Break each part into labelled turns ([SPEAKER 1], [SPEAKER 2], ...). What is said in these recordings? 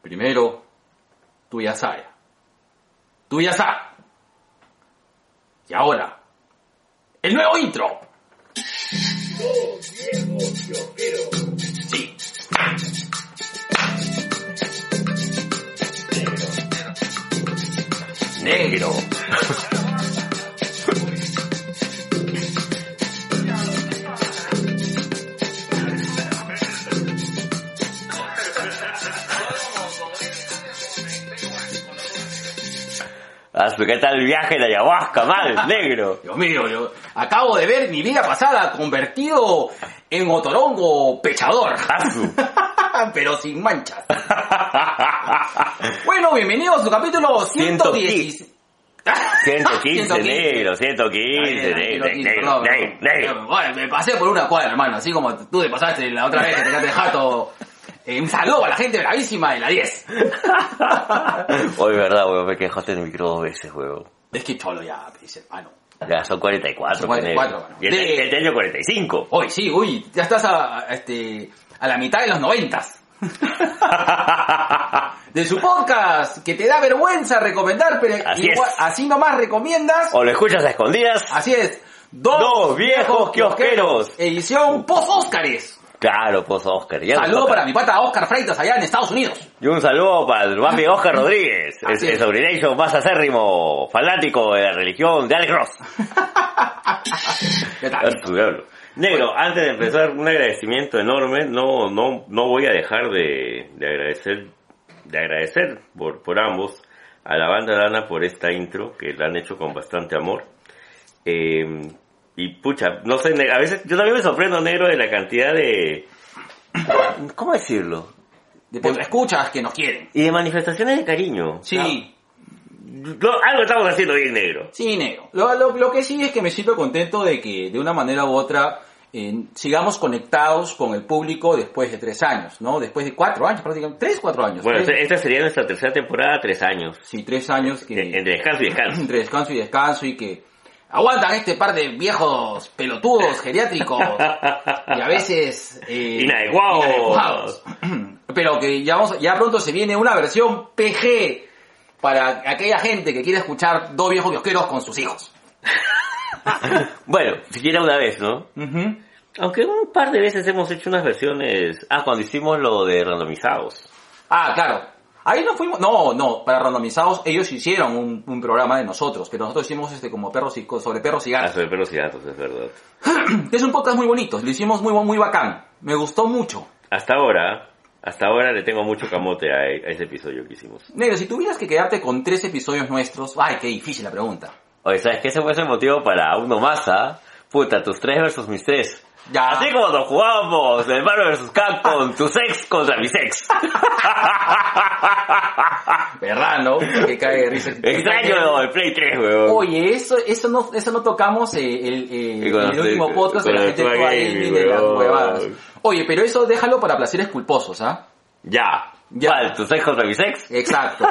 [SPEAKER 1] Primero, tú ya sabes. Tú ya sabes. Y ahora, el nuevo intro. Sí. Negro.
[SPEAKER 2] Has Ah, ¿qué tal el viaje de ayahuasca, mal, negro?
[SPEAKER 1] Dios mío, yo acabo de ver mi vida pasada convertido en otorongo pechador.
[SPEAKER 2] Asu.
[SPEAKER 1] Pero sin manchas. Bueno, bienvenidos a su capítulo 110.
[SPEAKER 2] 115,
[SPEAKER 1] 115.
[SPEAKER 2] negro, 115, negro, negro, negro, negro.
[SPEAKER 1] Bueno, me pasé por una cuadra, hermano, así como tú te pasaste la otra vez que te quedaste de jato. Eh, un saludo a la gente bravísima de la 10.
[SPEAKER 2] Hoy, verdad, weón, me quejaste en el micro dos veces, weón.
[SPEAKER 1] Es que cholo ya, dice, hermano.
[SPEAKER 2] Ya son 44,
[SPEAKER 1] Son
[SPEAKER 2] pues,
[SPEAKER 1] 44,
[SPEAKER 2] negro.
[SPEAKER 1] bueno.
[SPEAKER 2] Y este,
[SPEAKER 1] De-
[SPEAKER 2] este año 45.
[SPEAKER 1] Hoy sí, uy, ya estás a, a- este, a la mitad de los noventas. De su podcast, que te da vergüenza recomendar, pero
[SPEAKER 2] Así es.
[SPEAKER 1] así nomás recomiendas.
[SPEAKER 2] O lo escuchas a escondidas.
[SPEAKER 1] Así es. Dos,
[SPEAKER 2] Dos viejos kiosqueros.
[SPEAKER 1] Edición post-Óscares.
[SPEAKER 2] Claro, pues Oscar. ya nos
[SPEAKER 1] Saludo
[SPEAKER 2] toca.
[SPEAKER 1] para mi pata Oscar Freitas allá en Estados Unidos.
[SPEAKER 2] Y un saludo para el papi Oscar Rodríguez, el,
[SPEAKER 1] Así es.
[SPEAKER 2] el sobrination más acérrimo, fanático de la religión de Alex Ross.
[SPEAKER 1] ¿Qué tal?
[SPEAKER 2] Tu diablo. pues, Negro, antes de empezar, un agradecimiento enorme. No, no, no voy a dejar de, de agradecer, de agradecer por, por ambos a la banda Lana por esta intro que la han hecho con bastante amor. Eh, y pucha, no sé, ne- a veces yo también me sorprendo, negro, de la cantidad de. ¿Cómo decirlo?
[SPEAKER 1] De por- escuchas que nos quieren.
[SPEAKER 2] Y de manifestaciones de cariño. Ah,
[SPEAKER 1] Sí,
[SPEAKER 2] No, algo estamos haciendo bien, negro.
[SPEAKER 1] sí, negro. Lo, lo- lo que sí es que me siento contento de que de una manera u otra eh, sigamos conectados con el público después de tres años, ¿no? Después de cuatro años, prácticamente. Tres, cuatro años.
[SPEAKER 2] Bueno,
[SPEAKER 1] Tres-
[SPEAKER 2] esta esta sería nuestra tercera temporada, tres años.
[SPEAKER 1] sí, tres años que...
[SPEAKER 2] En- Entre descanso y descanso.
[SPEAKER 1] entre descanso y descanso y que aguantan este par de viejos pelotudos geriátricos y a veces eh,
[SPEAKER 2] Inadecuados.
[SPEAKER 1] inadecuados. Pero que ya, vamos- ya pronto se viene una versión PG para aquella gente que quiere escuchar dos viejos kiosqueros con sus hijos.
[SPEAKER 2] Bueno, siquiera una vez, ¿no?
[SPEAKER 1] Ujú.
[SPEAKER 2] Aunque un par de veces hemos hecho unas versiones. Ah, cuando hicimos lo de randomizados.
[SPEAKER 1] Ah, claro. Ahí no fuimos, no, no, para randomizados ellos hicieron un, un programa de nosotros, pero nosotros hicimos este como perros y co- sobre perros y
[SPEAKER 2] Ah,
[SPEAKER 1] gatos.
[SPEAKER 2] sobre perros y gatos, es verdad.
[SPEAKER 1] Es un podcast muy bonito, lo hicimos muy bu- muy bacán. Me gustó mucho.
[SPEAKER 2] Hasta ahora, hasta ahora le tengo mucho camote a, a ese episodio que hicimos.
[SPEAKER 1] Negro, si tuvieras que quedarte con tres episodios nuestros, ay, qué difícil la pregunta.
[SPEAKER 2] Oye, ¿sabes qué? Ese fue el motivo para uno más, ¿ah? Puta, tus tres versus mis tres.
[SPEAKER 1] Ya.
[SPEAKER 2] Así como nos jugamos, el Marvel versus Capcom, tu sex contra mi sex.
[SPEAKER 1] ¿Verdad, no? Que cae de risa.
[SPEAKER 2] Extraño el Play 3, weón.
[SPEAKER 1] Oye, eso, eso no, eso no tocamos eh, el, eh,
[SPEAKER 2] Y con
[SPEAKER 1] el
[SPEAKER 2] los-
[SPEAKER 1] último podcast de
[SPEAKER 2] con
[SPEAKER 1] la
[SPEAKER 2] los
[SPEAKER 1] gente
[SPEAKER 2] Tuba
[SPEAKER 1] toda
[SPEAKER 2] Gaming,
[SPEAKER 1] gaming de las
[SPEAKER 2] weón.
[SPEAKER 1] huevadas. Oye, pero eso déjalo para placeres culposos, ¿ah?
[SPEAKER 2] Ya.
[SPEAKER 1] Ya.
[SPEAKER 2] ¿Cuál? ¿Tu sex contra mi sex?
[SPEAKER 1] Exacto.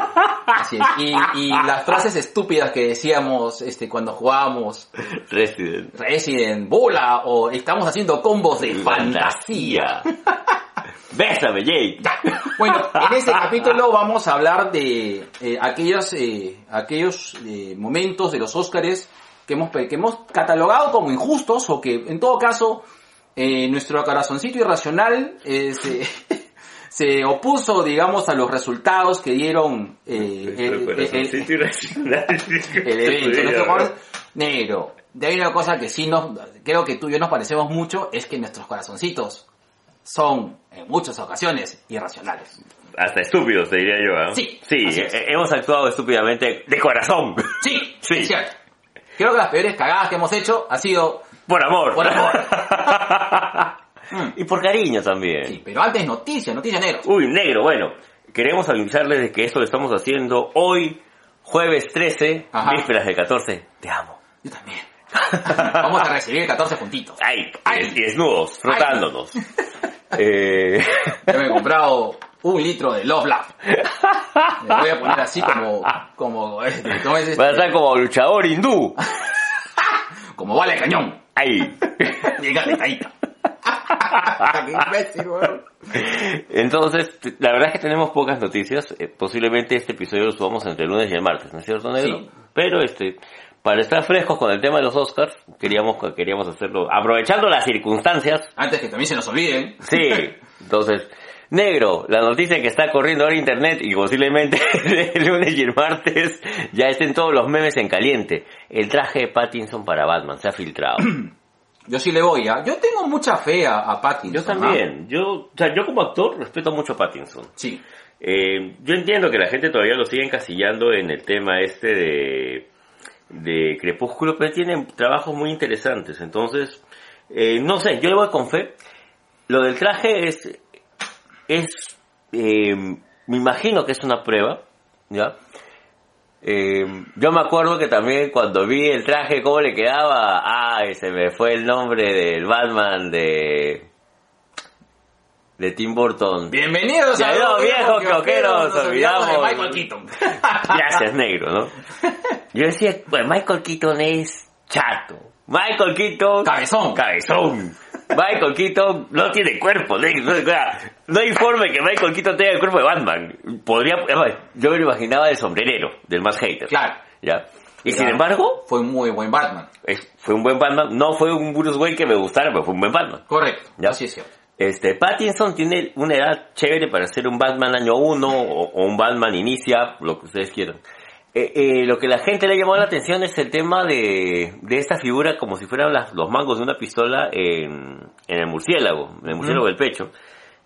[SPEAKER 1] Así es. Y, y las frases estúpidas que decíamos este cuando jugábamos
[SPEAKER 2] Resident.
[SPEAKER 1] Resident Bola o estamos haciendo combos de fantasía.
[SPEAKER 2] Bésame, Jake.
[SPEAKER 1] Bueno, en este capítulo vamos a hablar de eh, aquellos, eh, aquellos eh, momentos de los Óscares que hemos, que hemos catalogado como injustos o que, en todo caso, eh, nuestro corazoncito irracional eh, se, se opuso, digamos, a los resultados que dieron eh, el, el- el- el evento. Nuestro corazón- negro, de ahí una cosa que sí nos, creo que tú y yo nos parecemos mucho, es que nuestros corazoncitos son, en muchas ocasiones, irracionales.
[SPEAKER 2] Hasta estúpidos, te diría yo. ¿ah?
[SPEAKER 1] Sí,
[SPEAKER 2] Sí,
[SPEAKER 1] así es.
[SPEAKER 2] eh, hemos actuado estúpidamente de corazón.
[SPEAKER 1] Sí,
[SPEAKER 2] Sí.
[SPEAKER 1] es cierto. Creo que las peores cagadas que hemos hecho ha sido
[SPEAKER 2] Por amor.
[SPEAKER 1] por amor. Mm.
[SPEAKER 2] y por cariño también.
[SPEAKER 1] Sí, pero antes noticias, noticias negros.
[SPEAKER 2] Uy, negro, bueno. Queremos avisarles de que esto lo estamos haciendo hoy, jueves 13,
[SPEAKER 1] Ajá.
[SPEAKER 2] vísperas del 14. Te amo.
[SPEAKER 1] Yo también. Vamos a recibir 14 puntitos.
[SPEAKER 2] Ay,
[SPEAKER 1] Ay.
[SPEAKER 2] y desnudos, frotándonos. Eh,
[SPEAKER 1] Yo me he comprado un litro de Love Lab. Me voy a poner así como, como, este, ¿cómo es este?
[SPEAKER 2] vas a estar como luchador hindú.
[SPEAKER 1] Como bala de cañón.
[SPEAKER 2] Ay.
[SPEAKER 1] Bien calentadita. Qué imbécil, weón.
[SPEAKER 2] Entonces, t- la verdad es que tenemos pocas noticias. Eh, posiblemente este episodio lo subamos entre el lunes y el martes, ¿no es cierto, Negro?
[SPEAKER 1] Sí.
[SPEAKER 2] Pero este, para estar frescos con el tema de los Oscars, queríamos, queríamos hacerlo aprovechando las circunstancias.
[SPEAKER 1] Antes que también se nos olviden.
[SPEAKER 2] Sí, entonces, Negro, la noticia que está corriendo ahora en internet y posiblemente el lunes y el martes ya estén todos los memes en caliente. El traje de Pattinson para Batman se ha filtrado.
[SPEAKER 1] Yo sí le voy a. Yo tengo mucha fe a, a Pattinson.
[SPEAKER 2] Yo también, yo, o sea, yo como actor respeto mucho a Pattinson.
[SPEAKER 1] ¿ah? Sí.
[SPEAKER 2] Eh, yo entiendo que la gente todavía lo sigue encasillando en el tema este de, de Crepúsculo, pero tiene trabajos muy interesantes. Entonces, eh, no sé, yo le voy con fe. Lo del traje es, es, eh, me imagino que es una prueba, ¿ya? Eh, yo me acuerdo que también cuando vi el traje, cómo le quedaba, ay, se me fue el nombre del Batman de, de Tim Burton.
[SPEAKER 1] Bienvenidos
[SPEAKER 2] Ya
[SPEAKER 1] a
[SPEAKER 2] no,
[SPEAKER 1] Los
[SPEAKER 2] viejo coquero,
[SPEAKER 1] Nos
[SPEAKER 2] nos olvidamos.
[SPEAKER 1] de Michael Keaton.
[SPEAKER 2] Gracias, negro, ¿no? Yo decía, bueno, Michael Keaton es chato. Michael Keaton...
[SPEAKER 1] Cabezón.
[SPEAKER 2] Cabezón. Michael Keaton no tiene cuerpo, negro. O sea, No hay forma de que Michael Keaton tenga el cuerpo de Batman. Podría... además, Yo me lo imaginaba del sombrerero, del más hater.
[SPEAKER 1] Claro.
[SPEAKER 2] ¿Ya? Y
[SPEAKER 1] Claro.
[SPEAKER 2] sin embargo,
[SPEAKER 1] Fue un muy buen Batman.
[SPEAKER 2] es- fue un buen Batman. No fue un Bruce Wayne que me gustara, pero fue un buen Batman.
[SPEAKER 1] Correcto.
[SPEAKER 2] Ya.
[SPEAKER 1] Así es cierto.
[SPEAKER 2] Este, Pattinson tiene una edad chévere para ser un Batman año 1 o, o un Batman inicia, lo que ustedes quieran. Eh, eh, lo que la gente le llamó la atención es el tema de, de esta figura como si fueran las- los mangos de una pistola en, en el murciélago, en el murciélago del pecho.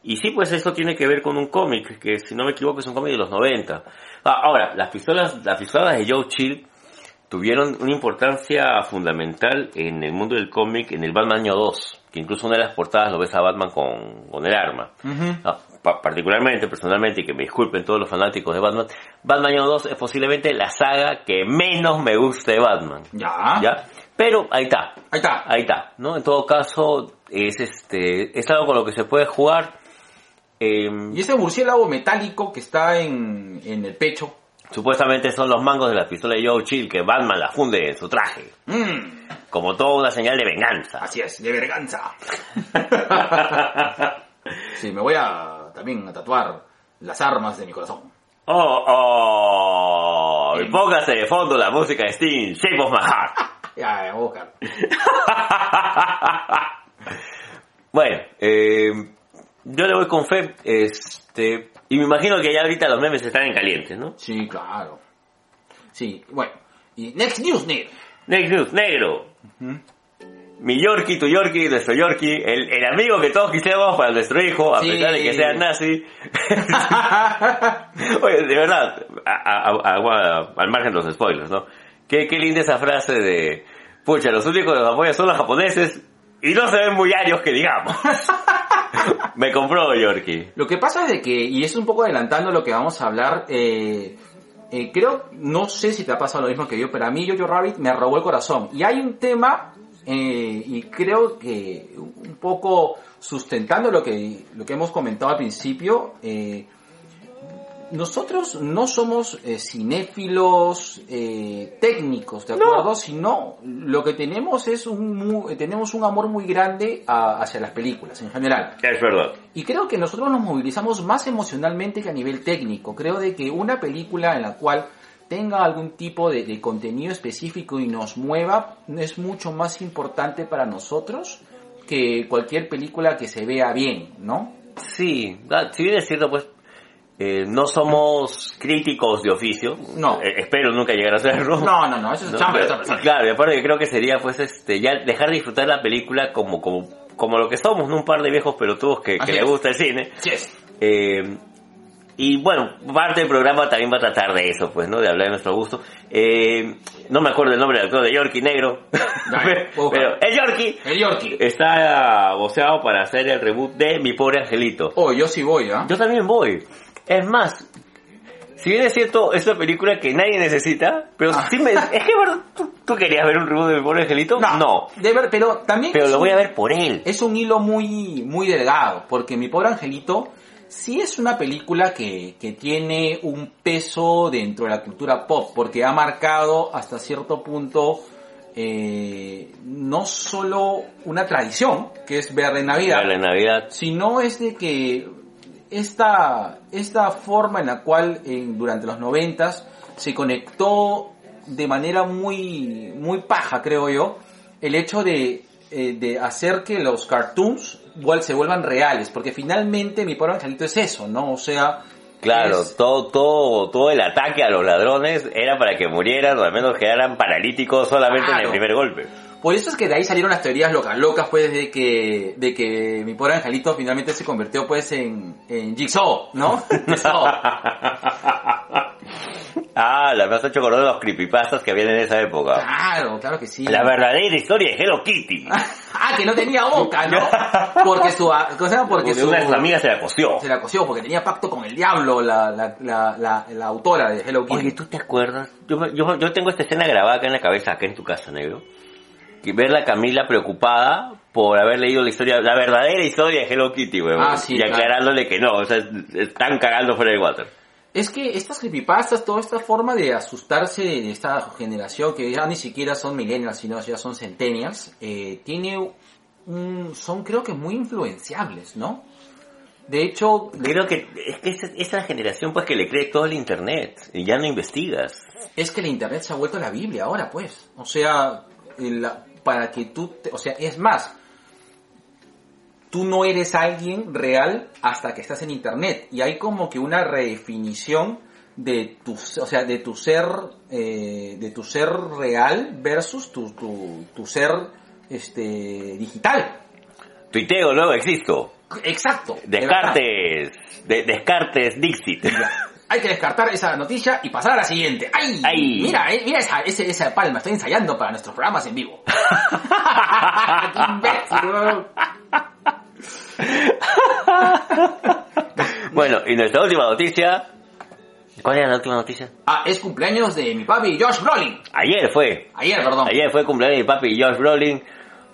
[SPEAKER 2] Y sí, pues eso tiene que ver con un cómic, que si no me equivoco es un cómic de los 90. Ah, ahora, las pistolas, las pistolas de Joe Chill tuvieron una importancia fundamental en el mundo del cómic, en el Batman año 2, que incluso una de las portadas lo ves a Batman con, con el arma.
[SPEAKER 1] Ujú.
[SPEAKER 2] Ah, pa- particularmente, personalmente, y que me disculpen todos los fanáticos de Batman, Batman año 2 es posiblemente la saga que menos me gusta de Batman.
[SPEAKER 1] Ya.
[SPEAKER 2] ¿Ya? Ah. Pero ahí está,
[SPEAKER 1] Ahí está.
[SPEAKER 2] ahí está, ¿no? En todo caso, es este, es algo con lo que se puede jugar. Em,
[SPEAKER 1] Y ese murciélago metálico que está en, en el pecho.
[SPEAKER 2] Supuestamente son los mangos de la pistola de Joe Chill que Batman la funde en su traje,
[SPEAKER 1] Mm,
[SPEAKER 2] como toda una señal de venganza.
[SPEAKER 1] así es, de verganza. sí, me voy a también a tatuar las armas de mi corazón.
[SPEAKER 2] Oh, oh, y póngase de fondo la música de Sting, Shape of My Heart.
[SPEAKER 1] Ya, ya, voy a buscar.
[SPEAKER 2] Bueno, eh, yo le voy con fe, este, y me imagino que ya ahorita los memes están en caliente, ¿no?
[SPEAKER 1] Sí, claro. Sí, bueno. Y Next News, Nick.
[SPEAKER 2] Next News, negro. Mi Yorkie, tu Yorkie, nuestro Yorkie, el, el amigo que todos quisiéramos para nuestro hijo, a
[SPEAKER 1] Sí.
[SPEAKER 2] pesar de que sea nazi. Oye, de verdad, a- a- a- agua- al margen de los spoilers, ¿no? Qué, qué linda esa frase de, pucha, los únicos que nos apoyan son los japoneses y no se ven muy arios que digamos. Me compró Yorkie.
[SPEAKER 1] Lo que pasa es de que, y es un poco adelantando lo que vamos a hablar, eh, eh, creo, no sé si te ha pasado lo mismo que yo, pero a mí Jojo Rabbit me robó el corazón. Y hay un tema, eh, y creo que un poco sustentando lo que, lo que hemos comentado al principio, eh, nosotros no somos eh, cinéfilos eh, técnicos, ¿de acuerdo? Sino lo que tenemos es un, mu- tenemos un amor muy grande a- hacia las películas en general.
[SPEAKER 2] Es verdad.
[SPEAKER 1] Y creo que nosotros nos movilizamos más emocionalmente que a nivel técnico. Creo de que una película en la cual tenga algún tipo de, de contenido específico y nos mueva es mucho más importante para nosotros que cualquier película que se vea bien, ¿no?
[SPEAKER 2] Sí, da- si bien es cierto, pues eh, no somos críticos de oficio.
[SPEAKER 1] No.
[SPEAKER 2] Eh, espero nunca llegar a serlo.
[SPEAKER 1] No, no, no, eso es
[SPEAKER 2] No,
[SPEAKER 1] chamba de
[SPEAKER 2] pero-
[SPEAKER 1] otra persona.
[SPEAKER 2] Claro, y aparte creo que sería pues este, ya dejar de disfrutar la película como, como, como lo que somos, ¿no? Un par de viejos pelotudos que,
[SPEAKER 1] Así
[SPEAKER 2] que le
[SPEAKER 1] es.
[SPEAKER 2] gusta el cine.
[SPEAKER 1] Así es.
[SPEAKER 2] Eh, y bueno, parte del programa también va a tratar de eso, pues, ¿no? De hablar de nuestro gusto. Eh, no me acuerdo el nombre del actor de Yorkie Negro.
[SPEAKER 1] Dale,
[SPEAKER 2] pero,
[SPEAKER 1] ojo.
[SPEAKER 2] pero el Yorkie
[SPEAKER 1] El Yorkie.
[SPEAKER 2] está voceado para hacer el reboot de Mi Pobre Angelito.
[SPEAKER 1] Oh, yo sí voy, ¿ah?
[SPEAKER 2] Yo también voy. Es más, si bien es cierto, es una película que nadie necesita, pero
[SPEAKER 1] Ah.
[SPEAKER 2] sí me... Es que, ¿verdad? ¿Tú, tú querías ver un reboot de mi pobre angelito?
[SPEAKER 1] De ver, pero también...
[SPEAKER 2] Pero
[SPEAKER 1] es
[SPEAKER 2] lo voy
[SPEAKER 1] un-
[SPEAKER 2] a ver por él.
[SPEAKER 1] es un hilo muy, muy delgado, porque Mi Pobre Angelito sí es una película que, que tiene un peso dentro de la cultura pop, porque ha marcado hasta cierto punto eh, no solo una tradición, que es ver de Navidad,
[SPEAKER 2] La Navidad.
[SPEAKER 1] sino es de que esta, esta forma en la cual en- durante los noventas se conectó de manera muy, muy paja, creo yo, el hecho de, eh, de hacer que los cartoons vuel- se vuelvan reales, porque finalmente mi pobre angelito es eso, ¿no? O sea...
[SPEAKER 2] Claro,
[SPEAKER 1] es-
[SPEAKER 2] todo, todo, todo el ataque a los ladrones era para que murieran o al menos quedaran paralíticos solamente en
[SPEAKER 1] Claro.
[SPEAKER 2] el primer golpe.
[SPEAKER 1] Por eso es que de ahí salieron las teorías locas, locas, pues, de que, de que mi pobre angelito finalmente se convirtió, pues, en, en Jigsaw, ¿no? Jigsaw.
[SPEAKER 2] Ah, la me has hecho acordar de los creepypastas que habían en esa época.
[SPEAKER 1] Claro, claro que sí.
[SPEAKER 2] La verdadera historia de Hello Kitty.
[SPEAKER 1] Ah, que no tenía boca, ¿no? Porque su... O sea, porque
[SPEAKER 2] Porque
[SPEAKER 1] su...
[SPEAKER 2] una de sus amigas se la coció.
[SPEAKER 1] Se la coció porque tenía pacto con el diablo la, la, la, la, la autora de Hello
[SPEAKER 2] Oye,
[SPEAKER 1] Kitty.
[SPEAKER 2] ¿tú te acuerdas? Yo, me- yo, yo tengo esta escena grabada acá en la cabeza, acá en tu casa, negro. Y verla a Camila preocupada por haber leído la historia, la verdadera historia de Hello Kitty, weón.
[SPEAKER 1] Ah, sí,
[SPEAKER 2] y
[SPEAKER 1] claro.
[SPEAKER 2] aclarándole que no, o sea, es- están cagando fuera del water.
[SPEAKER 1] Es que estas creepypastas, toda esta forma de asustarse de esta generación, que ya ni siquiera son millennials, sino ya son centennials, eh, tiene un, son creo que muy influenciables, ¿no? De hecho,
[SPEAKER 2] Creo que es que esa es la generación pues que le cree todo el internet y ya no investigas.
[SPEAKER 1] es que el internet se ha vuelto la Biblia ahora, pues. O sea, la- para que tú, te- o sea, es más, tú no eres alguien real hasta que estás en internet. Y hay como que una redefinición de tu, o sea, de tu ser, eh, de tu ser real versus tu, tu, tu ser, este, digital.
[SPEAKER 2] Tuiteo, luego existo.
[SPEAKER 1] Exacto. de verdad.
[SPEAKER 2] Descartes, de- descartes, Dixit.
[SPEAKER 1] Hay que descartar esa noticia y pasar a la siguiente. ¡Ay!
[SPEAKER 2] ¡Ay!
[SPEAKER 1] Mira, eh, mira esa, ese- esa palma, estoy ensayando para nuestros programas en vivo. ¡Qué imbécil, weón!
[SPEAKER 2] bueno, y nuestra última noticia. ¿Cuál era la última noticia?
[SPEAKER 1] Ah, es cumpleaños de mi papi Josh Brolin.
[SPEAKER 2] Ayer fue.
[SPEAKER 1] Ayer, perdón.
[SPEAKER 2] Ayer fue el cumpleaños de mi papi Josh Brolin,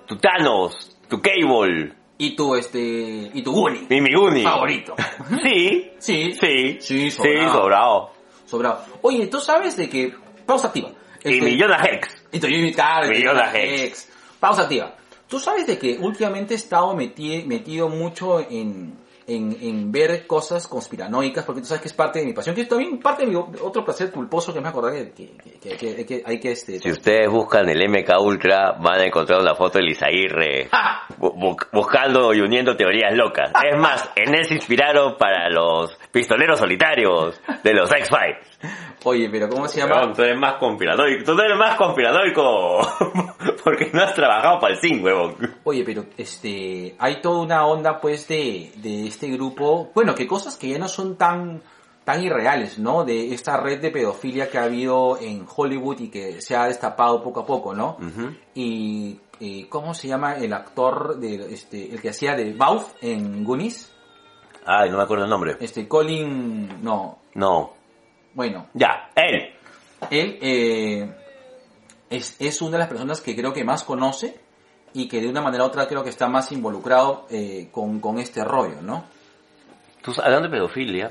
[SPEAKER 2] tu Thanos, tu Cable
[SPEAKER 1] Y tu, este, y tu Goonie.
[SPEAKER 2] y mi Uni.
[SPEAKER 1] Favorito.
[SPEAKER 2] Sí,
[SPEAKER 1] Sí.
[SPEAKER 2] sí,
[SPEAKER 1] Sí,
[SPEAKER 2] sí,
[SPEAKER 1] sobrado.
[SPEAKER 2] sobrado.
[SPEAKER 1] Sobrado. Oye, tú sabes de que... Pausa activa.
[SPEAKER 2] Y
[SPEAKER 1] Este,
[SPEAKER 2] mi Jonah Hex.
[SPEAKER 1] Y Toyomi Car,
[SPEAKER 2] Me
[SPEAKER 1] y
[SPEAKER 2] dio la
[SPEAKER 1] Toyota
[SPEAKER 2] Hex.
[SPEAKER 1] Hex. Pausa activa. Tú sabes de que últimamente he estado meti- metido mucho en, en, en ver cosas conspiranoicas, porque tú sabes que es parte de mi pasión, que es también parte de mi o- otro placer culposo que me acordé que, que, que, que- que hay que... Este,
[SPEAKER 2] Si ustedes buscan el MK Ultra, van a encontrar una foto de Lizaguirre
[SPEAKER 1] ¡Ah!
[SPEAKER 2] bu- bu- buscando y uniendo teorías locas. Es más, en él se inspiraron para los pistoleros solitarios de los X-Files.
[SPEAKER 1] Oye, pero ¿cómo se
[SPEAKER 2] Weón,
[SPEAKER 1] llama?
[SPEAKER 2] Tú eres más conspiranoico. Tú eres más conspiranoico. Porque no has trabajado para el zinc, huevón.
[SPEAKER 1] Oye, pero este hay toda una onda pues de, de este grupo, bueno, que cosas que ya no son tan tan irreales, ¿no? De esta red de pedofilia que ha habido en Hollywood y que se ha destapado poco a poco, ¿no? y, y ¿cómo se llama el actor de este el que hacía de Bauf en Goonies?
[SPEAKER 2] Ay, no me acuerdo el nombre.
[SPEAKER 1] Este Colin, no,
[SPEAKER 2] No.
[SPEAKER 1] bueno,
[SPEAKER 2] Ya, él.
[SPEAKER 1] él eh, es, es una de las personas que creo que más conoce y que de una manera u otra creo que está más involucrado eh, con, con este rollo, ¿no?
[SPEAKER 2] Tú, hablando de pedofilia,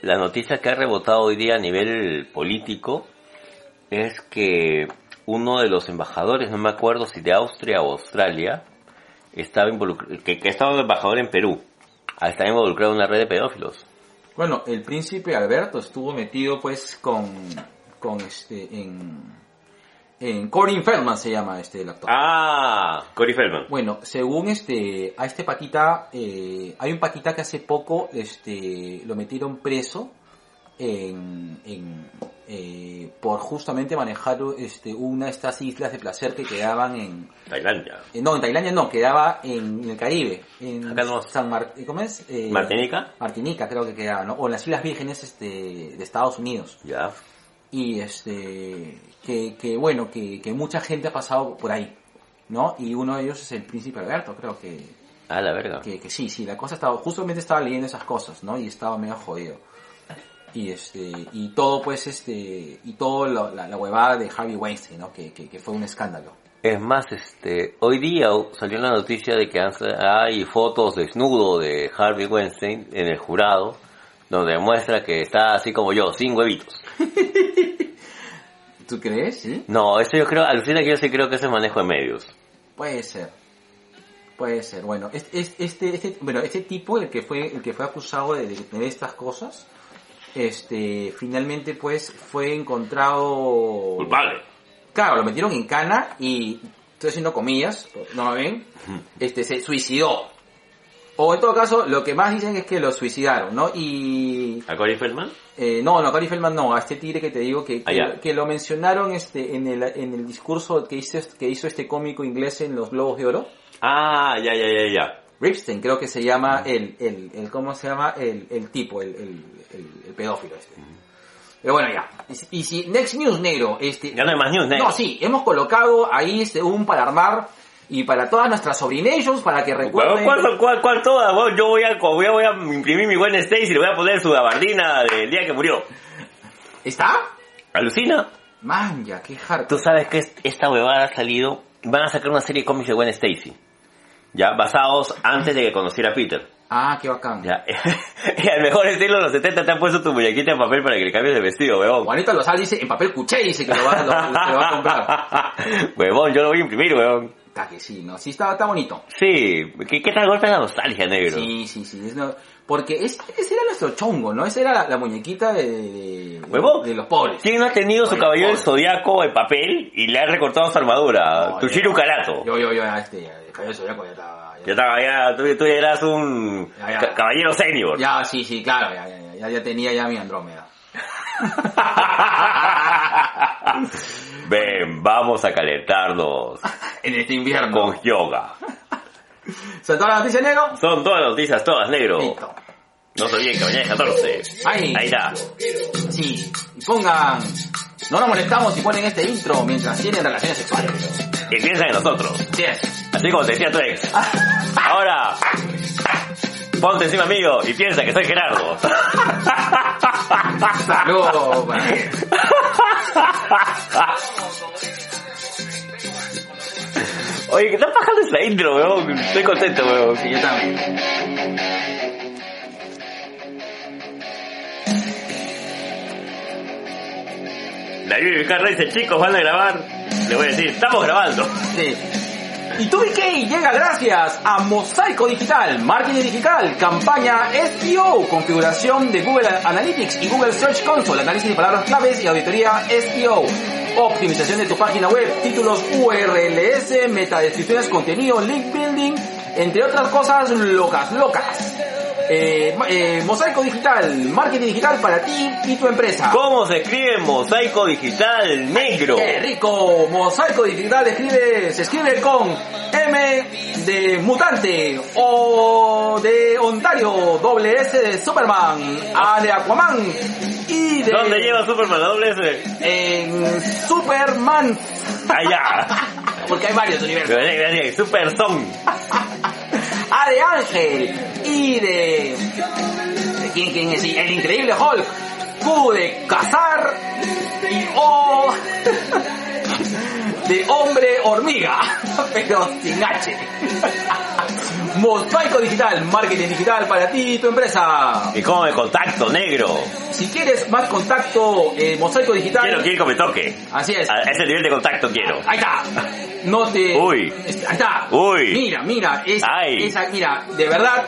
[SPEAKER 2] la noticia que ha rebotado hoy día a nivel político es que uno de los embajadores, no me acuerdo si de Austria o Australia, estaba involucrado, que, que estaba de embajador en Perú, ah, estaba involucrado en una red de pedófilos.
[SPEAKER 1] Bueno, el príncipe Alberto estuvo metido pues con, con este, en, en Corin Feldman se llama este el actor.
[SPEAKER 2] Ah, Cory Feldman.
[SPEAKER 1] Bueno, según este, a este patita, eh, hay un patita que hace poco este, lo metieron preso en, en, eh, por justamente manejar este, una de estas islas de placer que quedaban en...
[SPEAKER 2] Tailandia.
[SPEAKER 1] eh, no, en Tailandia no, quedaba en, el Caribe. En
[SPEAKER 2] Acá no.
[SPEAKER 1] San Mar- ¿Cómo es? Eh,
[SPEAKER 2] Martinica.
[SPEAKER 1] Martinica creo que quedaba, ¿no? O en las Islas Vírgenes este, de Estados Unidos.
[SPEAKER 2] Ya.
[SPEAKER 1] Y este, que, que bueno, que, que mucha gente ha pasado por ahí, ¿no? Y uno de ellos es el príncipe Alberto, creo que,
[SPEAKER 2] Ah, la verga.
[SPEAKER 1] que, que sí, sí, la cosa estaba, justamente estaba leyendo esas cosas, ¿no? Y estaba medio jodido. Y este, y todo pues este, y todo lo- la, la huevada de Harvey Weinstein, ¿no? Que, que, que fue un escándalo.
[SPEAKER 2] Es más, este, hoy día salió la noticia de que han- hay fotos desnudo de Harvey Weinstein en el jurado, donde muestra que está así como yo, sin huevitos.
[SPEAKER 1] ¿Tú crees? Sí.
[SPEAKER 2] No, eso yo creo, alucina que yo sí creo que ese manejo de medios.
[SPEAKER 1] Puede ser. Puede ser. Bueno, es- es- este, este, bueno, este tipo, el que fue, el que fue acusado de, de tener estas cosas, este, finalmente pues fue encontrado.
[SPEAKER 2] Culpable.
[SPEAKER 1] Claro, lo metieron en cana y, estoy haciendo comillas, no me ven, este, se suicidó. O en todo caso, lo que más dicen es que lo suicidaron, ¿no? Y
[SPEAKER 2] ¿A Corey Feldman?
[SPEAKER 1] eh, no, no, Gary Feldman no, a este tigre que te digo que, que,
[SPEAKER 2] Ah, ya.
[SPEAKER 1] que lo mencionaron este en el, en el discurso que hizo, que hizo este cómico inglés en los Globos de Oro.
[SPEAKER 2] Ah, ya, ya, ya, ya.
[SPEAKER 1] Ripstein creo que se llama el, el, el ¿cómo se llama? El, el tipo, el, el, el, el pedófilo este. Pero bueno, ya. Y si- Y si Next News Negro, este...
[SPEAKER 2] Ya no hay más news, negro.
[SPEAKER 1] No, sí, hemos colocado ahí este, un para armar y para todas nuestras sobrinations para que
[SPEAKER 2] Huevón,
[SPEAKER 1] recuerden...
[SPEAKER 2] ¿Cuál, cuál, cuál, cuál toda? huevón? Yo voy a, co- voy a, voy a imprimir mi buen Stacy y le voy a poner su gabardina del día que murió.
[SPEAKER 1] ¿Está?
[SPEAKER 2] ¿Alucina?
[SPEAKER 1] Man, ya, qué harto.
[SPEAKER 2] Tú sabes que es- esta huevada ha salido. Van a sacar una serie de cómics de Gwen Stacy. Ya, basados antes de que conociera a Peter.
[SPEAKER 1] Ah, qué bacán.
[SPEAKER 2] Ya. y al mejor estilo de los 70 te han puesto tu muñequita en papel para que le cambies de vestido, huevón.
[SPEAKER 1] Juanita Lozal dice, en papel cuché, dice que lo va, lo- lo- que lo va a comprar.
[SPEAKER 2] huevón, yo lo voy a imprimir, huevón.
[SPEAKER 1] Está que sí, ¿no? Sí, está, está bonito.
[SPEAKER 2] Sí, ¿qué, qué tal golpe la nostalgia, negro?
[SPEAKER 1] Sí, sí, sí. es no- porque es, ese era nuestro chongo, ¿no? Esa era la, la muñequita de, de, de-
[SPEAKER 2] Huevón.
[SPEAKER 1] de los pobres.
[SPEAKER 2] ¿Quién no ha tenido su
[SPEAKER 1] Oye,
[SPEAKER 2] caballero del
[SPEAKER 1] pobre.
[SPEAKER 2] zodiaco en papel y le ha recortado su armadura?
[SPEAKER 1] No,
[SPEAKER 2] Tushiru
[SPEAKER 1] yo-
[SPEAKER 2] Karato.
[SPEAKER 1] Yo, yo, yo, ya, este, ya, el cabello zodiaco ya estaba...
[SPEAKER 2] Ya
[SPEAKER 1] Ya,
[SPEAKER 2] estaba, ya, tú, tú ya eras un
[SPEAKER 1] Ya, ya.
[SPEAKER 2] ca- caballero senior.
[SPEAKER 1] ya, sí, sí, claro, ya, ya, ya, ya, ya tenía ya mi Andrómeda.
[SPEAKER 2] Ven, vamos a calentarnos
[SPEAKER 1] En este invierno.
[SPEAKER 2] con yoga.
[SPEAKER 1] ¿Son todas las noticias, negro?
[SPEAKER 2] Son todas las noticias, todas, negro.
[SPEAKER 1] Listo.
[SPEAKER 2] No se olviden que mañana es 14.
[SPEAKER 1] Ahí.
[SPEAKER 2] Ahí está.
[SPEAKER 1] Sí. Y pongan... No nos molestamos si ponen este intro mientras tienen relaciones sexuales.
[SPEAKER 2] Y piensa en nosotros.
[SPEAKER 1] Así es.
[SPEAKER 2] Así como te decía tu ex. Ahora, ponte encima mío y piensa que soy Gerardo.
[SPEAKER 1] Saludos. para-
[SPEAKER 2] Oye, que están bajando esa intro, weón. Estoy contento, weón.
[SPEAKER 1] Sí, yo también.
[SPEAKER 2] David Vizcarra dice, chicos, van a grabar. Le voy a decir, estamos grabando.
[SPEAKER 1] Sí. Y TubiK llega gracias a Mosaico Digital, Marketing Digital, Campaña SEO, configuración de Google Analytics y Google Search Console, análisis de palabras claves y auditoría SEO, optimización de tu página web, títulos URLs, metadescripciones, contenido, link building, entre otras cosas locas, locas. Eh, ma- eh, Mosaico Digital, Marketing Digital para ti y tu empresa.
[SPEAKER 2] ¿Cómo se escribe Mosaico Digital Negro?
[SPEAKER 1] ¡Qué rico! Mosaico Digital escribe, se escribe con M de mutante, O de Ontario, doble S de Superman, A de Aquaman y de...
[SPEAKER 2] ¿Dónde lleva Superman la doble S?
[SPEAKER 1] En Superman,
[SPEAKER 2] Allá.
[SPEAKER 1] porque hay varios universos.
[SPEAKER 2] Super Song.
[SPEAKER 1] A Ah, de Ángel y de... ¿de ¿Quién, quién es? El increíble Hulk. Q de cazar y O de hombre hormiga, pero sin H. Mosaico Digital, marketing digital para ti y tu empresa.
[SPEAKER 2] ¿Y cómo me contacto, negro?
[SPEAKER 1] Si quieres más contacto, eh, Mosaico
[SPEAKER 2] Quiero que
[SPEAKER 1] Digital.
[SPEAKER 2] ir con me toque.
[SPEAKER 1] Así es.
[SPEAKER 2] A ese nivel de contacto quiero.
[SPEAKER 1] Ahí está. No te.
[SPEAKER 2] Uy.
[SPEAKER 1] Ahí está.
[SPEAKER 2] Uy.
[SPEAKER 1] Mira, mira. Esa,
[SPEAKER 2] Ay.
[SPEAKER 1] esa, mira, de verdad.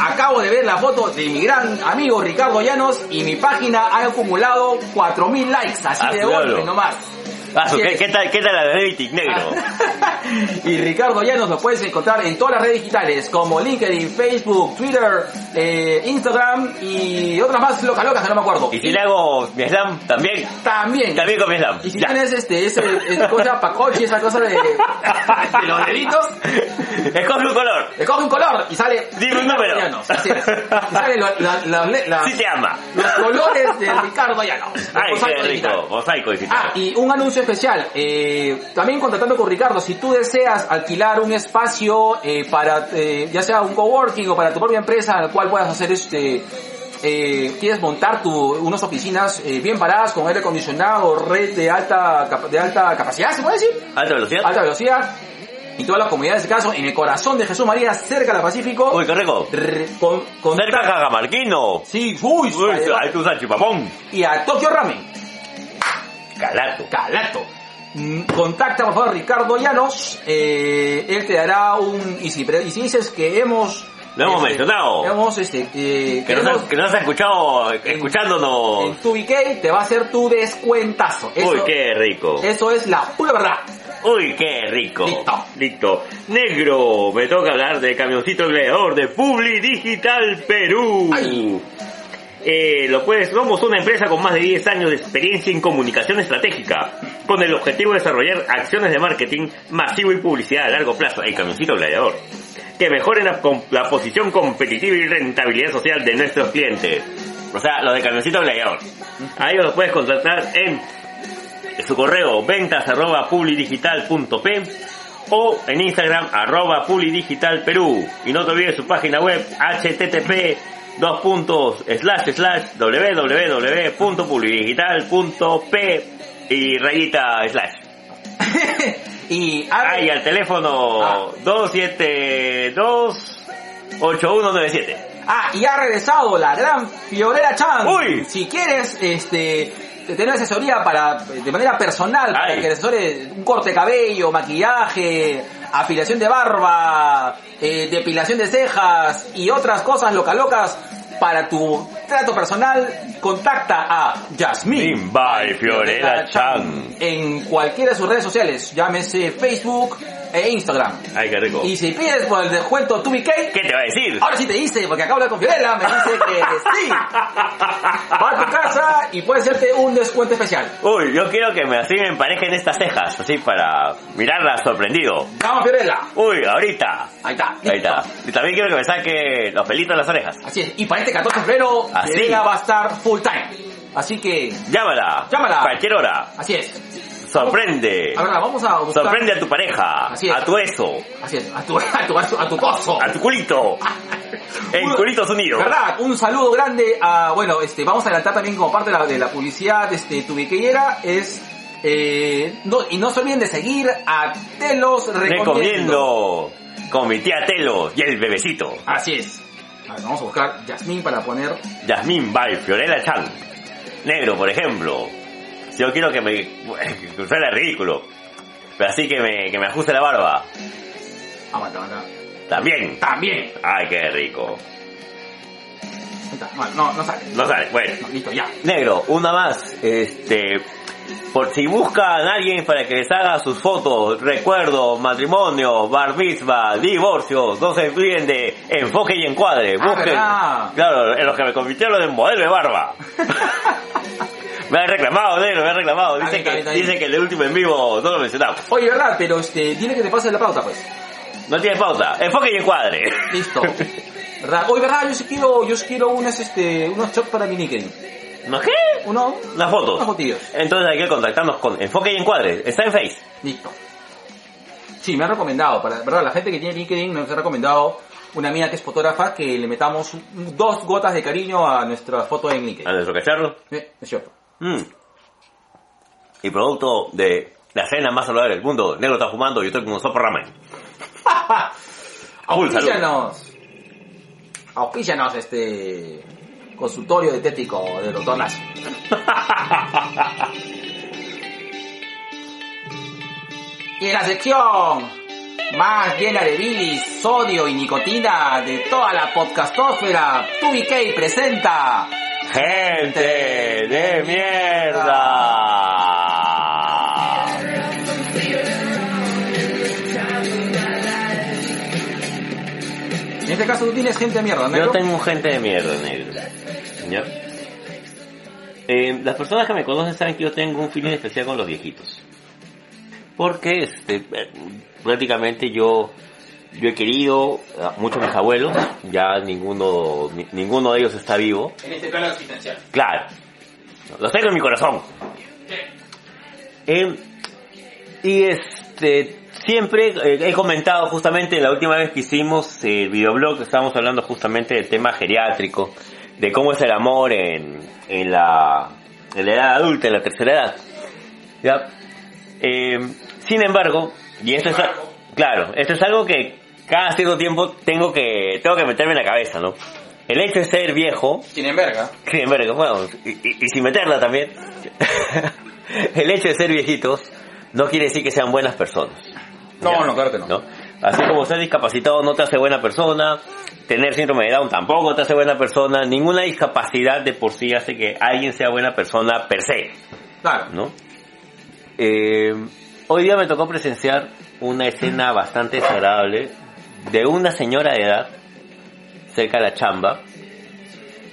[SPEAKER 1] Acabo de ver la foto de mi gran amigo Ricardo Llanos y mi página ha acumulado 4.000 likes, así
[SPEAKER 2] Ah,
[SPEAKER 1] de
[SPEAKER 2] claro.
[SPEAKER 1] golpe nomás.
[SPEAKER 2] Ah, su-
[SPEAKER 1] Así
[SPEAKER 2] ¿qué,
[SPEAKER 1] es.
[SPEAKER 2] qué tal, ¿Qué tal la de David negro?
[SPEAKER 1] y Ricardo Llanos lo puedes encontrar en todas las redes digitales como LinkedIn, Facebook, Twitter, eh, Instagram y otras más locas locas que no me acuerdo.
[SPEAKER 2] ¿Y si le hago mi slam también?
[SPEAKER 1] También.
[SPEAKER 2] También con mi slam.
[SPEAKER 1] Y si
[SPEAKER 2] Ya.
[SPEAKER 1] tienes este, ese, esa cosa pacoche, esa cosa de, de los deditos,
[SPEAKER 2] Escoge un color.
[SPEAKER 1] le coge un color y sale.
[SPEAKER 2] Dime un número.
[SPEAKER 1] Llanos, así es. Y salen lo- la- la- la-
[SPEAKER 2] Sí te ama.
[SPEAKER 1] los colores de Ricardo Llanos. de
[SPEAKER 2] Ay,
[SPEAKER 1] Mosaico
[SPEAKER 2] qué
[SPEAKER 1] Digital.
[SPEAKER 2] rico. Mosaico digital.
[SPEAKER 1] Ah, y un anuncio especial. eh, también contratando con Ricardo, si tú deseas alquilar un espacio eh, para, eh, ya sea un coworking o para tu propia empresa, en el cual puedas hacer este, eh, quieres montar tu, unas oficinas eh, bien paradas con aire acondicionado, red de alta, cap- de alta capacidad, ¿se puede decir?
[SPEAKER 2] ¿Alta velocidad?
[SPEAKER 1] Ah. Alta velocidad. Y todas las comunidades de caso, en el corazón de Jesús María, cerca del Pacífico.
[SPEAKER 2] Uy, qué rico.
[SPEAKER 1] re- con, con-
[SPEAKER 2] Cerca a Cajamarquino.
[SPEAKER 1] Sí, uy,
[SPEAKER 2] Uy, ahí tú usas chipapón.
[SPEAKER 1] y a Tokio Ramen.
[SPEAKER 2] Calato.
[SPEAKER 1] Calato. Mm, Contacta por favor a Ricardo Llanos, eh, él te dará un... Y si, pre- y si dices que hemos...
[SPEAKER 2] Lo hemos mencionado.
[SPEAKER 1] Hemos, este, eh,
[SPEAKER 2] Que nos,
[SPEAKER 1] hemos-
[SPEAKER 2] ha- que nos ha escuchado,
[SPEAKER 1] en
[SPEAKER 2] escuchándonos.
[SPEAKER 1] tu BK te va a hacer tu descuentazo. Eso,
[SPEAKER 2] Uy, qué rico.
[SPEAKER 1] eso es la pura verdad.
[SPEAKER 2] Uy, qué rico.
[SPEAKER 1] Listo.
[SPEAKER 2] Listo. Negro, me toca hablar de camioncito creador de Publi Digital Perú.
[SPEAKER 1] Ay.
[SPEAKER 2] Eh, lo puedes, somos una empresa con más de 10 años de experiencia en comunicación estratégica, con el objetivo de desarrollar acciones de marketing masivo y publicidad a largo plazo, el camioncito gladiador, que mejoren la, com- la posición competitiva y rentabilidad social de nuestros clientes. O sea, los de camioncito gladiador. A ellos los puedes contratar en su correo ventas arroba publidigital.p o en Instagram arroba publidigitalperú y no te olvides su página web http dos puntos slash slash www.publidigital.p y rayita slash
[SPEAKER 1] y
[SPEAKER 2] ah, y al
[SPEAKER 1] Ah.
[SPEAKER 2] teléfono 272 8197
[SPEAKER 1] Ah, y ha regresado la gran Fiorella Chan.
[SPEAKER 2] Uy.
[SPEAKER 1] Si quieres, este, tener asesoría para, de manera personal, para
[SPEAKER 2] Ay.
[SPEAKER 1] que asesore un corte de cabello, maquillaje, afilación de barba, eh, depilación de cejas y otras cosas locas locas para tu trato personal, contacta a Jasmine
[SPEAKER 2] Jasmine by Fiorella Chan.
[SPEAKER 1] en cualquiera de sus redes sociales, llámese Facebook e Instagram.
[SPEAKER 2] ay qué rico
[SPEAKER 1] Y si pides por el descuento 2BK,
[SPEAKER 2] ¿qué te va a decir?
[SPEAKER 1] Ahora sí te dice, porque acabo de hablar con Fiorella, me dice que sí. Va a tu casa y puede hacerte un descuento especial.
[SPEAKER 2] uy yo quiero que me así me emparejen estas cejas así para mirarlas sorprendido
[SPEAKER 1] Vamos, Fiorella.
[SPEAKER 2] Uy, ahorita.
[SPEAKER 1] Ahí está.
[SPEAKER 2] Ahí está. Y también quiero que me saque los pelitos de las orejas.
[SPEAKER 1] Así es. Y para este 14 de febrero,
[SPEAKER 2] Así.
[SPEAKER 1] Fiorella va a estar full time. Así que,
[SPEAKER 2] Llámala.
[SPEAKER 1] Llámala.
[SPEAKER 2] Cualquier hora.
[SPEAKER 1] así es.
[SPEAKER 2] Sorprende.
[SPEAKER 1] Ahora vamos a buscar...
[SPEAKER 2] Sorprende a tu pareja.
[SPEAKER 1] Así es.
[SPEAKER 2] A tu eso.
[SPEAKER 1] Así es, a tu, a tu, a tu, a tu coso.
[SPEAKER 2] A tu culito. En
[SPEAKER 1] Un-
[SPEAKER 2] culitos unidos.
[SPEAKER 1] ¿Verdad? Un saludo grande a, bueno, este, vamos a adelantar también como parte de la, de la publicidad, este, tu biquillera es, eh, no, y no se olviden de seguir a Telos Recomiendo.
[SPEAKER 2] Recomiendo. Con mi tía Telo y el bebecito.
[SPEAKER 1] Así es. A ver, vamos a buscar Yasmín para poner.
[SPEAKER 2] Yasmín by Fiorella Chan. Negro, por ejemplo. Si yo quiero que me... que suene ridículo. Pero así que me, que me ajuste la barba.
[SPEAKER 1] Aguanta, aguanta.
[SPEAKER 2] También.
[SPEAKER 1] También.
[SPEAKER 2] Ay, qué rico.
[SPEAKER 1] Ahí está. No, no, no sale.
[SPEAKER 2] No sale. Bueno.
[SPEAKER 1] No, listo, ya.
[SPEAKER 2] Negro, una más. Este, por si buscan a alguien para que les haga sus fotos, recuerdos, matrimonios, bar mitzvah, divorcios, no se olviden de enfoque y encuadre.
[SPEAKER 1] Ah,
[SPEAKER 2] Busquen.
[SPEAKER 1] ¿verdad?
[SPEAKER 2] claro, en los que me convirtieron en modelo de barba. me han reclamado, negro, me han reclamado.
[SPEAKER 1] Está
[SPEAKER 2] Dicen
[SPEAKER 1] bien, está
[SPEAKER 2] que,
[SPEAKER 1] bien, está bien.
[SPEAKER 2] dicen que el último en vivo no lo mencionamos.
[SPEAKER 1] Oye, ¿verdad? Pero este, dile que te pases la pauta, pues.
[SPEAKER 2] No tiene pauta. Enfoque y encuadre.
[SPEAKER 1] Listo. ¿Verdad? Oye, ¿verdad? Yo sí quiero, yo sí quiero unas, este, unos shots para mi Niken.
[SPEAKER 2] ¿No qué?
[SPEAKER 1] Uno,
[SPEAKER 2] Las fotos.
[SPEAKER 1] unos fotillos.
[SPEAKER 2] Entonces hay que contactarnos con enfoque y encuadre. Está en Face.
[SPEAKER 1] Listo. Sí, me ha recomendado, para, ¿verdad? La gente que tiene LinkedIn nos ha recomendado una amiga que es fotógrafa que le metamos un- dos gotas de cariño a nuestra foto en
[SPEAKER 2] A
[SPEAKER 1] LinkedIn.
[SPEAKER 2] nuestro cacharro.
[SPEAKER 1] Eh, es cierto.
[SPEAKER 2] Mm. Y producto de la cena más saludable del mundo, el negro está fumando y yo estoy con un sopa ramen. Full salud.
[SPEAKER 1] Auspícianos. Auspícianos este consultorio dietético de los donas. y en la sección más llena de bilis, sodio y nicotina de toda la podcastósfera, TubiK presenta
[SPEAKER 2] ¡Gente de mierda!
[SPEAKER 1] En este caso tú tienes gente de mierda, ¿no?
[SPEAKER 2] Yo tengo un gente de mierda, negro. ¿Ya? Eh, las personas que me conocen saben que yo tengo un feeling especial con los viejitos. Porque este, eh, prácticamente yo, yo he querido a muchos de mis abuelos, ya ninguno, ni- ninguno de ellos está vivo.
[SPEAKER 1] En este plano existencial.
[SPEAKER 2] Claro. Lo tengo en mi corazón. Eh, y este, siempre eh, he comentado justamente la última vez que hicimos el videoblog, estábamos hablando justamente del tema geriátrico, de cómo es el amor en, en la, en la edad adulta, en la tercera edad. ¿Ya? Eh, sin embargo, y esto es, a- claro, esto es algo que cada cierto tiempo tengo que, tengo que meterme en la cabeza, ¿no? El hecho de ser viejo
[SPEAKER 1] Sin enverga.
[SPEAKER 2] sin embargo, bueno, y, y- y sin meterla también. el hecho de ser viejitos no quiere decir que sean buenas personas.
[SPEAKER 1] No,
[SPEAKER 2] Ya.
[SPEAKER 1] no, claro que no.
[SPEAKER 2] ¿no? Así como ser discapacitado no te hace buena persona, tener síndrome de Down tampoco te hace buena persona, ninguna discapacidad de por sí hace que alguien sea buena persona per se,
[SPEAKER 1] Claro.
[SPEAKER 2] ¿no? Eh, hoy día me tocó presenciar una escena bastante desagradable de una señora de edad, cerca de la chamba,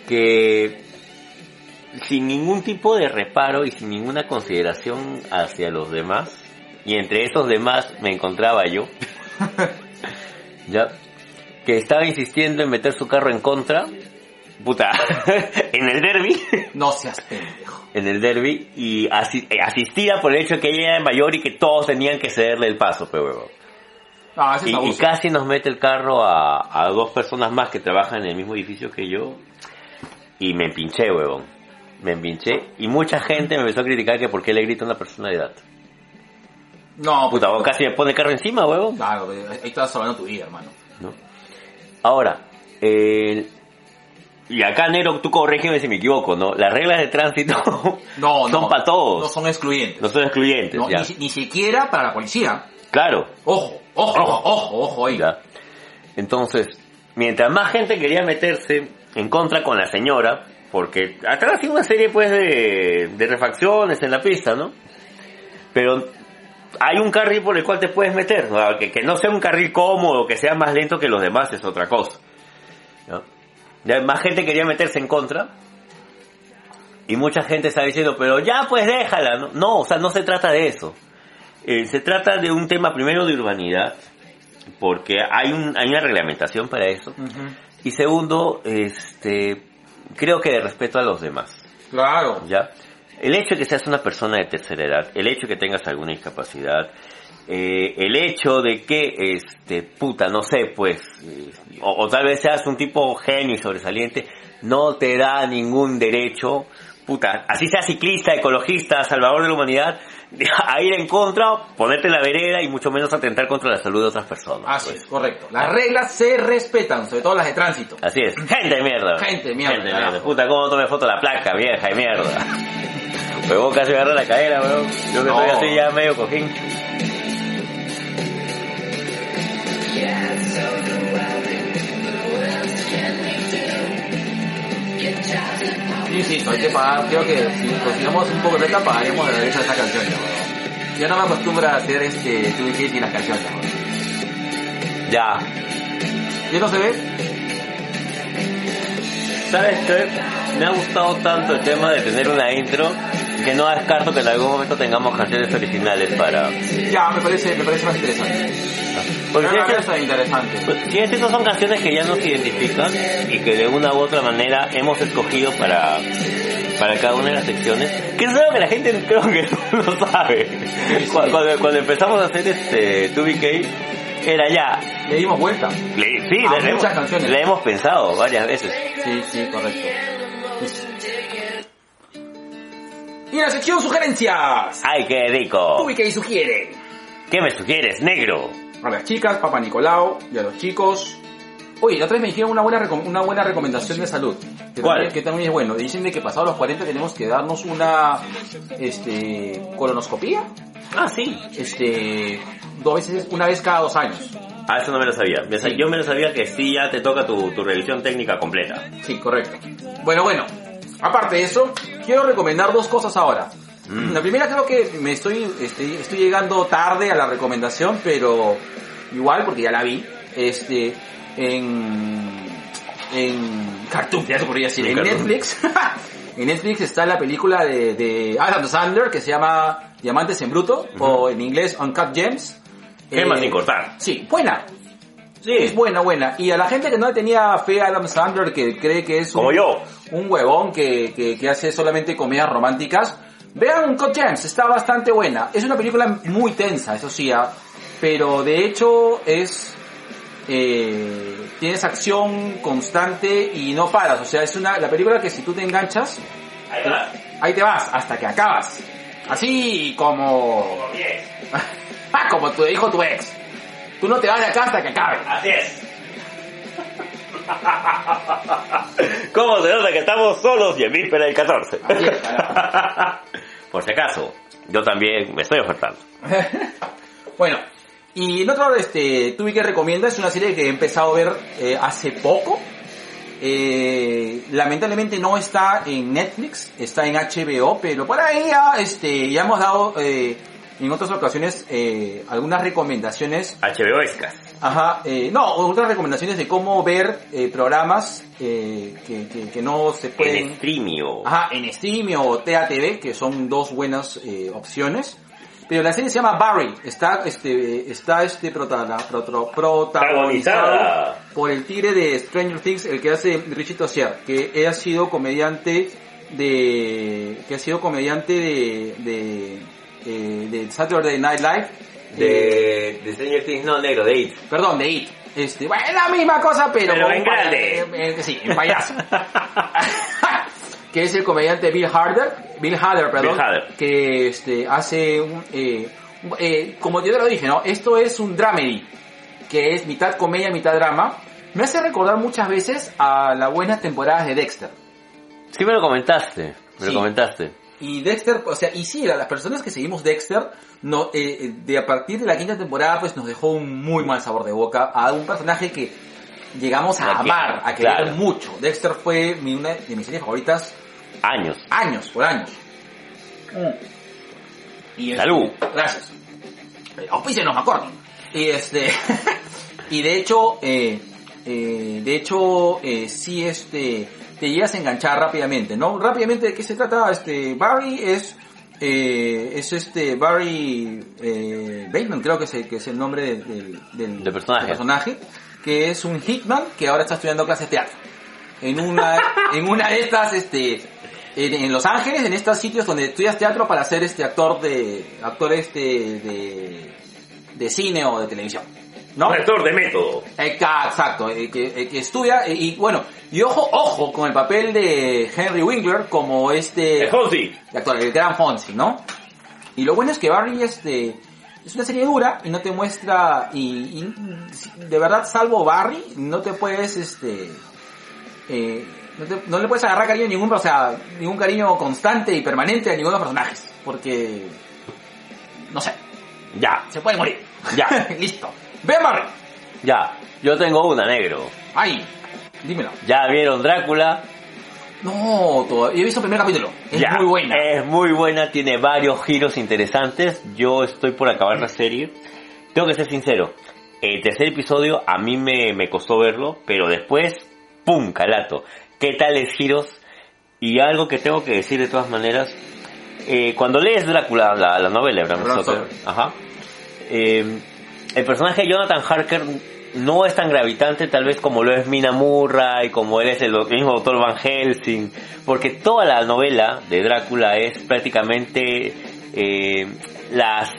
[SPEAKER 2] que sin ningún tipo de reparo y sin ninguna consideración hacia los demás, y entre esos demás me encontraba yo, ya, que estaba insistiendo en meter su carro en contra, puta, en el derby,
[SPEAKER 1] No seas pendejo.
[SPEAKER 2] en el derby, y asi- eh, asistía por el hecho de que ella era mayor y que todos tenían que cederle el paso, pero huevón.
[SPEAKER 1] Ah, ese es
[SPEAKER 2] Y, y
[SPEAKER 1] abuso.
[SPEAKER 2] casi nos mete el carro a, a dos personas más que trabajan en el mismo edificio que yo. Y me empinché, huevón. Me empinché. Y mucha gente me empezó a criticar que por qué le grita a una persona de edad.
[SPEAKER 1] No,
[SPEAKER 2] Puta,
[SPEAKER 1] pues,
[SPEAKER 2] huevón, casi me pone el carro encima, huevón.
[SPEAKER 1] Claro, eh, ahí estás salvando tu vida, hermano.
[SPEAKER 2] ¿no? Ahora, el- y acá, Nero, tú corrígeme si me equivoco, ¿no? Las reglas de tránsito
[SPEAKER 1] No, no.
[SPEAKER 2] son para
[SPEAKER 1] No
[SPEAKER 2] todos.
[SPEAKER 1] son excluyentes.
[SPEAKER 2] No son excluyentes,
[SPEAKER 1] No,
[SPEAKER 2] ya.
[SPEAKER 1] ni, si- ni siquiera para la policía.
[SPEAKER 2] Claro,
[SPEAKER 1] Ojo, ojo, ojo, ojo, ojo ahí.
[SPEAKER 2] ¿ya? Entonces, mientras más gente quería meterse en contra con la señora, porque atrás hacía una serie pues de, de refacciones en la pista, ¿no? Pero hay un carril por el cual te puedes meter, ¿no? Que, que no sea un carril cómodo, que sea más lento que los demás es otra cosa. ¿no? Ya más gente quería meterse en contra. Y mucha gente está diciendo, pero ya pues déjala, ¿no? No, o sea, no se trata de eso. Eh, se trata de un tema primero de urbanidad, porque hay, un, hay una reglamentación para eso.
[SPEAKER 1] Ujú.
[SPEAKER 2] Y segundo, este, creo que de respeto a los demás,
[SPEAKER 1] Claro.
[SPEAKER 2] ¿ya? El hecho de que seas una persona de tercera edad, el hecho de que tengas alguna discapacidad, eh, el hecho de que, este, puta, no sé, pues, eh, o, o tal vez seas un tipo genio y sobresaliente, no te da ningún derecho, puta, así seas ciclista, ecologista, salvador de la humanidad, a ir en contra, ponerte en la vereda y mucho menos atentar contra la salud de otras personas.
[SPEAKER 1] Así
[SPEAKER 2] pues.
[SPEAKER 1] es, correcto. Las reglas se respetan, sobre todo las de tránsito.
[SPEAKER 2] Así es. Gente de mierda.
[SPEAKER 1] Gente de mierda,
[SPEAKER 2] Gente de
[SPEAKER 1] carajo.
[SPEAKER 2] mierda. Puta, ¿cómo no tomé foto a la placa, vieja de mierda? Huevón casi agarra la cadera, huevón. Yo que
[SPEAKER 1] No.
[SPEAKER 2] estoy así ya medio cojín.
[SPEAKER 1] Sí, sí, hay que pagar. Creo que si continuamos un poco de plata, pagaremos de regreso a esa canción. Ya, weón. Yo no me acostumbro a hacer este 2K ni las canciones. ya, weón.
[SPEAKER 2] Ya.
[SPEAKER 1] ¿Ya no se ve?
[SPEAKER 2] ¿Sabes qué? Me ha gustado tanto el tema de tener una intro que no descarto que en algún momento tengamos canciones originales para...
[SPEAKER 1] Ya, me parece, me parece más interesante.
[SPEAKER 2] Porque pues si
[SPEAKER 1] Pero
[SPEAKER 2] estas-
[SPEAKER 1] es interesante.
[SPEAKER 2] si es que estas son canciones que ya nos identifican y que de una u otra manera hemos escogido para, para cada una de las secciones, que es algo que la gente creo que no sabe.
[SPEAKER 1] sí.
[SPEAKER 2] Cu- Cuando, cuando empezamos a hacer este 2BK, era ya.
[SPEAKER 1] Le dimos vuelta.
[SPEAKER 2] Le, sí,
[SPEAKER 1] A
[SPEAKER 2] le- le,
[SPEAKER 1] Ah, muchas
[SPEAKER 2] hemos-
[SPEAKER 1] canciones.
[SPEAKER 2] le hemos pensado varias veces.
[SPEAKER 1] Sí, sí, correcto. Y la sección sugerencias.
[SPEAKER 2] ¡Ay, qué rico!
[SPEAKER 1] Ubica y sugiere.
[SPEAKER 2] ¿Qué me sugieres, negro?
[SPEAKER 1] A las chicas, Papá Nicolau y a los chicos. Oye, la otra vez me dijeron una buena, recom- una buena recomendación de salud. Que
[SPEAKER 2] ¿Cuál?
[SPEAKER 1] También, que también es bueno. Dicen de que pasados los 40 tenemos que darnos una este, colonoscopía.
[SPEAKER 2] Ah, sí.
[SPEAKER 1] Este, dos veces, una vez cada dos años.
[SPEAKER 2] Ah, eso no me lo sabía. Me sa- Yo me lo sabía que sí ya te toca tu, tu revisión técnica completa.
[SPEAKER 1] Sí, correcto. Bueno, bueno. Aparte de eso, quiero recomendar dos cosas ahora.
[SPEAKER 2] Mm.
[SPEAKER 1] La primera creo que me estoy, este, estoy llegando tarde a la recomendación, pero igual porque ya la vi. Este, en, en Cartoon, ya se podría decir,
[SPEAKER 2] En
[SPEAKER 1] en
[SPEAKER 2] Cartoon.
[SPEAKER 1] Netflix. en Netflix está la película de, de Adam Sandler que se llama Diamantes en Bruto, o en inglés Uncut Gems.
[SPEAKER 2] Gemas
[SPEAKER 1] Eh,
[SPEAKER 2] sin cortar.
[SPEAKER 1] Sí, buena,
[SPEAKER 2] Sí.
[SPEAKER 1] es buena, buena. Y a la gente que no le tenía fe a Adam Sandler, que cree que es un,
[SPEAKER 2] Como yo.
[SPEAKER 1] un huevón que, que, que hace solamente comedias románticas, vean Cod James, está bastante buena. Es una película muy tensa, eso sí, ah, pero de hecho es... eh, tienes acción constante y no paras. O sea, es una la película que si tú te enganchas,
[SPEAKER 2] Ahí va.
[SPEAKER 1] ahí te vas hasta que acabas. Así como...
[SPEAKER 2] Así es.
[SPEAKER 1] Ah, como te dijo tu ex. Tú no te vas de acá hasta que acabe.
[SPEAKER 2] Así es. ¿Cómo se nota que estamos solos y en víspera del 14?
[SPEAKER 1] Así es,
[SPEAKER 2] Por si acaso, Yo también me estoy ofertando.
[SPEAKER 1] Bueno, y el otro este, tubi que recomienda es una serie que he empezado a ver eh, hace poco. Eh, lamentablemente no está en Netflix, está en HBO, pero por ahí ya, este, ya hemos dado eh, en otras ocasiones eh, algunas recomendaciones.
[SPEAKER 2] HBO Escas.
[SPEAKER 1] Ajá, eh, no, otras recomendaciones de cómo ver eh, programas eh, que, que, que no se
[SPEAKER 2] En
[SPEAKER 1] pueden...
[SPEAKER 2] streamio.
[SPEAKER 1] Ajá, en Steam o TATV, que son dos buenas eh, opciones. Pero la serie se llama Barry. Está este está este protala- protro- protagonizado
[SPEAKER 2] Protagonizada.
[SPEAKER 1] por el tigre de Stranger Things, el que hace Richie Tosier, que ha sido comediante de que ha sido comediante de de, eh, de Saturday Night Live eh,
[SPEAKER 2] De, de Stranger Things, no negro, de It.
[SPEAKER 1] perdón, de It. Este, bueno, es la misma cosa, pero,
[SPEAKER 2] Pero
[SPEAKER 1] con
[SPEAKER 2] en
[SPEAKER 1] un paya-
[SPEAKER 2] grande.
[SPEAKER 1] eh, eh, sí, en payaso. que es el comediante Bill Harder, Bill Hader, perdón,
[SPEAKER 2] Bill Hader.
[SPEAKER 1] que este hace un, eh, un- eh, como yo te lo dije, ¿no? Esto es un dramedy, que es mitad comedia, mitad drama. Me hace recordar muchas veces a las buenas temporadas de Dexter.
[SPEAKER 2] Sí me lo comentaste, me lo
[SPEAKER 1] Sí.
[SPEAKER 2] comentaste.
[SPEAKER 1] Y Dexter, o sea, y sí, a las personas que seguimos Dexter, no, eh, eh, de a partir de la quinta temporada, pues nos dejó un muy mal sabor de boca a un personaje que llegamos a
[SPEAKER 2] A que-
[SPEAKER 1] amar, a querer
[SPEAKER 2] claro.
[SPEAKER 1] mucho. Dexter fue mi- una de mis series favoritas
[SPEAKER 2] Años.
[SPEAKER 1] años, por años. Y este-
[SPEAKER 2] Mm. Salud.
[SPEAKER 1] Gracias. Eh, Auspícenos, McCormick. Y este. y de hecho, eh, eh, de hecho, eh, sí, este. Te llegas a enganchar rápidamente, ¿no? Rápidamente, ¿de qué se trata? Este. Barry es. eh, es este Barry eh, Bateman, creo que es el, que es el nombre del, del- del-
[SPEAKER 2] Del personaje.
[SPEAKER 1] del personaje, que es un hitman que ahora está estudiando clases de teatro en una en una de estas este en, en Los Ángeles en estos sitios donde estudias teatro para ser este actor de actor este de de cine o de televisión no
[SPEAKER 2] Un actor de método.
[SPEAKER 1] Eh, ca- exacto eh, que, eh, que estudia eh, y bueno y ojo ojo con el papel de Henry Winkler como este
[SPEAKER 2] El Fonsi.
[SPEAKER 1] el actor, el gran Fonsi, ¿no? Y lo bueno es que Barry este, es una serie dura y no te muestra, y, y de verdad, salvo Barry, no te puedes, este, eh, no, te- no le puedes agarrar cariño a ningún, o sea, ningún cariño constante y permanente a ninguno de los personajes, porque, no sé,
[SPEAKER 2] Ya,
[SPEAKER 1] se puede morir.
[SPEAKER 2] Ya.
[SPEAKER 1] Listo. Ve Barry.
[SPEAKER 2] ya. Yo tengo una negro.
[SPEAKER 1] Ay, dímelo.
[SPEAKER 2] Ya vieron Drácula.
[SPEAKER 1] No, todavía, he visto el primer capítulo. Es
[SPEAKER 2] Ya. Eh.
[SPEAKER 1] muy buena.
[SPEAKER 2] Es muy buena, tiene varios giros interesantes. Yo estoy por acabar la serie. Tengo que ser sincero. El tercer episodio a mí me, me costó verlo, pero después, ¡pum! Calato. ¿Qué tales giros? Y algo que tengo que decir de todas maneras, eh, cuando lees Drácula, la, la novela de Bram
[SPEAKER 1] Bram
[SPEAKER 2] Stoker,
[SPEAKER 1] Stoker.
[SPEAKER 2] ajá, eh, el personaje de Jonathan Harker no es tan gravitante tal vez como lo es Mina Murray, como él es el, doc- el mismo doctor Van Helsing, porque toda la novela de Drácula es prácticamente eh, las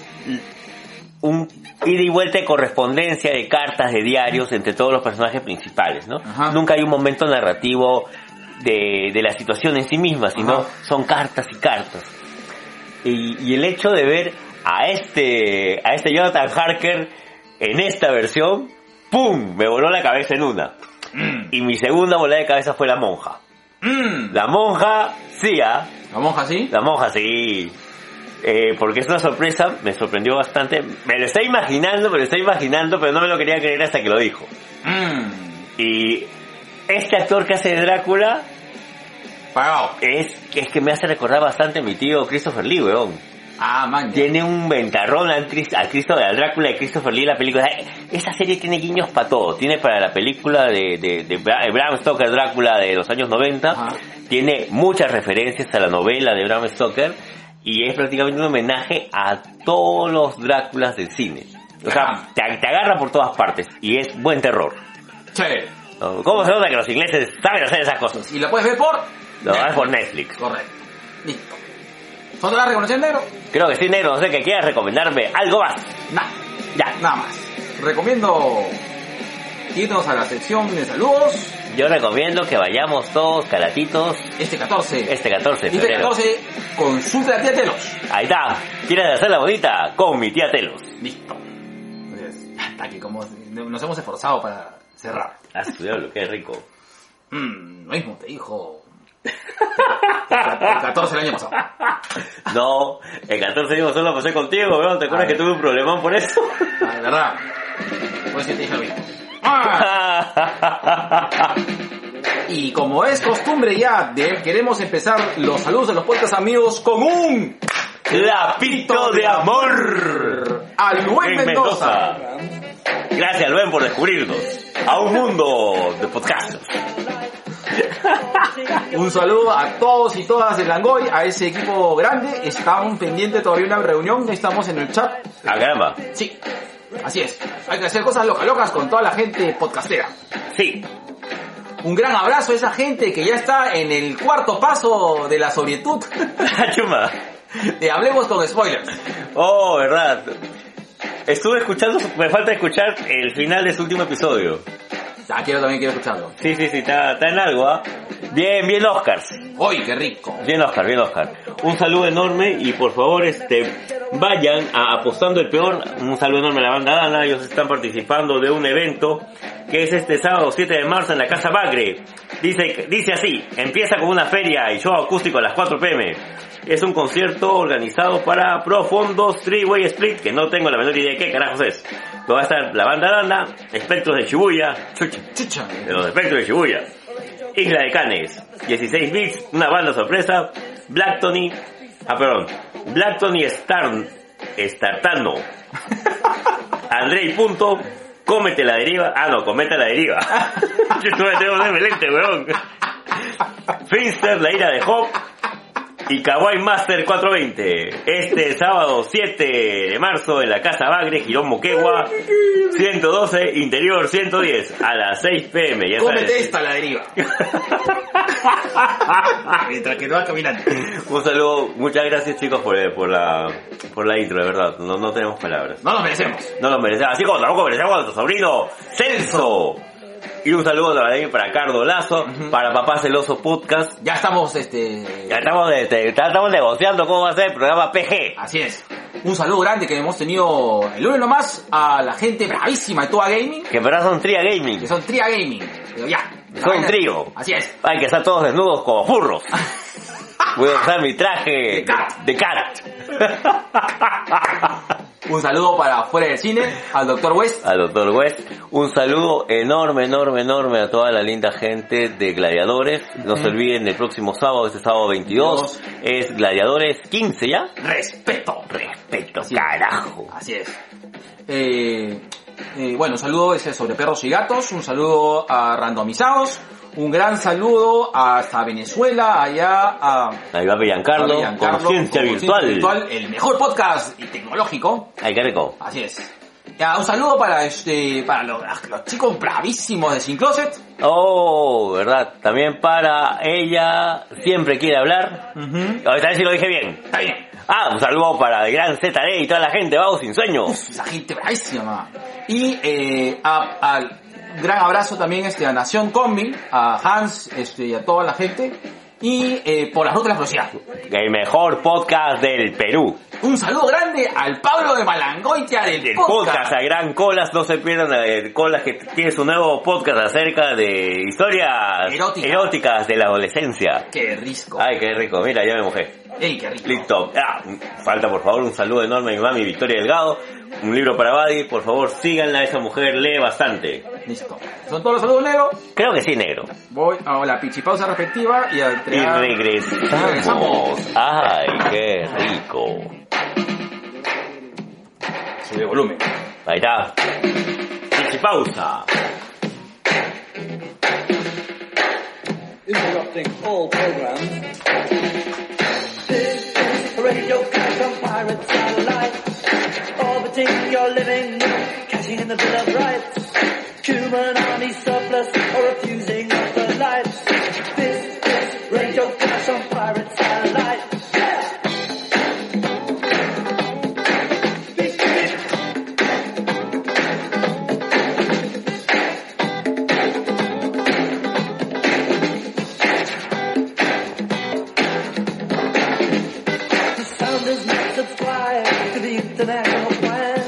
[SPEAKER 2] un ida y vuelta de correspondencia de cartas, de diarios entre todos los personajes principales, ¿no?
[SPEAKER 1] Ajá.
[SPEAKER 2] Nunca hay un momento narrativo de, de la situación en sí misma, sino
[SPEAKER 1] Ajá.
[SPEAKER 2] son cartas y cartas. Y, y el hecho de ver a este, a este Jonathan Harker en esta versión, ¡pum! Me voló la cabeza en una. Y mi segunda volada de cabeza fue la monja.
[SPEAKER 1] Mm.
[SPEAKER 2] La monja, sí, ah,
[SPEAKER 1] La monja, ¿sí?
[SPEAKER 2] la monja, sí. Eh, porque es una sorpresa, me sorprendió bastante. Me lo está imaginando, me lo está imaginando, pero no me lo quería creer hasta que lo dijo.
[SPEAKER 1] Mm.
[SPEAKER 2] Y este actor que hace de Drácula
[SPEAKER 1] Pagado.
[SPEAKER 2] es, es que me hace recordar bastante a mi tío Christopher Lee, weón.
[SPEAKER 1] Ah, man. ya.
[SPEAKER 2] Tiene un ventarrón al, Cris- al Cristo, al Drácula de Christopher Lee la película. Esa serie tiene guiños para todo. Tiene para la película de, de, de Bra- Bram Stoker Drácula de los años 90.
[SPEAKER 1] Ajá.
[SPEAKER 2] Tiene muchas referencias a la novela de Bram Stoker. Y es prácticamente un homenaje a todos los Dráculas del cine. O sea,
[SPEAKER 1] Ajá.
[SPEAKER 2] te, te agarra por todas partes. Y es buen terror.
[SPEAKER 1] Chévere.
[SPEAKER 2] ¿no? ¿Cómo se nota que los ingleses saben hacer esas cosas?
[SPEAKER 1] Y la puedes ver por...
[SPEAKER 2] Lo hagas por Netflix.
[SPEAKER 1] Correcto. Listo. ¿Son todas las recomendaciones, negro?
[SPEAKER 2] Creo que sí, negro. No sé que quieras recomendarme algo más.
[SPEAKER 1] Nada.
[SPEAKER 2] Ya.
[SPEAKER 1] Nada más. Recomiendo irnos a la sección de saludos
[SPEAKER 2] Yo recomiendo que vayamos todos calatitos
[SPEAKER 1] este 14.
[SPEAKER 2] este 14 de
[SPEAKER 1] este
[SPEAKER 2] febrero.
[SPEAKER 1] 14, consulta a tía Telos.
[SPEAKER 2] Ahí está. ¿Quieres hacer la bonita? Con mi tía Telos.
[SPEAKER 1] Listo. Entonces, Hasta que como nos hemos esforzado para cerrar.
[SPEAKER 2] Ah, su diablo, qué rico.
[SPEAKER 1] Mm, lo mismo te dijo... El 14 el año pasado.
[SPEAKER 2] No, el 14 mismo solo pasé contigo, weón. ¿Te acuerdas
[SPEAKER 1] Ah.
[SPEAKER 2] que tuve un problemón por eso?
[SPEAKER 1] Ah, de verdad. Por eso te dije lo mismo. ¡Ah! Y como es costumbre ya, de- queremos empezar los saludos de los puertas amigos con un
[SPEAKER 2] Lapito de amor.
[SPEAKER 1] al buen
[SPEAKER 2] En
[SPEAKER 1] Mendoza.
[SPEAKER 2] Gracias, Luen, por descubrirnos. A un mundo de podcast.
[SPEAKER 1] Un saludo a todos y todas de Langoy, a ese equipo grande. Estamos pendientes todavía de una reunión, estamos en el chat.
[SPEAKER 2] A Ah, caramba.
[SPEAKER 1] Sí, así es. Hay que hacer cosas locas, locas con toda la gente podcastera.
[SPEAKER 2] Sí.
[SPEAKER 1] Un gran abrazo a esa gente que ya está en el cuarto paso de la sobrietud
[SPEAKER 2] Chuma.
[SPEAKER 1] de Hablemos con Spoilers.
[SPEAKER 2] Oh, verdad. Estuve escuchando, me falta escuchar el final de su último episodio.
[SPEAKER 1] Ah, quiero también quiero escucharlo.
[SPEAKER 2] Sí, sí, sí, está, está en algo, ¿ah? Bien, bien, Oscars.
[SPEAKER 1] ¡Uy, qué rico!
[SPEAKER 2] Bien, Oscar, bien, Oscar. Un saludo enorme y por favor, este, vayan a apostando el peor. Un saludo enorme a la banda Dana. Ellos están participando de un evento que es este sábado 7 de marzo en la Casa Bagre. Dice, dice así, empieza con una feria y show acústico a las 4 pm. Es un concierto organizado para Profundos Freeway Split, que no tengo la menor idea de qué carajos es. Lo va a estar la banda Dana, Espectros de Shibuya, chucha,
[SPEAKER 1] Chucha.
[SPEAKER 2] de los espectros de Shibuya. Isla de Canes, 16 bits, una banda sorpresa, Black Tony, ah perdón, Black Tony Starn, Startano, Andrei Punto, Cómete la deriva, ah no, comete la deriva. Yo todavía tengo un lente, weón. Finster, la ira de Hop y Kawaii Master 420. Este sábado 7 de marzo en la Casa Bagre, Girón Moquegua, 112, interior 110, a las 6 pm. Ya
[SPEAKER 1] Cómete
[SPEAKER 2] sabes.
[SPEAKER 1] esta a la deriva. Mientras que no vas caminando.
[SPEAKER 2] Un saludo, muchas gracias chicos por, eh, por la por la intro, de verdad. No, no tenemos palabras.
[SPEAKER 1] No nos merecemos.
[SPEAKER 2] No lo merecemos, así como tampoco merecemos a nuestro sobrino, Celso. Y un saludo también para Cardo Lazo, para Papá Celoso Podcast.
[SPEAKER 1] Ya estamos, este...
[SPEAKER 2] Ya estamos, de- de- ya estamos negociando cómo va a ser el programa PG.
[SPEAKER 1] Así es. Un saludo grande que hemos tenido el lunes nomás a la gente bravísima de Toa Gaming,
[SPEAKER 2] Que en verdad son Tria Gaming.
[SPEAKER 1] que son Tria Gaming. Pero ya.
[SPEAKER 2] Son un trío.
[SPEAKER 1] Así es.
[SPEAKER 2] Hay que estar todos desnudos como furros. Voy a usar mi traje
[SPEAKER 1] De cat.
[SPEAKER 2] de cat.
[SPEAKER 1] Un saludo para Fuera del Cine, al Dr. West.
[SPEAKER 2] Al doctor West, un saludo enorme, enorme, enorme a toda la linda gente de Gladiadores. No se olviden, el próximo sábado, este sábado 22, es Gladiadores 15 ya.
[SPEAKER 1] Respeto.
[SPEAKER 2] Respeto,
[SPEAKER 1] Así es.
[SPEAKER 2] carajo.
[SPEAKER 1] Así es. Eh, eh, bueno, un saludo ese sobre perros y gatos, un saludo a randomizados, un gran saludo hasta Venezuela, allá a...
[SPEAKER 2] Ahí va Giancarlo,
[SPEAKER 1] Giancarlo,
[SPEAKER 2] conciencia
[SPEAKER 1] con
[SPEAKER 2] virtual.
[SPEAKER 1] El mejor podcast y tecnológico.
[SPEAKER 2] Ay, qué rico.
[SPEAKER 1] Así es. Ya, un saludo para este para los, los chicos bravísimos de Sin Closet.
[SPEAKER 2] Oh, verdad. También para ella, siempre quiere hablar. Ahorita a ver si lo dije bien.
[SPEAKER 1] Está bien.
[SPEAKER 2] Ah, un saludo para el gran ZD y toda la gente, vamos sin sueño.
[SPEAKER 1] Esa gente bravísima. Y eh, a- al gran abrazo también este, a Nación Combi, a Hans este, y a toda la gente. Y eh, por las rutas de la velocidad.
[SPEAKER 2] El mejor podcast del Perú.
[SPEAKER 1] Un saludo grande al Pablo de Malangoitia del
[SPEAKER 2] El
[SPEAKER 1] podcast.
[SPEAKER 2] podcast a gran colas, no se pierdan el colas que tiene su nuevo podcast acerca de historias
[SPEAKER 1] Erótica.
[SPEAKER 2] eróticas de la adolescencia.
[SPEAKER 1] Qué risco.
[SPEAKER 2] Ay, qué rico, mira, ya me mojé.
[SPEAKER 1] Ey, qué rico.
[SPEAKER 2] Listo. Ah, falta por favor un saludo enorme a mi mami Victoria Delgado. Un libro para Buddy, por favor síganla, esa mujer lee bastante.
[SPEAKER 1] Listo. Son todos los saludos negros.
[SPEAKER 2] Creo que sí, negro.
[SPEAKER 1] Voy a la pichipausa respectiva y a
[SPEAKER 2] Y
[SPEAKER 1] entregar... Ah,
[SPEAKER 2] regresamos. Ay, qué rico.
[SPEAKER 1] Sube volumen.
[SPEAKER 2] Ahí está. Pichi pausa.
[SPEAKER 3] interrupting all programs. This is Radio Cash on Pirate Satellite, orbiting your living, cashing in the Bill of Rights. Human army surplus or refusing of the lights. This is Radio Cash on Pirate Satellite. The sounders must subscribe to the international plan.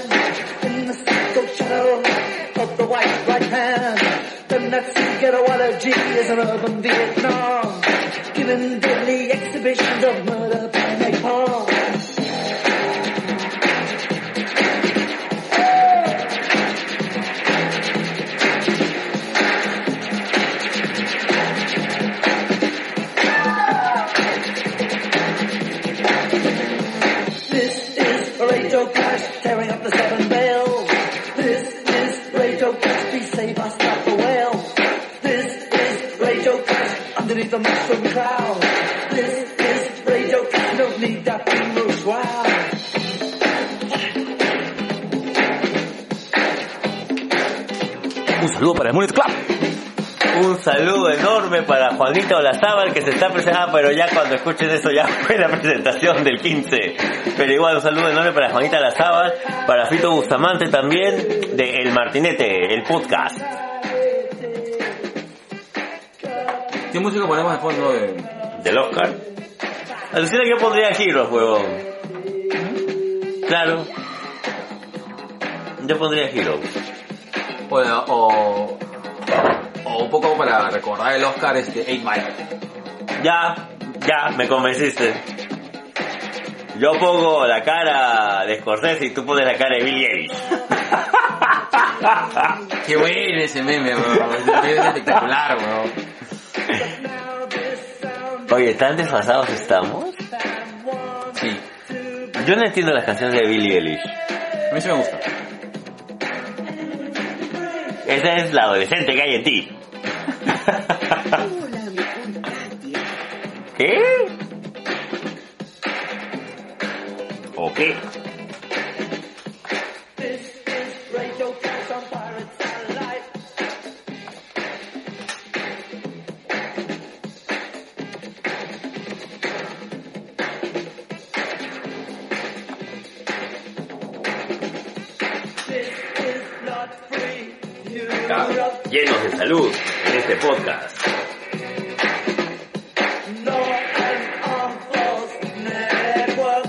[SPEAKER 3] In the subtle shadow of the white right hand, the Nazi ghettoology is an urban Vietnam. Given deadly exhibitions of murder by napalm. a mushroom cloud. This is radio, I don't need that thing moves wild.
[SPEAKER 4] Un saludo para el Moonlit Club.
[SPEAKER 2] Un saludo enorme para Juanita Olazábal que se está presentando, pero ya cuando escuchen eso ya fue la presentación del 15. Pero igual un saludo enorme para Juanita Olazábal, para Fito Bustamante también, de El Martinete, el podcast.
[SPEAKER 1] ¿Qué música ponemos de fondo? eh?
[SPEAKER 2] ¿Del Oscar? Alucina que yo pondría giros, huevón. Claro. Yo pondría giros.
[SPEAKER 1] O, o, o un poco para recordar el Oscar, este, 8 Mile.
[SPEAKER 2] Ya, ya, me convenciste. Yo pongo la cara de Scorsese y tú pones la cara de Billy Eilish.
[SPEAKER 1] Qué bueno ese meme, weón. Ese meme Es espectacular, weón.
[SPEAKER 2] Oye, ¿tan desfasados estamos?
[SPEAKER 1] Sí,
[SPEAKER 2] Yo no entiendo las canciones de Billy Eilish.
[SPEAKER 1] a mí sí me gusta.
[SPEAKER 2] Esa es la adolescente que hay en ti. ¿Qué? ¿O qué?
[SPEAKER 3] Radio Cats on Pirates Alive. This is not free. Europe,
[SPEAKER 2] Llenos de salud en este podcast.
[SPEAKER 3] no an awful network.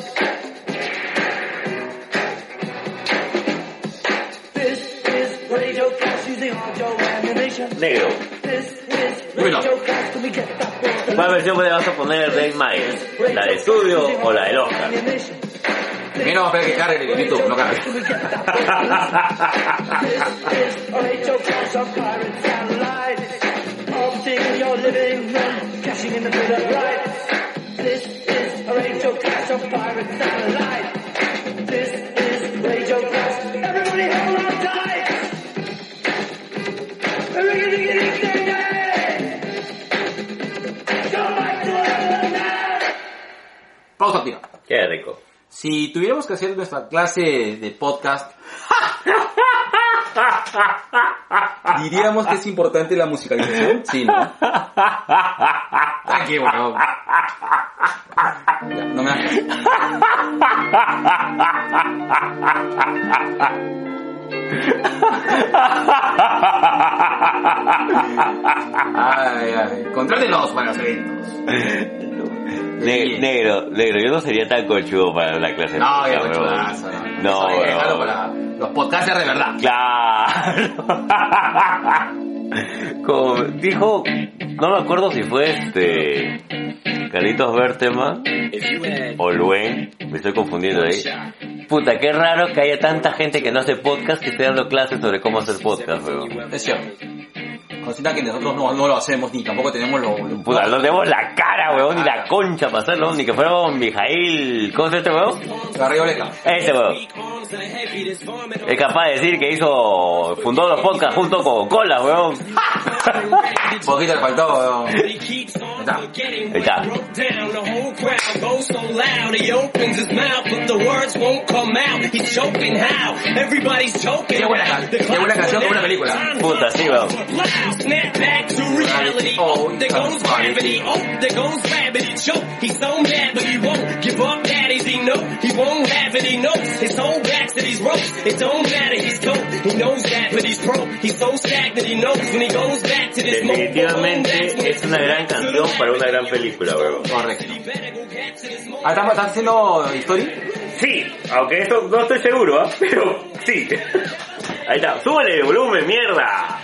[SPEAKER 3] This is Radio Cats using audio animation.
[SPEAKER 2] Negro,
[SPEAKER 3] This is
[SPEAKER 1] Bueno.
[SPEAKER 3] Radio Cats. Can we get that for the
[SPEAKER 2] ¿cuál versión le vas a poner de Dave Myers? ¿La de estudio o la del Oscar?
[SPEAKER 1] Primero vamos a ver que cargue el YouTube, no cargue.
[SPEAKER 3] um,
[SPEAKER 1] Pausa activa.
[SPEAKER 2] Qué rico.
[SPEAKER 1] Si tuviéramos que hacer nuestra clase de podcast, diríamos que es importante la musicalización. Sí, ¿no? Ah, qué bueno. Ya, no me hagas. Ay, ay. Contrátenos para hacer eventos.
[SPEAKER 2] Ne- negro, negro, yo no sería tan cochudo para la clase.
[SPEAKER 1] No,
[SPEAKER 2] de
[SPEAKER 1] ya
[SPEAKER 2] música,
[SPEAKER 1] no,
[SPEAKER 2] huevón.
[SPEAKER 1] chulazo, no.
[SPEAKER 2] No,
[SPEAKER 1] Eso hay que
[SPEAKER 2] huevón.
[SPEAKER 1] dejarlo para los podcasters de verdad.
[SPEAKER 2] Claro. Como dijo, no me acuerdo si fue este Carlitos Berteman o Luen, me estoy confundiendo ahí. Puta, qué raro que haya tanta gente que no hace podcast que esté dando clases sobre cómo hacer podcast, weón.
[SPEAKER 1] Es cierto. Considera que nosotros no, no lo hacemos ni tampoco tenemos lo... lo-
[SPEAKER 2] Puta, no tenemos la cara, weón, ni la concha para hacerlo, ni que fuéramos Mijail, ¿cómo se llama este weón?
[SPEAKER 1] lo arriba le cae.
[SPEAKER 2] Este weón. Es capaz de decir que hizo, fundó los podcasts junto con Cola, weón.
[SPEAKER 1] Un poquito le faltó. weón. Ahí está.
[SPEAKER 2] Ahí está.
[SPEAKER 5] down. The whole crowd goes so loud. He opens his mouth, but the words won't come out. He's choking how? Everybody's choking.
[SPEAKER 1] Qué buena can- qué buena canción, qué buena película.
[SPEAKER 2] Puta, sí, weón.
[SPEAKER 5] Snap back to reality. Oh, there goes gravity. Oh, there goes gravity. Choke. He's so mad, but he won't give up. Daddies, he know he won't have it. He knows his whole back to these ropes. It don't matter. He's cold. He knows that, but he's pro. He's so stagnant. He knows when he goes back to this.
[SPEAKER 2] Definitivamente es una gran canción para una gran película, weón.
[SPEAKER 1] Correcto. Ah, ¿estás, estás haciendo historia?
[SPEAKER 2] Sí, aunque esto no estoy seguro, ¿ah? pero sí. Ahí está, súbele de volumen, mierda.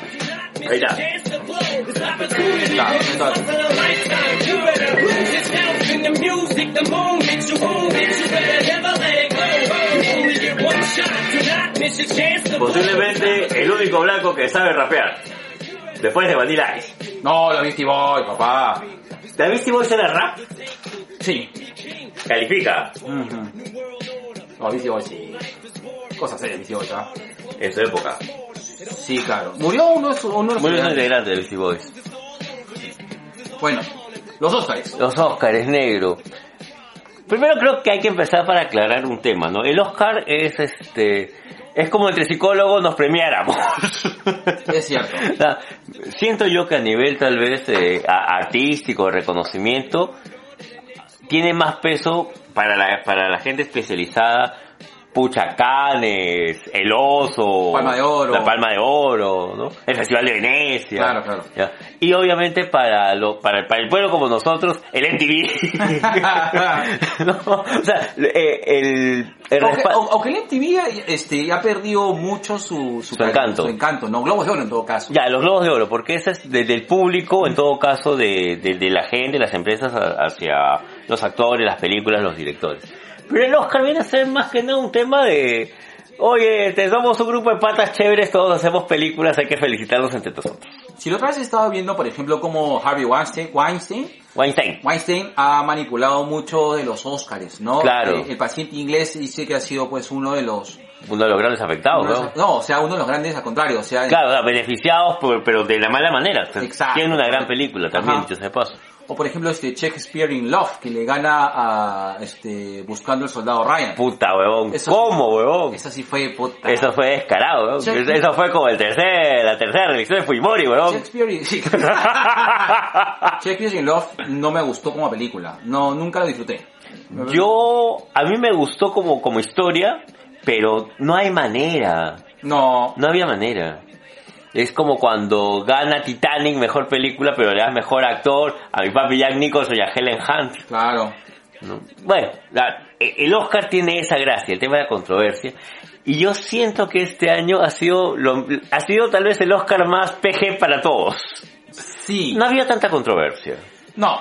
[SPEAKER 2] Ahí está. Posiblemente el único blanco que sabe rapear. Después de Vanilla Ice.
[SPEAKER 1] No, lo Beastie Boy, papá.
[SPEAKER 2] ¿David Simón era rap?
[SPEAKER 1] Sí.
[SPEAKER 2] Califica.
[SPEAKER 1] Ujú. No, Beastie Boy, sí. Cosa seria, Beastie Boy, ¿ah?
[SPEAKER 2] En su época.
[SPEAKER 1] Sí, claro. Murió uno de sus... Uno de sus
[SPEAKER 2] Muy bien
[SPEAKER 1] integrantes.
[SPEAKER 2] integrante del Beastie Boys.
[SPEAKER 1] Bueno, Los Óscares.
[SPEAKER 2] Los Óscares, negro. Primero creo que hay que empezar para aclarar un tema, ¿no? El Oscar es este... Es como entre psicólogos nos premiáramos.
[SPEAKER 1] Es cierto.
[SPEAKER 2] O sea, Siento yo que a nivel tal vez eh, a- artístico, reconocimiento, tiene más peso para la, para la gente especializada. Puchacanes, el oso,
[SPEAKER 1] Palma de Oro.
[SPEAKER 2] la palma de oro, ¿no? el Festival de Venecia,
[SPEAKER 1] Claro, claro.
[SPEAKER 2] ya. y obviamente para lo, para, para el pueblo como nosotros, el MTV, ¿No? o sea, eh, el, el
[SPEAKER 1] Aunque,
[SPEAKER 2] respa-
[SPEAKER 1] au- aunque el MTV ha- este, ha perdido mucho su,
[SPEAKER 2] Su encanto.
[SPEAKER 1] su encanto, no, Globo de Oro en todo caso.
[SPEAKER 2] Ya, los globos de oro, porque ese es desde el público, en todo caso, de, de, de la gente, las empresas, a- hacia los actores, las películas, los directores. Pero el Oscar viene a ser más que nada un tema de, oye, te somos un grupo de patas chéveres, todos hacemos películas, hay que felicitarnos entre nosotros.
[SPEAKER 1] Si la otra vez estaba viendo, por ejemplo, cómo Harvey Weinstein, Weinstein,
[SPEAKER 2] Weinstein.
[SPEAKER 1] Weinstein ha manipulado mucho de los Óscares, ¿no?
[SPEAKER 2] Claro.
[SPEAKER 1] Eh, el paciente inglés dice que ha sido pues uno de los...
[SPEAKER 2] Uno de los grandes afectados,
[SPEAKER 1] uno de
[SPEAKER 2] ¿no?
[SPEAKER 1] los- no, o sea, uno de los grandes, al contrario, o sea...
[SPEAKER 2] Oh, Claro, o sea, beneficiados, por- pero de la mala manera.
[SPEAKER 1] Exacto.
[SPEAKER 2] Tiene una gran película también,
[SPEAKER 1] Ajá.
[SPEAKER 2] dicho sea de paso.
[SPEAKER 1] O por ejemplo, este Shakespeare in Love, que le gana a, este, Buscando el Soldado Ryan.
[SPEAKER 2] Puta, huevón.
[SPEAKER 1] Eso-
[SPEAKER 2] ¿Cómo, huevón?
[SPEAKER 1] Esa sí fue puta.
[SPEAKER 2] Eso fue descarado, weón.
[SPEAKER 1] Sí.
[SPEAKER 2] Eso fue como el tercer, la tercera elección de Fujimori, weón.
[SPEAKER 1] Shakespeare in... sí. Shakespeare in Love no me gustó como película. No, nunca lo disfruté.
[SPEAKER 2] Yo, a mí me gustó como, como historia, pero no hay manera.
[SPEAKER 1] No.
[SPEAKER 2] No había manera. Es como cuando gana Titanic, mejor película, pero le das mejor actor a mi papi Jack Nicholson y a Helen Hunt.
[SPEAKER 1] Claro.
[SPEAKER 2] ¿no? Bueno, la- e, el Oscar tiene esa gracia, el tema de la controversia. Y yo siento que este año ha sido, lo- ha sido tal vez el Oscar más PG para todos.
[SPEAKER 1] Sí.
[SPEAKER 2] No había tanta controversia.
[SPEAKER 1] No.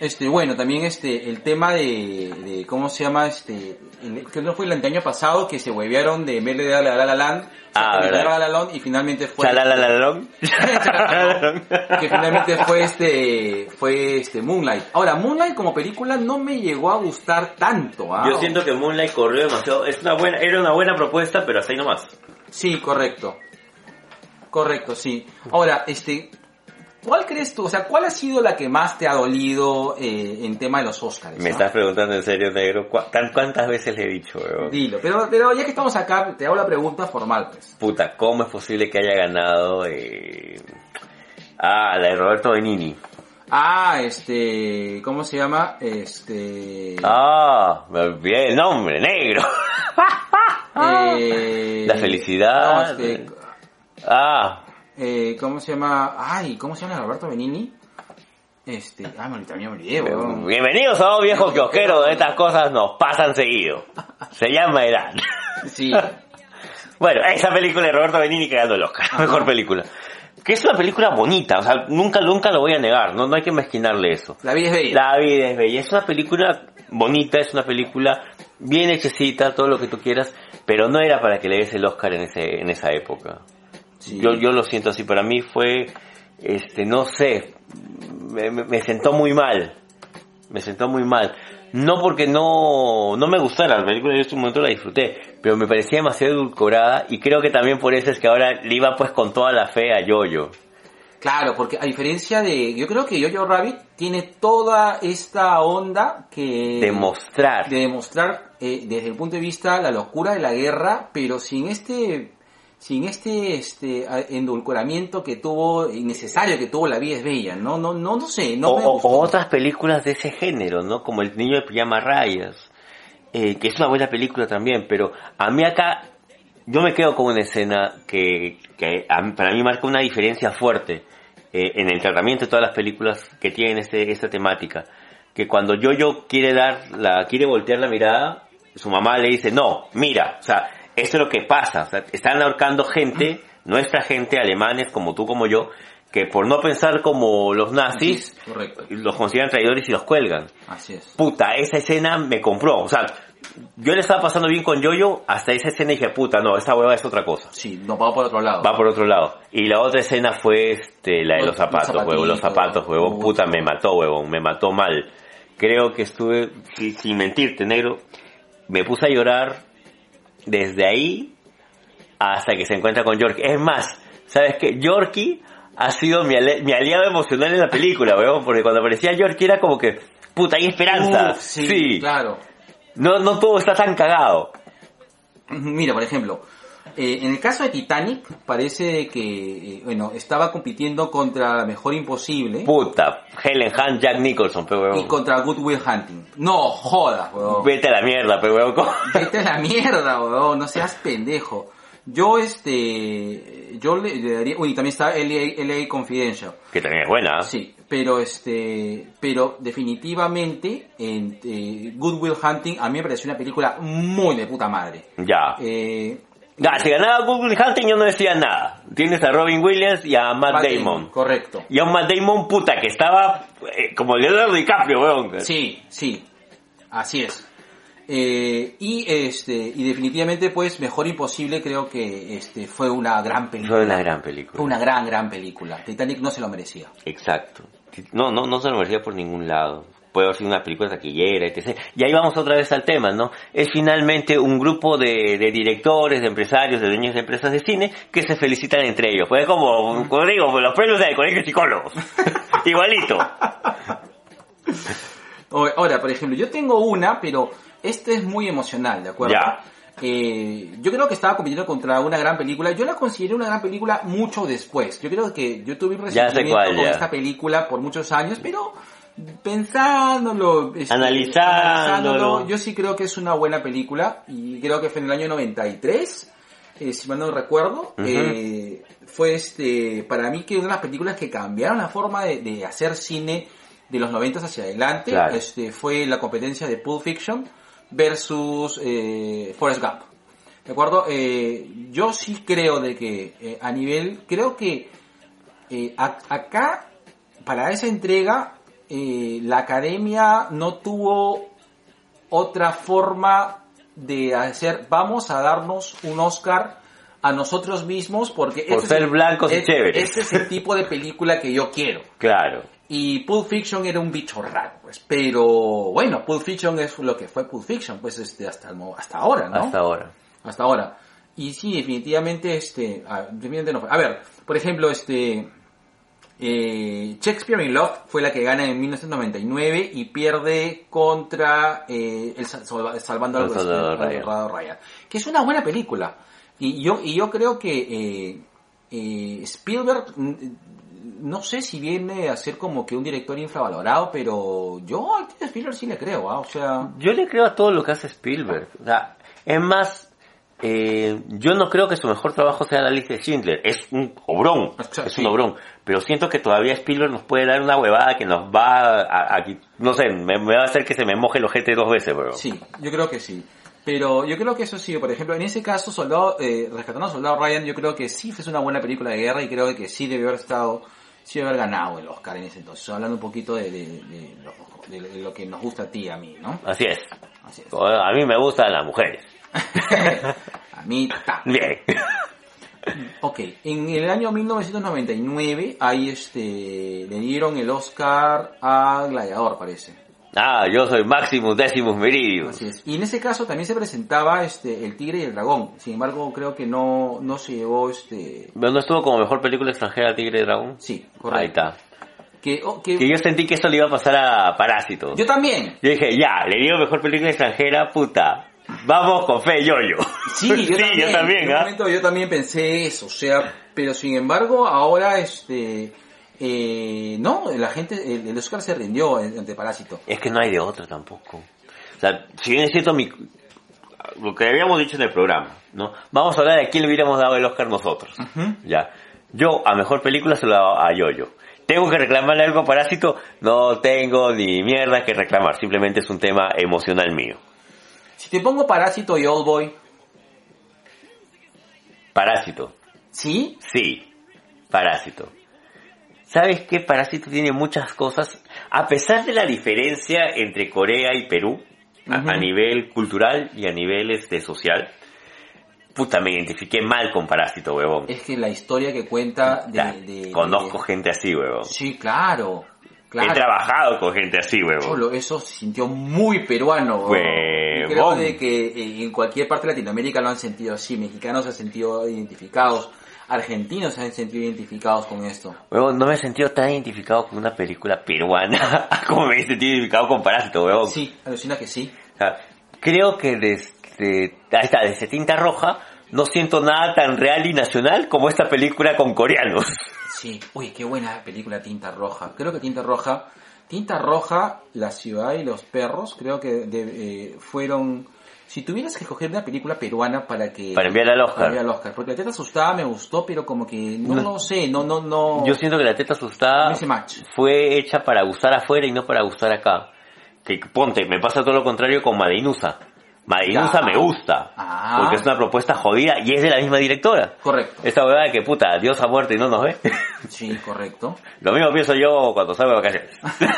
[SPEAKER 1] Este, bueno, también este, el tema de, de ¿cómo se llama? Este, el- que no fue el anteaño pasado que se huevearon de Merle de La La La Land,
[SPEAKER 2] Ah,
[SPEAKER 1] sacaron
[SPEAKER 2] verdad.
[SPEAKER 1] La La Land y finalmente fue,
[SPEAKER 2] Chalalalalón. Chalalalón.
[SPEAKER 1] que finalmente fue este, fue este Moonlight. Ahora, Moonlight como película no me llegó a gustar tanto, ¿ah?
[SPEAKER 2] Yo siento que Moonlight corrió demasiado. Es una buena, era una buena propuesta, pero hasta ahí nomás.
[SPEAKER 1] Sí, correcto. Correcto, sí. Ahora, este, ¿cuál crees tú? O sea, ¿cuál ha sido la que más te ha dolido eh, en tema de los Oscars?
[SPEAKER 2] Me estás preguntando en serio, negro. ¿Cuá- tan- ¿Cuántas veces le he dicho, weón?
[SPEAKER 1] Dilo, pero, pero ya que estamos acá, te hago la pregunta formal, pues.
[SPEAKER 2] Puta, ¿cómo es posible que haya ganado? eh, Ah, la de Roberto Benini.
[SPEAKER 1] Ah, este, ¿cómo se llama? Este...
[SPEAKER 2] Ah, me olvidé el nombre, negro.
[SPEAKER 1] eh,
[SPEAKER 2] Ah, La felicidad. eh.
[SPEAKER 1] no, este,
[SPEAKER 2] Ah,
[SPEAKER 1] eh, ¿Cómo se llama? Ay, ¿cómo se llama Roberto Benini? Este, ah, me olvidé, también me olvidé, weón.
[SPEAKER 2] bienvenidos a un viejo kiosquero donde estas cosas nos pasan seguido. Se llama Eran.
[SPEAKER 1] Sí,
[SPEAKER 2] Bueno, esa película de Roberto Benigni que ganó el Oscar, mejor película. Que es una película bonita, o sea, nunca, nunca lo voy a negar, no, no hay que mezquinarle eso.
[SPEAKER 1] la vida es bella.
[SPEAKER 2] La vida es bella, es una película bonita, es una película bien hechecita, todo lo que tú quieras, pero no era para que le des el Oscar en, ese, en esa época.
[SPEAKER 1] Sí.
[SPEAKER 2] Yo, yo lo siento así, para mí fue, este, no sé, me, me- me sentó muy mal, me sentó muy mal. No porque no, no me gustara la película, yo en su momento la disfruté, pero me parecía demasiado edulcorada y creo que también por eso es que ahora le iba pues con toda la fe a Yoyo.
[SPEAKER 1] Claro, porque a diferencia de, yo creo que Yo-Yo Rabbit tiene toda esta onda que...
[SPEAKER 2] Demostrar.
[SPEAKER 1] de demostrar eh, desde el punto de vista la locura de la guerra, pero sin este sin este este a- endulcoramiento que tuvo innecesario que tuvo la vida es bella, no no no no sé, no
[SPEAKER 2] o,
[SPEAKER 1] me
[SPEAKER 2] o-
[SPEAKER 1] gustó.
[SPEAKER 2] o otras películas de ese género, ¿no? Como El Niño de Pijama Rayas, eh, que es una buena película también, pero a mí acá yo me quedo con una escena que, que a mí- para mí marca una diferencia fuerte eh, en el tratamiento de todas las películas que tienen este, esta temática. Que cuando Yo-Yo quiere dar la, quiere voltear la mirada, su mamá le dice, no, mira, o sea, esto es lo que pasa, o sea, están ahorcando gente, nuestra gente, alemanes como tú, como yo, que por no pensar como los nazis,
[SPEAKER 1] correcto.
[SPEAKER 2] los consideran traidores y los cuelgan.
[SPEAKER 1] Así es.
[SPEAKER 2] Puta, esa escena me compró. O sea, yo le estaba pasando bien con Yoyo, hasta esa escena dije, puta, no, esa hueva es otra cosa.
[SPEAKER 1] Sí, no va por otro lado.
[SPEAKER 2] Va por otro lado. Y la otra escena fue este, la de
[SPEAKER 1] Los-
[SPEAKER 2] los zapatos,
[SPEAKER 1] los
[SPEAKER 2] huevón, los
[SPEAKER 1] zapatitos,
[SPEAKER 2] zapatos, huevón.
[SPEAKER 1] puta.
[SPEAKER 2] Puta, me mató, huevón, me mató mal. Creo que estuve, si- sin mentirte, negro, me puse a llorar desde ahí hasta que se encuentra con Yorkie. Es más, ¿sabes qué? Yorkie ha sido mi, ale- mi aliado emocional en la película, weón, porque cuando aparecía York era como que, puta, hay esperanza.
[SPEAKER 1] Uf,
[SPEAKER 2] sí.
[SPEAKER 1] Claro.
[SPEAKER 2] No, no todo está tan cagado.
[SPEAKER 1] Mira, por ejemplo, eh, en el caso de Titanic, parece que, eh, bueno, estaba compitiendo contra la mejor imposible
[SPEAKER 2] Puta, Helen Hunt, Jack Nicholson, pe
[SPEAKER 1] y
[SPEAKER 2] weón.
[SPEAKER 1] contra Good Will Hunting. No, jodas, weón.
[SPEAKER 2] Vete a la mierda, pe weón. ¿Cómo?
[SPEAKER 1] Vete a la mierda, weón, no seas pendejo. Yo, este, yo le, le daría, uy, también está LA, LA Confidential.
[SPEAKER 2] Que también es buena.
[SPEAKER 1] Sí, pero este, pero definitivamente, en, eh, Good Will Hunting a mí me pareció una película muy de puta madre.
[SPEAKER 2] Ya.
[SPEAKER 1] Eh,
[SPEAKER 2] Ah. Ya, si ganaba Google Hunting yo no decía nada. Tienes a Robin Williams y a Matt,
[SPEAKER 1] Matt
[SPEAKER 2] Damon.
[SPEAKER 1] Correcto.
[SPEAKER 2] Y a un Matt Damon, puta, que estaba eh, como Leonardo DiCaprio, weón.
[SPEAKER 1] Sí, sí, así es. Eh, y este, y definitivamente, pues, Mejor Imposible creo que este fue una gran
[SPEAKER 2] Fue
[SPEAKER 1] película.
[SPEAKER 2] una gran película.
[SPEAKER 1] Fue una gran, gran película. Titanic no se lo merecía.
[SPEAKER 2] Exacto. No, no, no se lo merecía por ningún lado. Puede haber sido una película taquillera, etc. Y ahí vamos otra vez al tema, ¿no? Es finalmente un grupo de, de directores, de empresarios, de dueños de empresas de cine que se felicitan entre ellos. Pues es como, como digo, los premios del colegio de psicólogos. Igualito.
[SPEAKER 1] O- Ahora, por ejemplo, yo tengo una, pero esta es muy emocional, ¿de acuerdo?
[SPEAKER 2] Ya.
[SPEAKER 1] Eh, yo creo que estaba compitiendo contra una gran película. Yo la consideré una gran película mucho después. Yo creo que yo tuve un
[SPEAKER 2] Ya sé
[SPEAKER 1] resentimiento
[SPEAKER 2] cuál,
[SPEAKER 1] con
[SPEAKER 2] ya.
[SPEAKER 1] esta película por muchos años, pero pensándolo, este,
[SPEAKER 2] Analizándolo.
[SPEAKER 1] yo sí creo que es una buena película y creo que fue en el año 93, eh, si mal no recuerdo,
[SPEAKER 2] Ujú.
[SPEAKER 1] eh, fue este, para mí que una de las películas que cambiaron la forma de, de hacer cine de los 90 hacia adelante,
[SPEAKER 2] Claro.
[SPEAKER 1] este, fue la competencia de Pulp Fiction versus eh, Forrest Gump. ¿De acuerdo? Eh, yo sí creo de que eh, a nivel, creo que eh, a- acá, para esa entrega, eh, la academia no tuvo otra forma de hacer, vamos a darnos un Oscar a nosotros mismos porque...
[SPEAKER 2] Por
[SPEAKER 1] ese
[SPEAKER 2] ser
[SPEAKER 1] es el-
[SPEAKER 2] blancos y
[SPEAKER 1] es-
[SPEAKER 2] chéveres.
[SPEAKER 1] Ese es el tipo de película que yo quiero.
[SPEAKER 2] Claro.
[SPEAKER 1] Y Pulp Fiction era un bicho raro, pues. Pero bueno, Pulp Fiction es lo que fue Pulp Fiction, pues este, hasta, el mo- hasta ahora, ¿no?
[SPEAKER 2] Hasta ahora.
[SPEAKER 1] Hasta ahora. Y sí, definitivamente, este, ah, definitivamente no fue. A ver, por ejemplo, este, eh, Shakespeare in Love fue la que gana en 1999 y pierde contra eh, el Sal- Salva- Salvando al
[SPEAKER 2] El Soldado
[SPEAKER 1] Ryan.
[SPEAKER 2] Ryan.
[SPEAKER 1] Ryan, que es una buena película. Y yo, y yo creo que eh, eh, Spielberg, mm, no sé si viene a ser como que un director infravalorado, pero yo al tío Spielberg sí le creo, ah, o sea...
[SPEAKER 2] Yo le creo a todo lo que hace Spielberg. O sea, es más, eh, yo no creo que su mejor trabajo sea la lista de Schindler. Es un obrón.
[SPEAKER 1] Exacto,
[SPEAKER 2] es
[SPEAKER 1] sí.
[SPEAKER 2] un obrón. Pero siento que todavía Spielberg nos puede dar una huevada que nos va a, a- no sé, me, me va a hacer que se me moje el ojete dos veces, bro.
[SPEAKER 1] Sí, yo creo que sí. Pero yo creo que eso sí, por ejemplo, en ese caso, Soldado, eh, Rescatando a Soldado Ryan, yo creo que sí es una buena película de guerra y creo que sí debió haber estado, sí debió haber ganado el Oscar en ese entonces. Hablando un poquito de, de- de lo, de- de lo que nos gusta a ti y a mí, ¿no?
[SPEAKER 2] Así es.
[SPEAKER 1] Así es.
[SPEAKER 2] A mí me gustan las mujeres.
[SPEAKER 1] A mí, ta.
[SPEAKER 2] Bien.
[SPEAKER 1] Ok, en el año 1999, ahí este, le dieron el Oscar a Gladiador, parece.
[SPEAKER 2] Ah, yo soy Maximus Decimus Meridius.
[SPEAKER 1] Así es. Y en ese caso también se presentaba este, El Tigre y el Dragón. Sin embargo, creo que no, no se llevó este...
[SPEAKER 2] ¿No estuvo como mejor película extranjera Tigre y Dragón?
[SPEAKER 1] Sí,
[SPEAKER 2] Ahí
[SPEAKER 1] correcto.
[SPEAKER 2] está.
[SPEAKER 1] Que, oh, que-
[SPEAKER 2] Que yo sentí que eso le iba a pasar a Parásito.
[SPEAKER 1] yo también.
[SPEAKER 2] Yo dije, ya, le digo mejor película extranjera, puta. Vamos con fe, yoyo.
[SPEAKER 1] Sí, yo también.
[SPEAKER 2] yo también,
[SPEAKER 1] En un
[SPEAKER 2] ¿ah?
[SPEAKER 1] momento yo también pensé eso, o sea, pero sin embargo, ahora este. eh, no, la gente, el, el Oscar se rindió ante Parásito.
[SPEAKER 2] Es que no hay de otra tampoco. O sea, si bien es cierto mi, lo que habíamos dicho en el programa, ¿no? Vamos a hablar de a quién le hubiéramos dado el Oscar nosotros. Ya. Yo, a mejor película, se lo daba a Yoyo. ¿Tengo que reclamarle algo a Parásito? No tengo ni mierda que reclamar. Simplemente es un tema emocional mío.
[SPEAKER 1] Si te pongo Parásito y Oldboy,
[SPEAKER 2] Parásito.
[SPEAKER 1] ¿sí?
[SPEAKER 2] Sí, Parásito. ¿Sabes qué? Parásito tiene muchas cosas. A pesar de la diferencia entre Corea y Perú, a, a
[SPEAKER 1] Ujú.
[SPEAKER 2] nivel cultural y a nivel este, social, puta, me identifiqué mal con Parásito, huevón.
[SPEAKER 1] Es que la historia que cuenta de.
[SPEAKER 2] Ya,
[SPEAKER 1] de-
[SPEAKER 2] Conozco
[SPEAKER 1] de-
[SPEAKER 2] gente así, huevón.
[SPEAKER 1] Sí, claro.
[SPEAKER 2] He
[SPEAKER 1] Claro.
[SPEAKER 2] trabajado con gente así, huevón.
[SPEAKER 1] Solo eso se sintió muy peruano. bro.
[SPEAKER 2] Huevón.
[SPEAKER 1] Y Creo de que eh, en cualquier parte de Latinoamérica lo han sentido así. Mexicanos se han sentido identificados. argentinos se han sentido identificados con esto.
[SPEAKER 2] Huevón, no me he sentido tan identificado con una película peruana como me he sentido identificado con Paranto, huevón.
[SPEAKER 1] Sí, alucina que sí.
[SPEAKER 2] O sea, creo que desde, ahí está, desde Tinta Roja no siento nada tan real y nacional como esta película con coreanos.
[SPEAKER 1] Sí, uy, qué buena película Tinta Roja. Creo que Tinta Roja, Tinta Roja, La ciudad y los perros, creo que de- eh, fueron... Si tuvieras que escoger una película peruana para que...
[SPEAKER 2] Para enviarla al Oscar.
[SPEAKER 1] para enviar al Oscar. Porque la teta asustada me gustó, pero como que no, no, sé, no, no, no...
[SPEAKER 2] Yo siento que la teta asustada
[SPEAKER 1] No hice match.
[SPEAKER 2] fue hecha para gustar afuera y no para gustar acá. Que ponte, me pasa todo lo contrario con Madeinusa. Madeinusa
[SPEAKER 1] Ya.
[SPEAKER 2] me gusta.
[SPEAKER 1] Ah.
[SPEAKER 2] Porque es una propuesta jodida y es de la misma directora.
[SPEAKER 1] Correcto.
[SPEAKER 2] Esa verdad de que puta, Dios ha muerto y no nos ve.
[SPEAKER 1] Sí, correcto.
[SPEAKER 2] Lo mismo pienso yo cuando salgo de vacaciones.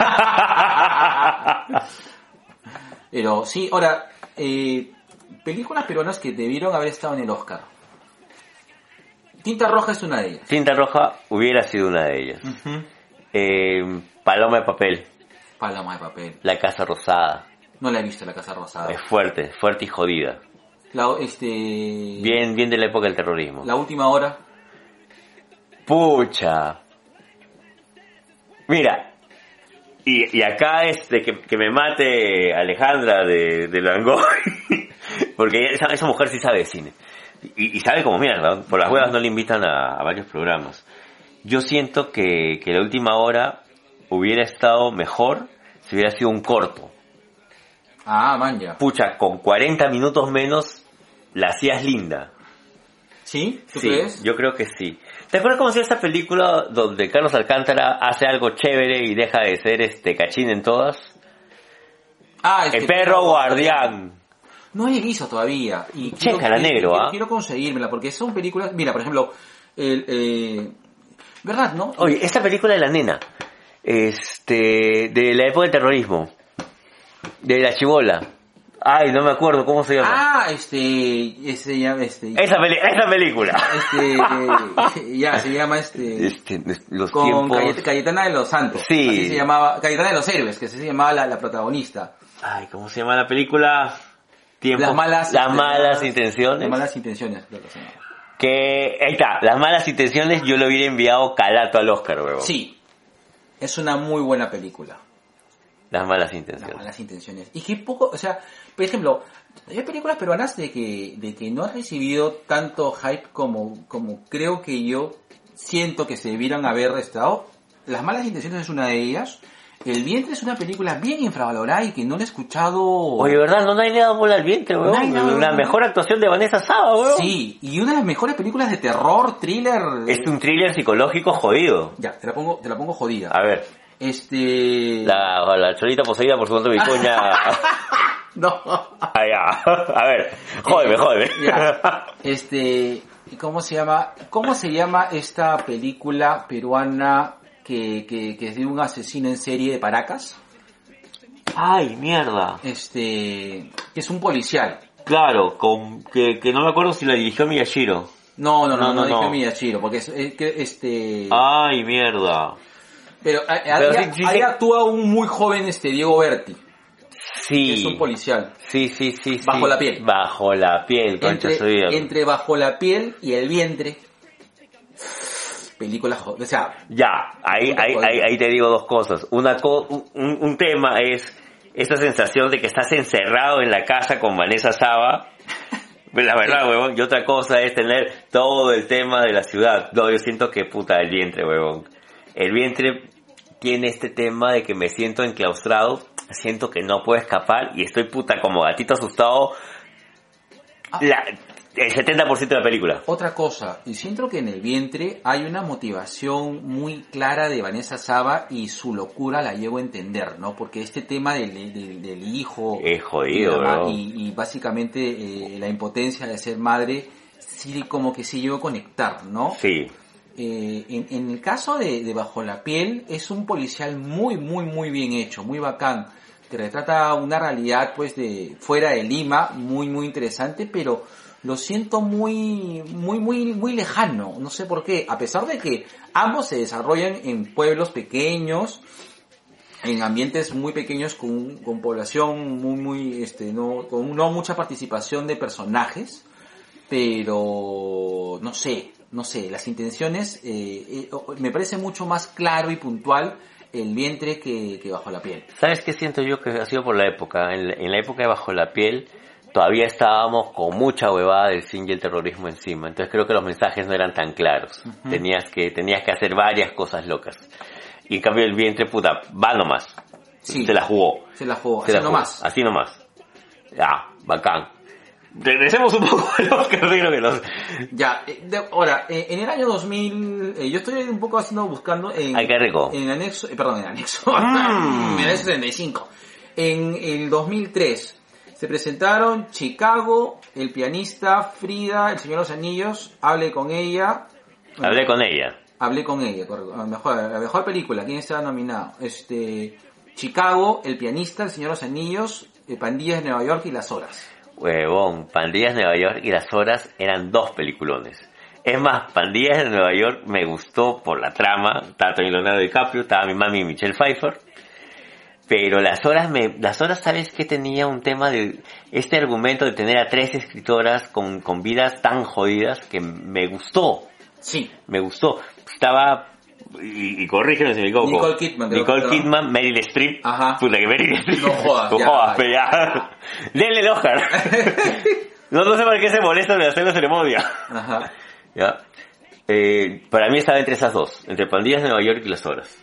[SPEAKER 1] Pero sí, ahora, eh, películas peruanas que debieron haber estado en el Oscar. Tinta Roja es una de ellas.
[SPEAKER 2] Cinta Roja hubiera sido una de ellas.
[SPEAKER 1] Mm.
[SPEAKER 2] Eh, Paloma de papel,
[SPEAKER 1] Paloma de papel.
[SPEAKER 2] La Casa Rosada.
[SPEAKER 1] No la he visto, La Casa Rosada.
[SPEAKER 2] Es fuerte, fuerte y jodida.
[SPEAKER 1] La, este, Bien.
[SPEAKER 2] Bien, bien de la época del terrorismo.
[SPEAKER 1] la última hora.
[SPEAKER 2] Pucha. Mira. Y, y acá este que, que me mate Alejandra de, de Langoy. Porque esa, esa mujer sí sabe de cine. Y, y sabe como mierda. Por las huevas no le invitan a, a varios programas. Yo siento que, que la última hora hubiera estado mejor si hubiera sido un corto.
[SPEAKER 1] Ah, man, ya.
[SPEAKER 2] Pucha, con 40 minutos menos la hacías linda.
[SPEAKER 1] ¿Sí? ¿Tú
[SPEAKER 2] Sí,
[SPEAKER 1] crees?
[SPEAKER 2] yo creo que sí. ¿Te acuerdas cómo se llama esta película donde Carlos Alcántara hace algo chévere y deja de ser este cachín en todas?
[SPEAKER 1] Ah, este,
[SPEAKER 2] El perro guardián.
[SPEAKER 1] No he visto todavía. Y
[SPEAKER 2] Chécala, negro,
[SPEAKER 1] quiero,
[SPEAKER 2] ¿ah?
[SPEAKER 1] quiero conseguírmela porque son películas. Mira, por ejemplo, el, eh, ¿verdad, no?
[SPEAKER 2] Oye, esta película de la nena, este, de la época del terrorismo, de la chibola. Ay, no me acuerdo cómo se llama.
[SPEAKER 1] Ah, este, este, ya, este,
[SPEAKER 2] Esa, peli- esa película.
[SPEAKER 1] este, ya, se llama este,
[SPEAKER 2] Este, los
[SPEAKER 1] con
[SPEAKER 2] tiempos.
[SPEAKER 1] Cayet- Cayetana de los Santos.
[SPEAKER 2] Sí.
[SPEAKER 1] Así se llamaba, Cayetana de los Héroes, que así se llamaba la, la protagonista.
[SPEAKER 2] Ay, ¿cómo se llama la película? Tiempos.
[SPEAKER 1] Las malas,
[SPEAKER 2] las malas
[SPEAKER 1] Las
[SPEAKER 2] intenciones.
[SPEAKER 1] malas intenciones, creo que se llamaba.
[SPEAKER 2] Que, ahí está, las malas intenciones yo lo hubiera enviado calato al Oscar, huevón.
[SPEAKER 1] Sí. Es una muy buena película.
[SPEAKER 2] Las malas
[SPEAKER 1] Las
[SPEAKER 2] intenciones.
[SPEAKER 1] malas intenciones. Y que poco, o sea, por ejemplo, hay películas peruanas de que, de que no han recibido tanto hype como, como creo que yo siento que se debieran haber estado. Las malas intenciones es una de ellas. El vientre es una película bien infravalorada y que no la he escuchado.
[SPEAKER 2] Oye, ¿verdad? No, no hay nada bola al vientre,
[SPEAKER 1] No hay
[SPEAKER 2] weón.
[SPEAKER 1] nada,
[SPEAKER 2] la
[SPEAKER 1] weón.
[SPEAKER 2] mejor actuación de Vanessa Saba, weón.
[SPEAKER 1] sí, y una de las mejores películas de terror, thriller.
[SPEAKER 2] Es un thriller psicológico jodido.
[SPEAKER 1] Ya, te la pongo, te la pongo jodida.
[SPEAKER 2] A ver,
[SPEAKER 1] Este.
[SPEAKER 2] la, la cholita poseída por su contra vicuña.
[SPEAKER 1] No.
[SPEAKER 2] Ah, ya. A ver, jódeme, jódeme.
[SPEAKER 1] Ya. Este, ¿cómo se llama? ¿Cómo se llama esta película peruana que, que, que es de un asesino en serie de Paracas?
[SPEAKER 2] Ay, mierda.
[SPEAKER 1] Este, que es un policial.
[SPEAKER 2] Claro, con, que, que no me acuerdo si la dirigió Miyashiro.
[SPEAKER 1] No, no, no, no,
[SPEAKER 2] No, no,
[SPEAKER 1] dije
[SPEAKER 2] no.
[SPEAKER 1] Miyashiro, porque es, es que, este,
[SPEAKER 2] Ay, mierda.
[SPEAKER 1] pero, a- a-
[SPEAKER 2] pero
[SPEAKER 1] ahí,
[SPEAKER 2] sí, sí,
[SPEAKER 1] ahí
[SPEAKER 2] sí.
[SPEAKER 1] actúa un muy joven este Diego Berti, que
[SPEAKER 2] Sí.
[SPEAKER 1] es un policial.
[SPEAKER 2] Sí, sí, sí, sí.
[SPEAKER 1] Bajo la piel.
[SPEAKER 2] Bajo la piel, concha su vida.
[SPEAKER 1] Entre, entre bajo la piel y el vientre. Película, jo- o sea,
[SPEAKER 2] Ya, ahí, ahí, ahí, ahí te digo dos cosas. Una co- un, un tema es esa sensación de que estás encerrado en la casa con Vanessa Saba. La verdad, huevón. Y otra cosa es tener todo el tema de la ciudad. No, yo siento que puta el vientre, huevón. El vientre tiene este tema de que me siento enclaustrado, siento que no puedo escapar y estoy puta como gatito asustado.
[SPEAKER 1] Ah.
[SPEAKER 2] La, el 70% de la película.
[SPEAKER 1] Otra cosa, y siento que en el vientre hay una motivación muy clara de Vanessa Saba y su locura la llevo a entender, ¿no? Porque este tema del, del- del hijo
[SPEAKER 2] Es
[SPEAKER 1] y,
[SPEAKER 2] jodido,
[SPEAKER 1] la ma-
[SPEAKER 2] huevón.
[SPEAKER 1] y- y básicamente eh, la impotencia de ser madre, sí como que sí llevo a conectar, ¿no?
[SPEAKER 2] Sí.
[SPEAKER 1] Eh, en, en el caso de, de Bajo la Piel, es un policial muy, muy, muy bien hecho, muy bacán, que retrata una realidad, pues, de fuera de Lima, muy, muy interesante, pero lo siento muy, muy, muy, muy lejano, no sé por qué, a pesar de que ambos se desarrollan en pueblos pequeños, en ambientes muy pequeños con, con población muy, muy, este, no, con no mucha participación de personajes, pero no sé, no sé, las intenciones, eh, eh, o- me parece mucho más claro y puntual el vientre que, que bajo la piel.
[SPEAKER 2] ¿Sabes qué siento yo que ha sido por la época? En, la- en la época de Bajo la Piel todavía estábamos con mucha huevada del cine y el terrorismo encima. Entonces creo que los mensajes no eran tan claros. Tenías que tenías que hacer varias cosas locas. Y en cambio el vientre, puta, va nomás.
[SPEAKER 1] Sí.
[SPEAKER 2] Se la jugó.
[SPEAKER 1] Se la jugó,
[SPEAKER 2] Se
[SPEAKER 1] así
[SPEAKER 2] la jugó.
[SPEAKER 1] nomás.
[SPEAKER 2] Así nomás. Ah, bacán. Regresemos un poco a los que los...
[SPEAKER 1] Ya, eh, de- ahora, eh, en el año 2000, eh, yo estoy un poco haciendo, buscando en,
[SPEAKER 2] Ay, qué rico.
[SPEAKER 1] en el anexo, eh, perdón, en el anexo,
[SPEAKER 2] Mm.
[SPEAKER 1] en el 75. En el 2003 se presentaron Chicago, El Pianista, Frida, El Señor de los Anillos, Hable con ella,
[SPEAKER 2] Hablé con ella.
[SPEAKER 1] Hablé con ella, correcto. La Mejor, la mejor película, ¿quién estaba nominado? Este, Chicago, El Pianista, El Señor de los Anillos, eh, Pandillas de Nueva York y Las Horas.
[SPEAKER 2] Huevón, Pandillas de Nueva York y Las Horas eran dos peliculones. Es más, Pandillas de Nueva York me gustó por la trama, estaba también Leonardo DiCaprio, estaba mi mami Michelle Pfeiffer. Pero Las Horas me, Las Horas sabes que tenía un tema de, este argumento de tener a tres escritoras con, con vidas tan jodidas que me gustó,
[SPEAKER 1] Sí,
[SPEAKER 2] me gustó. Estaba, y, y corrígeme si me equivoco.
[SPEAKER 1] Nicole Kidman, creo
[SPEAKER 2] Nicole
[SPEAKER 1] que estaba.
[SPEAKER 2] Kidman, Meryl Streep.
[SPEAKER 1] Ajá.
[SPEAKER 2] Puta que Meryl Streep.
[SPEAKER 1] No jodas,
[SPEAKER 2] No
[SPEAKER 1] ya,
[SPEAKER 2] jodas,
[SPEAKER 1] ya.
[SPEAKER 2] pe, ya. Denle el Oscar. no, no sé por qué se molestan de hacer la ceremonia.
[SPEAKER 1] ajá.
[SPEAKER 2] ya. Eh, para mí estaba entre esas dos. Entre Pandillas de Nueva York y Las Horas.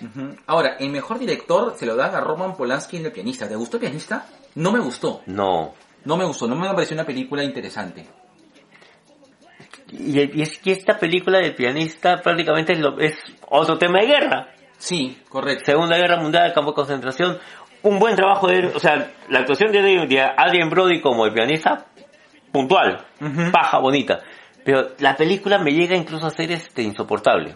[SPEAKER 1] Ujú. Ahora, el mejor director se lo dan a Roman Polanski en El Pianista. ¿Te gustó El Pianista? No me gustó.
[SPEAKER 2] No.
[SPEAKER 1] No me gustó. No me pareció una película interesante.
[SPEAKER 2] Y, y es que esta película del pianista prácticamente es, lo- es otro tema de guerra.
[SPEAKER 1] Sí, correcto.
[SPEAKER 2] Segunda Guerra Mundial, campo de concentración. Un buen trabajo de... O sea, la actuación de, de Adrien Brody como el pianista, puntual.
[SPEAKER 1] Ujú.
[SPEAKER 2] Paja, bonita. Pero la película me llega incluso a ser este insoportable.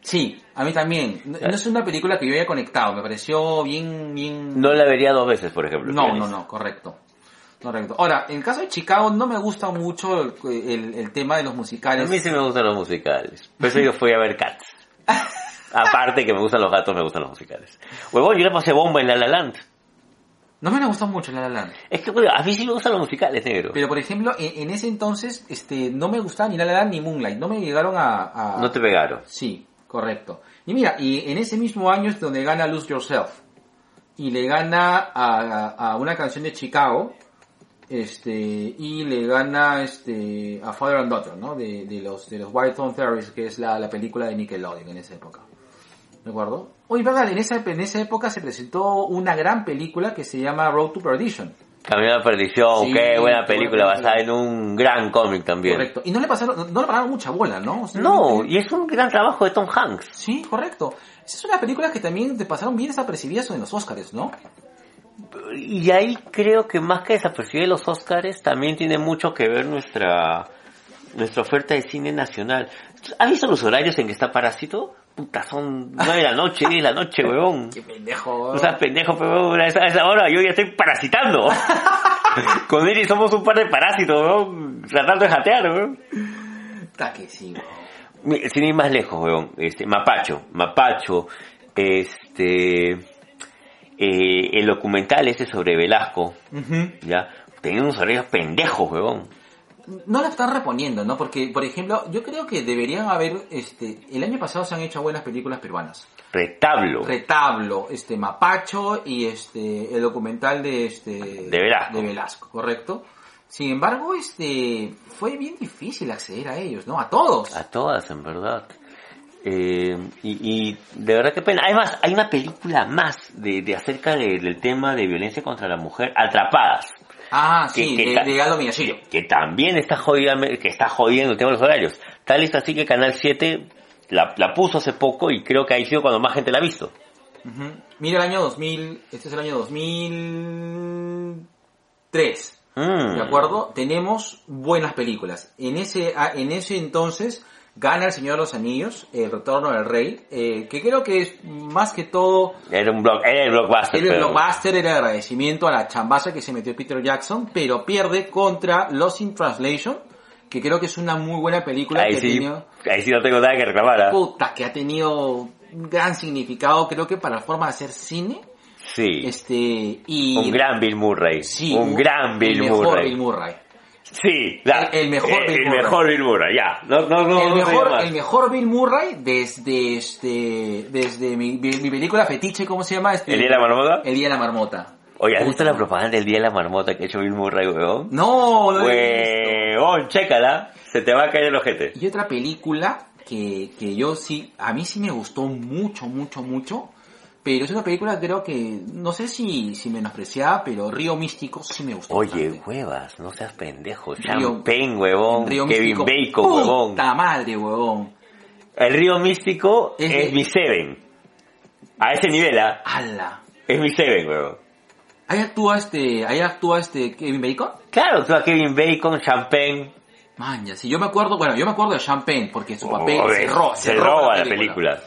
[SPEAKER 1] Sí, a mí también. No, no es una película que yo haya conectado. Me pareció bien, bien...
[SPEAKER 2] No la vería dos veces, por ejemplo. el
[SPEAKER 1] No, no,
[SPEAKER 2] pianista.
[SPEAKER 1] no, correcto. Correcto. Ahora, en el caso de Chicago no me gusta mucho el, el- el tema de los
[SPEAKER 2] A mí
[SPEAKER 1] musicales.
[SPEAKER 2] sí me gustan los musicales. Por eso yo fui a ver Cats. Aparte que me gustan los gatos, me gustan los musicales. Huevón, yo le pasé bomba en La La Land.
[SPEAKER 1] No me gustó mucho La La Land.
[SPEAKER 2] Es que, bueno, a mí sí me gustan los musicales, negro.
[SPEAKER 1] Pero, por ejemplo, e, en, en ese entonces este, no me gustaba ni La La Land ni Moonlight. No me llegaron a... a-
[SPEAKER 2] No te pegaron.
[SPEAKER 1] Sí, correcto. Y mira, y en ese mismo año es donde gana Lose Yourself. Y le gana a, a- a una canción de Chicago. Este, y le gana este, a Father and Daughter, ¿no? De, de los, de los Whitestone Theories, que es la, la película de Nickelodeon en esa época. ¿De acuerdo? Oye, verdad, en esa, en esa época se presentó una gran película que se llama Road to Perdition.
[SPEAKER 2] Camino a la perdición,
[SPEAKER 1] Sí,
[SPEAKER 2] qué buena
[SPEAKER 1] qué
[SPEAKER 2] película,
[SPEAKER 1] buena
[SPEAKER 2] basada en un gran cómic también.
[SPEAKER 1] Correcto. Y no le pasaron, no, no le pararon mucha bola, ¿no? O sea, eh,
[SPEAKER 2] No, y es un gran trabajo de Tom Hanks.
[SPEAKER 1] Sí, correcto. Esa es una película que también te pasaron bien desapercibidas en los Oscars, ¿no?
[SPEAKER 2] Y ahí creo que más que desapercibir de los Oscars, también tiene mucho que ver nuestra nuestra oferta de cine nacional. ¿Has visto los horarios en que está Parásito? Puta, son nueve de la noche, 10 de la noche, huevón.
[SPEAKER 1] Qué pendejo.
[SPEAKER 2] O sea, pendejo, pero a esa, a esa hora yo ya estoy parasitando. Con Eri somos un par de parásitos, huevón, tratando de jatear, huevón.
[SPEAKER 1] Puta que sí, weón.
[SPEAKER 2] Mi- Sin ir más lejos, weón. Este, Mapacho, Mapacho, este, eh, el documental ese sobre Velasco, ya, tenía unos horarios pendejos, weón.
[SPEAKER 1] No la están reponiendo, ¿no? Porque, por ejemplo, yo creo que deberían haber, este, el año pasado se han hecho buenas películas peruanas.
[SPEAKER 2] Retablo.
[SPEAKER 1] Retablo, este, Mapacho y este, el documental de este...
[SPEAKER 2] De Velasco.
[SPEAKER 1] De Velasco, correcto. Sin embargo, este, fue bien difícil acceder a ellos, ¿no? A todos.
[SPEAKER 2] A todas, en verdad. Eh, y, y de verdad que pena. Además, hay una película más de, de acerca de- del tema de violencia contra la mujer, Atrapadas.
[SPEAKER 1] Ah,
[SPEAKER 2] que-
[SPEAKER 1] sí,
[SPEAKER 2] que
[SPEAKER 1] de,
[SPEAKER 2] ta-
[SPEAKER 1] de Aldo Miyashiro.
[SPEAKER 2] que también está jodida, que está jodiendo el tema de los horarios. Tal es así que Canal 7 la, la puso hace poco y creo que ahí ha sido cuando más gente la ha visto.
[SPEAKER 1] Ujú. Mira el año 2000, este es el año 2003.
[SPEAKER 2] Mm.
[SPEAKER 1] ¿De acuerdo? Tenemos buenas películas. En ese, ah, en ese entonces gana El Señor de los Anillos, El Retorno del Rey, eh, que creo que es más que todo
[SPEAKER 2] Era un blog, era el blockbuster.
[SPEAKER 1] el
[SPEAKER 2] pero-
[SPEAKER 1] blockbuster, el agradecimiento a la chambaza que se metió Peter Jackson, pero pierde contra Lost in Translation, que creo que es una muy buena película
[SPEAKER 2] Ahí
[SPEAKER 1] que
[SPEAKER 2] sí,
[SPEAKER 1] tenía-
[SPEAKER 2] ahí sí no tengo nada que reclamar. ¿ah?
[SPEAKER 1] puta, que ha tenido un gran significado, creo que para la forma de hacer cine.
[SPEAKER 2] Sí.
[SPEAKER 1] Este, y
[SPEAKER 2] un gran Bill Murray.
[SPEAKER 1] Sí,
[SPEAKER 2] un gran
[SPEAKER 1] el
[SPEAKER 2] Bill
[SPEAKER 1] mejor
[SPEAKER 2] Murray.
[SPEAKER 1] Bill Murray.
[SPEAKER 2] Sí, la-
[SPEAKER 1] El- el mejor Bill
[SPEAKER 2] El
[SPEAKER 1] Murray.
[SPEAKER 2] mejor Bill Murray, ya. No, no, no,
[SPEAKER 1] el,
[SPEAKER 2] no digo
[SPEAKER 1] mejor,
[SPEAKER 2] más.
[SPEAKER 1] el mejor Bill Murray desde, este, desde mi, mi- mi película fetiche, ¿cómo se llama? Este,
[SPEAKER 2] ¿El Día de la Marmota?
[SPEAKER 1] El Día de la Marmota.
[SPEAKER 2] Oye, ¿has visto
[SPEAKER 1] Puta.
[SPEAKER 2] la propaganda del Día de la Marmota que ha hecho Bill Murray, weón?
[SPEAKER 1] No, no he visto.
[SPEAKER 2] Weón, chécala. Se te va a caer el ojete.
[SPEAKER 1] Y otra película que, que yo sí, a mí sí me gustó mucho, mucho, mucho. Pero es una película creo que, no sé si, si menospreciada, pero Río Místico sí me gustó.
[SPEAKER 2] Oye,
[SPEAKER 1] bastante.
[SPEAKER 2] huevas, no seas pendejo.
[SPEAKER 1] Río-
[SPEAKER 2] Champagne, huevón.
[SPEAKER 1] Río
[SPEAKER 2] Kevin
[SPEAKER 1] Místico,
[SPEAKER 2] Bacon, huevón.
[SPEAKER 1] Puta madre, huevón.
[SPEAKER 2] El río místico
[SPEAKER 1] Es
[SPEAKER 2] es,
[SPEAKER 1] de-
[SPEAKER 2] mi Seven. A ese nivel, ¿ah?
[SPEAKER 1] Ala.
[SPEAKER 2] Es mi Seven, huevón.
[SPEAKER 1] Ahí actúa este, ahí actúa este Kevin Bacon.
[SPEAKER 2] Claro, tú a Kevin Bacon, Champagne.
[SPEAKER 1] Man, ya, si yo me acuerdo, bueno, yo me acuerdo de Champagne, porque su papel
[SPEAKER 2] Joder,
[SPEAKER 1] se, ro-
[SPEAKER 2] Oh, eh, se
[SPEAKER 1] roba
[SPEAKER 2] roba la película.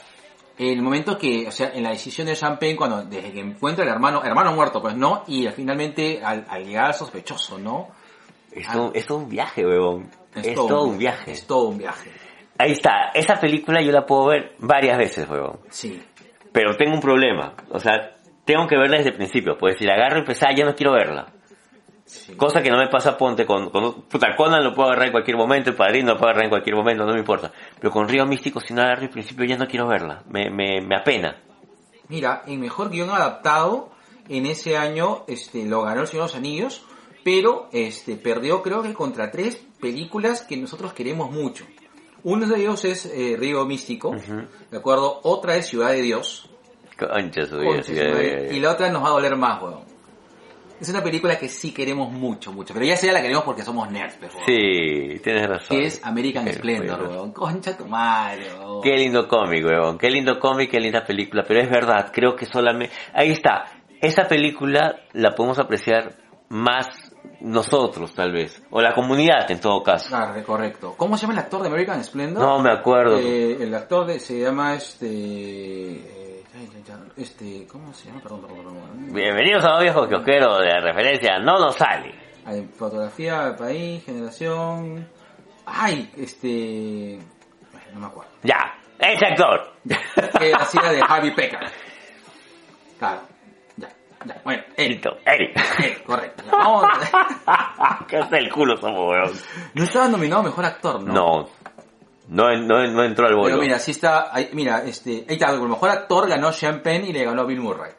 [SPEAKER 1] El momento que, o sea, en la decisión de Champagne, cuando, desde que encuentra al hermano, hermano muerto, pues, ¿no? Y finalmente al, al llegar al sospechoso, ¿no?
[SPEAKER 2] Es, un, es un viaje, huevón. Es, todo un viaje.
[SPEAKER 1] Es todo Ah. un viaje,
[SPEAKER 2] Ahí está. Esa película yo la puedo ver varias veces, huevón.
[SPEAKER 1] sí.
[SPEAKER 2] Pero tengo un problema. O sea, tengo que verla desde el principio. Porque si la agarro y empezar, ya no quiero verla.
[SPEAKER 1] sí.
[SPEAKER 2] Cosa que no me pasa, ponte, con, con puta, Conan lo puedo agarrar en cualquier momento, el padrino lo puedo agarrar en cualquier momento, no me importa. Pero con Río Místico, si no la agarro al principio, ya no quiero verla. Me, me, me apena.
[SPEAKER 1] Mira, el mejor guión adaptado en ese año este, lo ganó el Señor de los Anillos, pero este, perdió creo que contra tres películas que nosotros queremos mucho. Uno de ellos es eh, Río Místico, ¿de acuerdo? Otra es Ciudad de Dios,
[SPEAKER 2] Concha su vida,
[SPEAKER 1] concha
[SPEAKER 2] sí,
[SPEAKER 1] su madre,
[SPEAKER 2] eh,
[SPEAKER 1] y la otra nos va a doler más, weón. Es una película que sí queremos mucho, mucho, pero ya sea la queremos porque somos nerds, pero, weón.
[SPEAKER 2] Sí, tienes razón.
[SPEAKER 1] Que es American
[SPEAKER 2] Qué
[SPEAKER 1] Splendor,
[SPEAKER 2] bueno.
[SPEAKER 1] weón. Concha tu madre, weón.
[SPEAKER 2] Qué lindo cómic, weón. Qué lindo cómic, qué linda película. Pero es verdad, creo que solamente... Ahí está. Esa película la podemos apreciar más nosotros, tal vez. O la comunidad, en todo caso.
[SPEAKER 1] Ah, correcto. ¿Cómo se llama el actor de American Splendor?
[SPEAKER 2] No me acuerdo.
[SPEAKER 1] Eh, el actor de- se llama este. eh, ay, ay, ay, este ¿Cómo se llama? Perdón, perdón, perdón.
[SPEAKER 2] Bienvenidos a los viejos kiosqueros de la referencia. No nos sale.
[SPEAKER 1] Ay, fotografía, país, generación. Ay, este. ay, No me acuerdo.
[SPEAKER 2] Ya, ese actor.
[SPEAKER 1] Que hacía de Harvey Pecker. Claro. Ya, ya. Bueno, él.
[SPEAKER 2] Listo, Eric.
[SPEAKER 1] él, correcto. Ya, vamos.
[SPEAKER 2] Ah, ¿Qué hace el culo somos, weón?
[SPEAKER 1] No estaba nominado mejor actor, ¿no?
[SPEAKER 2] No. No, no, no entró al
[SPEAKER 1] Pero
[SPEAKER 2] bolo.
[SPEAKER 1] mira, sí está. ahí- Mira, este. Ahí está, el mejor actor ganó Sean Penn y le ganó Bill Murray.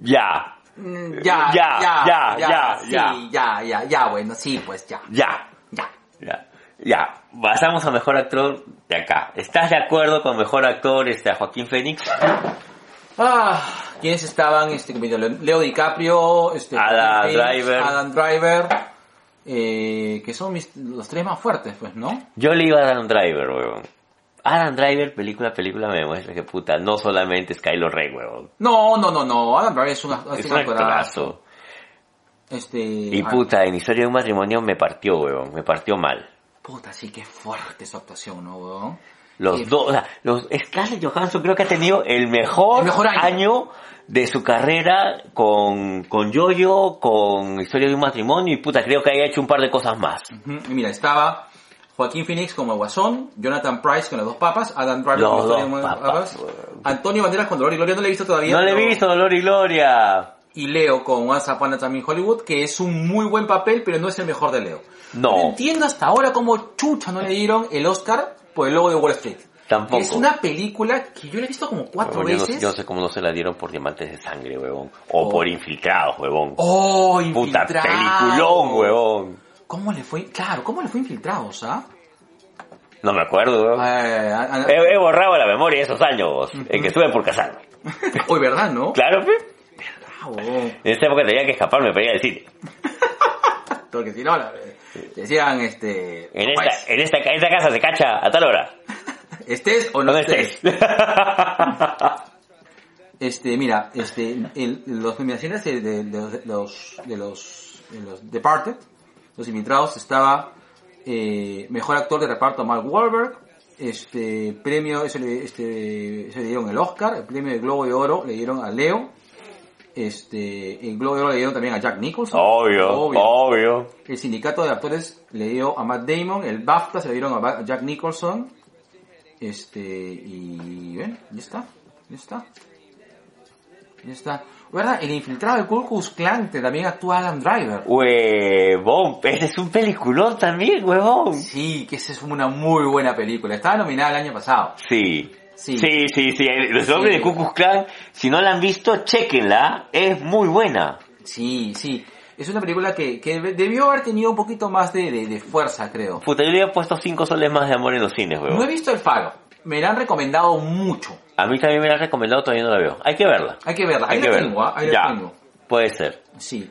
[SPEAKER 2] Ya,
[SPEAKER 1] Mm, Ya,
[SPEAKER 2] Ya, ya, ya,
[SPEAKER 1] sí,
[SPEAKER 2] ya.
[SPEAKER 1] ya, ya, ya, bueno, sí, pues ya,
[SPEAKER 2] ya,
[SPEAKER 1] ya.
[SPEAKER 2] ya, ya. Pasamos a mejor actor de acá. ¿Estás de acuerdo con mejor actor este, a Joaquín Phoenix?
[SPEAKER 1] Ah, ¿quiénes estaban? Este, Leo DiCaprio, este,
[SPEAKER 2] Adam
[SPEAKER 1] Joaquin Phoenix,
[SPEAKER 2] Driver.
[SPEAKER 1] Adam Driver, eh, que son mis- los tres más fuertes, pues, ¿no?
[SPEAKER 2] Yo le iba a Adam Driver, weón. Adam Driver, película a película, me demuestra que puta, no solamente es Kylo Ren, weón.
[SPEAKER 1] No, no, no, no, Adam Driver es un,
[SPEAKER 2] Es un actorazo.
[SPEAKER 1] Este,
[SPEAKER 2] Y
[SPEAKER 1] ah,
[SPEAKER 2] puta, en historia de un matrimonio me partió, weón, me partió mal.
[SPEAKER 1] ah, puta, sí, qué fuerte esa actuación, ¿no, weón?
[SPEAKER 2] Los
[SPEAKER 1] Qué
[SPEAKER 2] dos, o sea, los Scarlett Johansson creo que ha tenido el mejor,
[SPEAKER 1] El mejor año.
[SPEAKER 2] año. de su carrera con, con Yoyo, con Historia de un matrimonio y puta, creo que haya hecho un par de cosas más.
[SPEAKER 1] Ujú, y mira, estaba Joaquín Phoenix como el Guasón, Jonathan Price con las dos papas, Adam Driver
[SPEAKER 2] Los
[SPEAKER 1] con Antonio
[SPEAKER 2] dos
[SPEAKER 1] Banderas-
[SPEAKER 2] papas.
[SPEAKER 1] Antonio Banderas con Dolor y Gloria, no le he visto todavía.
[SPEAKER 2] No le he
[SPEAKER 1] pero-
[SPEAKER 2] visto Dolor y Gloria.
[SPEAKER 1] Y Leo con Once Upon a Time in Hollywood, que es un muy buen papel, pero no es el mejor de Leo.
[SPEAKER 2] No.
[SPEAKER 1] entiendo hasta ahora cómo chucha no le dieron el Oscar por el logo de Wall Street.
[SPEAKER 2] Tampoco.
[SPEAKER 1] Es una película que yo la he visto como cuatro
[SPEAKER 2] Huevón, yo, no,
[SPEAKER 1] veces.
[SPEAKER 2] yo no sé cómo no se la dieron por diamantes de sangre, huevón. O
[SPEAKER 1] Oh.
[SPEAKER 2] por infiltrados, huevón.
[SPEAKER 1] ¡Oh,
[SPEAKER 2] puta,
[SPEAKER 1] infiltrado!
[SPEAKER 2] peliculón, huevón.
[SPEAKER 1] ¿Cómo le fue? Claro, ¿cómo le fue infiltrados, ah?
[SPEAKER 2] Eh, No me acuerdo, huevón.
[SPEAKER 1] Eh, a- a-
[SPEAKER 2] He, he borrado la memoria de esos años en que estuve por casarme.
[SPEAKER 1] Hoy, ¿verdad, no?
[SPEAKER 2] Claro, pe.
[SPEAKER 1] Ah, huevón.
[SPEAKER 2] En esa época tenía que escaparme para ir al cine.
[SPEAKER 1] Porque si no, la- te decían, este...
[SPEAKER 2] En
[SPEAKER 1] "Papá,
[SPEAKER 2] esta, en esta, en esta casa se cacha a tal hora.
[SPEAKER 1] ¿Estés o no
[SPEAKER 2] ¿Dónde
[SPEAKER 1] estés?
[SPEAKER 2] estés?
[SPEAKER 1] Este, mira, este, el- los nominaciones de, de- de los, de los, de los Departed, los invitados, estaba eh, Mejor Actor de Reparto Mark Wahlberg, este, premio, eso le, este, eso le dieron el Oscar, el premio de Globo de Oro le dieron a Leo, este, el Globo de Oro le dieron también a Jack Nicholson.
[SPEAKER 2] obvio, obvio,
[SPEAKER 1] El sindicato de actores le dio a Matt Damon, el BAFTA se lo dieron a Ba- a Jack Nicholson. eh, Este, y bueno, ya está, ya está. Ya está. ¿Verdad? El infiltrado de Ku Klux Klan, que también actúa Adam Driver.
[SPEAKER 2] Huevón, este es un peliculón también, huevón.
[SPEAKER 1] Sí, que esa es una muy buena película. Estaba nominada el año pasado.
[SPEAKER 2] Sí.
[SPEAKER 1] Sí.
[SPEAKER 2] Sí, sí, sí. Los hombres de Ku Klux Klan, si no la han visto, chequenla. Es muy buena.
[SPEAKER 1] Sí, sí. Es una película que, que debió haber tenido un poquito más de, de- de fuerza, creo.
[SPEAKER 2] Puta, yo le había puesto 5 soles más de amor en los cines,
[SPEAKER 1] No he
[SPEAKER 2] huevón.
[SPEAKER 1] visto El Faro. Me la han recomendado mucho.
[SPEAKER 2] A mí también me la han recomendado, todavía no la veo. Hay que verla.
[SPEAKER 1] Hay que verla. Ahí
[SPEAKER 2] Hay que
[SPEAKER 1] la
[SPEAKER 2] verla.
[SPEAKER 1] tengo, ¿ah? Ahí la
[SPEAKER 2] ya.
[SPEAKER 1] tengo.
[SPEAKER 2] Puede ser.
[SPEAKER 1] Sí.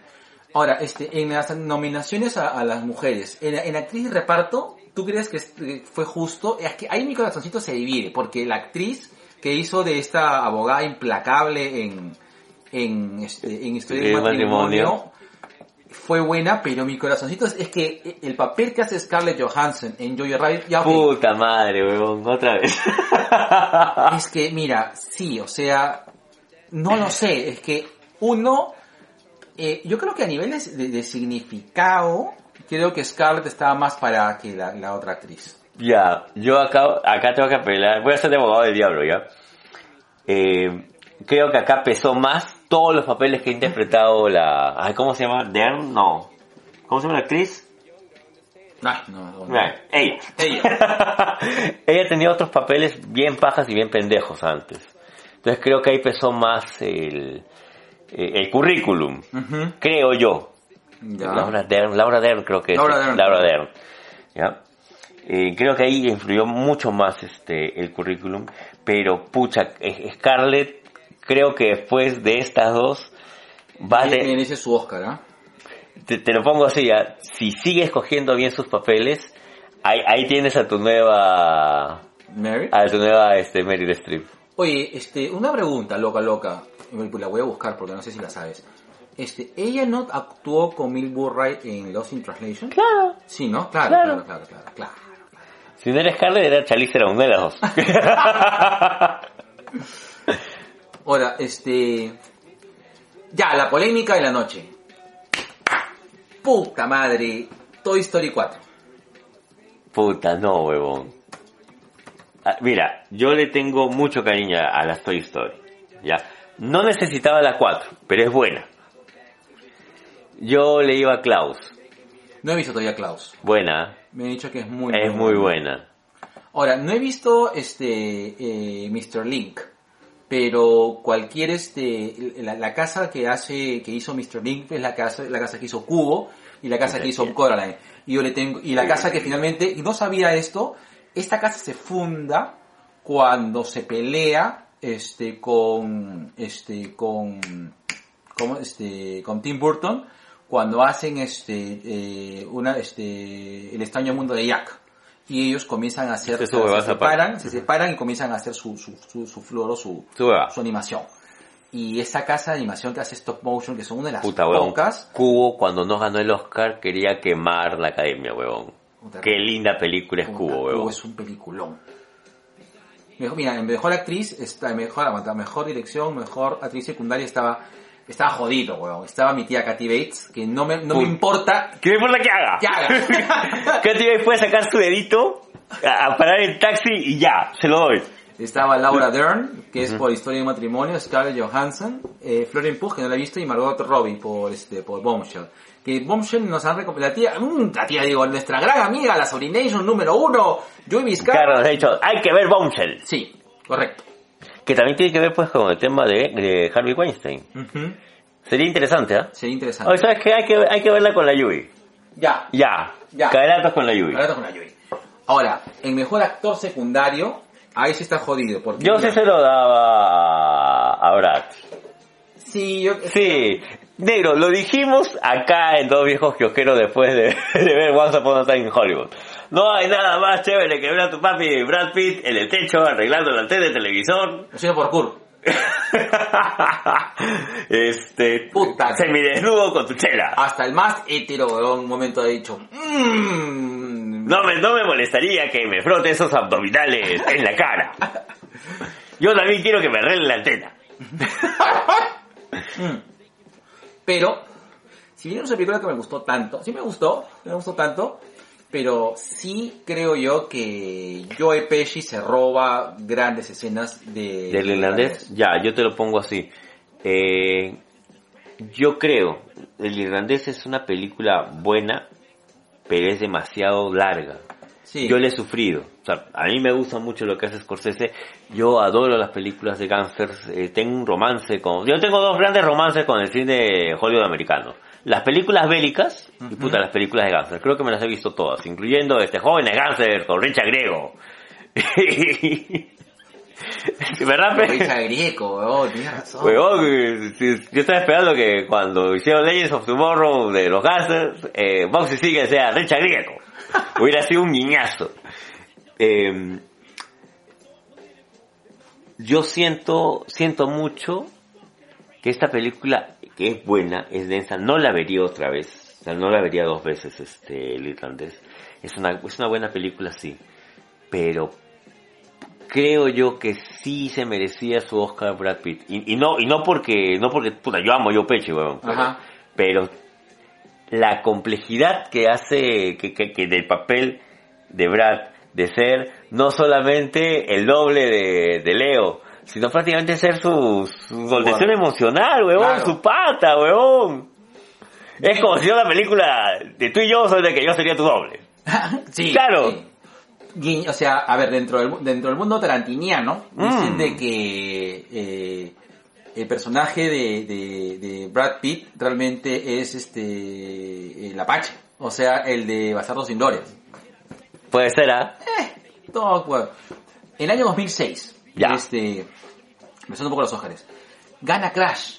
[SPEAKER 1] Ahora, este, en las nominaciones a, a las mujeres, en, en actriz y reparto, ¿tú crees que es- eh, fue justo? Es que ahí mi corazoncito se divide, porque la actriz que hizo de esta abogada implacable en, en, este, en Historia del
[SPEAKER 2] El
[SPEAKER 1] matrimonio,
[SPEAKER 2] matrimonio.
[SPEAKER 1] fue buena, pero mi corazoncito es, es que el papel que hace Scarlett Johansson en Jojo Rabbit ya fue-
[SPEAKER 2] Puta madre, huevón, otra vez.
[SPEAKER 1] es que, mira, sí, o sea, no lo sé, es que uno, eh, yo creo que a nivel de, de- de significado, creo que Scarlett estaba más para que la, la otra actriz.
[SPEAKER 2] Ya, yo acá, acá tengo que apelar, voy a ser de abogado del diablo, ¿ya? Eh, creo que acá pesó más todos los papeles que ha interpretado la... ay, ¿Cómo se llama? ¿Dern? No. ¿Cómo se llama la actriz?
[SPEAKER 1] Ay, no, no, no.
[SPEAKER 2] Nah, ella.
[SPEAKER 1] Ella.
[SPEAKER 2] ella tenía otros papeles bien pajas y bien pendejos antes. Entonces creo que ahí pesó más el, eh, el, el currículum,
[SPEAKER 1] Ujú,
[SPEAKER 2] creo yo.
[SPEAKER 1] ya.
[SPEAKER 2] Laura Dern, Laura Dern creo que es. eh,
[SPEAKER 1] Laura Dern.
[SPEAKER 2] Dern, ¿ya? Eh, creo que ahí influyó mucho más este el currículum, pero pucha, eh, Scarlett creo que después de estas dos va a
[SPEAKER 1] Ella
[SPEAKER 2] te-
[SPEAKER 1] merece su Oscar, ¿ah?
[SPEAKER 2] te, te lo pongo así, ¿ya? si sigue escogiendo bien sus papeles, ahí, ahí tienes a tu nueva
[SPEAKER 1] Mary.
[SPEAKER 2] a tu nueva este Meryl Streep.
[SPEAKER 1] Oye, este, una pregunta, loca, loca. pues, La voy a buscar porque no sé si la sabes. Este, ¿ella no actuó con Mil Burray en Lost in Translation?
[SPEAKER 2] Claro.
[SPEAKER 1] Sí, ¿no? Claro, claro,
[SPEAKER 2] Claro.
[SPEAKER 1] claro, claro, claro.
[SPEAKER 2] Si no era Scarlett era Charlize Theron, una de las dos.
[SPEAKER 1] Ahora, este. Ya, la polémica de la noche. Puta madre. Toy Story 4.
[SPEAKER 2] Puta, no, huevón. Ah, Mira, yo le tengo mucho cariño a a las Toy Story. Ya. No necesitaba la 4, pero es buena. Yo le iba a Klaus.
[SPEAKER 1] No he visto todavía Klaus.
[SPEAKER 2] Buena.
[SPEAKER 1] Me han dicho que es muy
[SPEAKER 2] es muy buena.
[SPEAKER 1] Ahora, no he visto este eh, Mr. Link. Pero cualquier este. La, la casa que hace. que hizo Mr. Link es la casa, la casa que hizo Cubo y la casa que hizo Coraline. Y yo le tengo. Y la casa que finalmente. Y no sabía esto. Esta casa se funda cuando se pelea este con. Este. con. ¿cómo? este, con Tim Burton cuando hacen este eh, una este el extraño mundo de Jack y ellos comienzan a hacer
[SPEAKER 2] Eso
[SPEAKER 1] se,
[SPEAKER 2] me vas a
[SPEAKER 1] separan
[SPEAKER 2] parar.
[SPEAKER 1] se separan y comienzan a hacer su su su, su flor o su
[SPEAKER 2] Su hueva.
[SPEAKER 1] su animación y esa casa de animación que hace stop motion que son una de las
[SPEAKER 2] Puta, huevón.
[SPEAKER 1] pocas
[SPEAKER 2] Cubo, cuando no ganó el Oscar, quería quemar la academia, huevón.
[SPEAKER 1] Puta,
[SPEAKER 2] Qué linda película es
[SPEAKER 1] puta,
[SPEAKER 2] Cubo, huevón.
[SPEAKER 1] es un peliculón mejor, mira mejor actriz está mejor aguanta, mejor dirección mejor actriz secundaria estaba estaba jodido huevón estaba mi tía Katy Bates que no me no me
[SPEAKER 2] Puta.
[SPEAKER 1] importa
[SPEAKER 2] ¿Qué me importa que haga?
[SPEAKER 1] que haga.
[SPEAKER 2] Katy Bates puede sacar su dedito a, a parar el taxi y ya, se lo doy.
[SPEAKER 1] Estaba Laura Dern, que es por Historia de Matrimonio, Scarlett Johansson, eh, Florian Pugh, que no la he visto, y Margot Robbie por, este, por Bombshell. Que Bombshell nos han recomendado, la tía, mm, la tía digo, nuestra gran amiga, la Sobrination número uno, Joey Vizcarra.
[SPEAKER 2] Carlos ha dicho, hay que ver Bombshell.
[SPEAKER 1] Sí, correcto.
[SPEAKER 2] Que también tiene que ver pues con el tema de, de Harvey Weinstein.
[SPEAKER 1] Ujú.
[SPEAKER 2] Sería interesante, ¿ah?
[SPEAKER 1] Sería
[SPEAKER 2] O
[SPEAKER 1] interesante.
[SPEAKER 2] sea, que hay que, hay que verla con la Yui.
[SPEAKER 1] Ya,
[SPEAKER 2] Ya.
[SPEAKER 1] Ya. Ah.
[SPEAKER 2] Caderatos con la Yui.
[SPEAKER 1] ahora con la Joey. Ahora, el mejor actor secundario, ahí sí está jodido, porque...
[SPEAKER 2] Yo sí se lo daba a Brad.
[SPEAKER 1] Sí, yo...
[SPEAKER 2] Sí. Negro, lo dijimos acá en Dos Viejos Kiosqueros después de, de ver Once Upon a Time en Hollywood. No hay nada más chévere que ver a tu papi Brad Pitt en el techo arreglando la tele de televisor.
[SPEAKER 1] Lo siento por Kurt.
[SPEAKER 2] este...
[SPEAKER 1] Puta.
[SPEAKER 2] Semidesnudo con tu chela.
[SPEAKER 1] Hasta el más hetero, en un momento ha dicho... Mmm,
[SPEAKER 2] No me, no me molestaría que me frote esos abdominales en la cara. Yo también quiero que me arreglen la antena.
[SPEAKER 1] Pero, si bien no es una película que me gustó tanto, sí me gustó, me gustó tanto, pero sí creo yo que Joe Pesci se roba grandes escenas de...
[SPEAKER 2] ¿Del irlandés? Ya, yo te lo pongo así. Eh, yo creo, El Irlandés es una película buena, pero es demasiado larga.
[SPEAKER 1] Sí.
[SPEAKER 2] Yo le he sufrido. O sea, a mí me gusta mucho lo que hace Scorsese. Yo adoro las películas de gángsters. Eh, tengo un romance con... Yo tengo dos grandes romances con el cine Hollywood americano. Las películas bélicas y puta, las películas de gángsters. Creo que me las he visto todas, incluyendo este Jóvenes Gángsters con Richard Grego. ¿Verdad? pe?
[SPEAKER 1] Richard Grieco, weón, tienes razón.
[SPEAKER 2] Huevón, eh, si- si- yo estaba esperando que cuando hicieron Legends of Tomorrow de los Gases, eh, Boxy Sigue sea Richard Grieco. Hubiera sido un guiñazo. Eh, yo siento, siento mucho que esta película, que es buena, es densa, no la vería otra vez, o sea, no la vería dos veces este, el irlandés. Es una, es una buena película, sí, pero creo yo que sí se merecía su Oscar Brad Pitt. Y, y no, y no porque, no porque, puta, yo amo yo Peche, weón. pero-
[SPEAKER 1] Ajá.
[SPEAKER 2] Pero la complejidad que hace, que, que, que del papel de Brad, de ser no solamente el doble de, de Leo, sino prácticamente ser su, su contención emocional, weón,
[SPEAKER 1] Claro.
[SPEAKER 2] su pata, weón. Es como si yo la película de tú y yo, soy de que yo sería tu doble.
[SPEAKER 1] Sí,
[SPEAKER 2] Claro.
[SPEAKER 1] sí. Guiño, o sea, a ver, dentro del, mu- dentro del mundo tarantiniano, dicen
[SPEAKER 2] Mm.
[SPEAKER 1] de que eh, el personaje de, de- de Brad Pitt realmente es este el Apache, o sea, el de Bastardos sin Glorias.
[SPEAKER 2] Puede ser, ¿ah?
[SPEAKER 1] Todo acuerdo. El año 2006,
[SPEAKER 2] Ya.
[SPEAKER 1] este, empezando un poco los Óscares, gana Crash.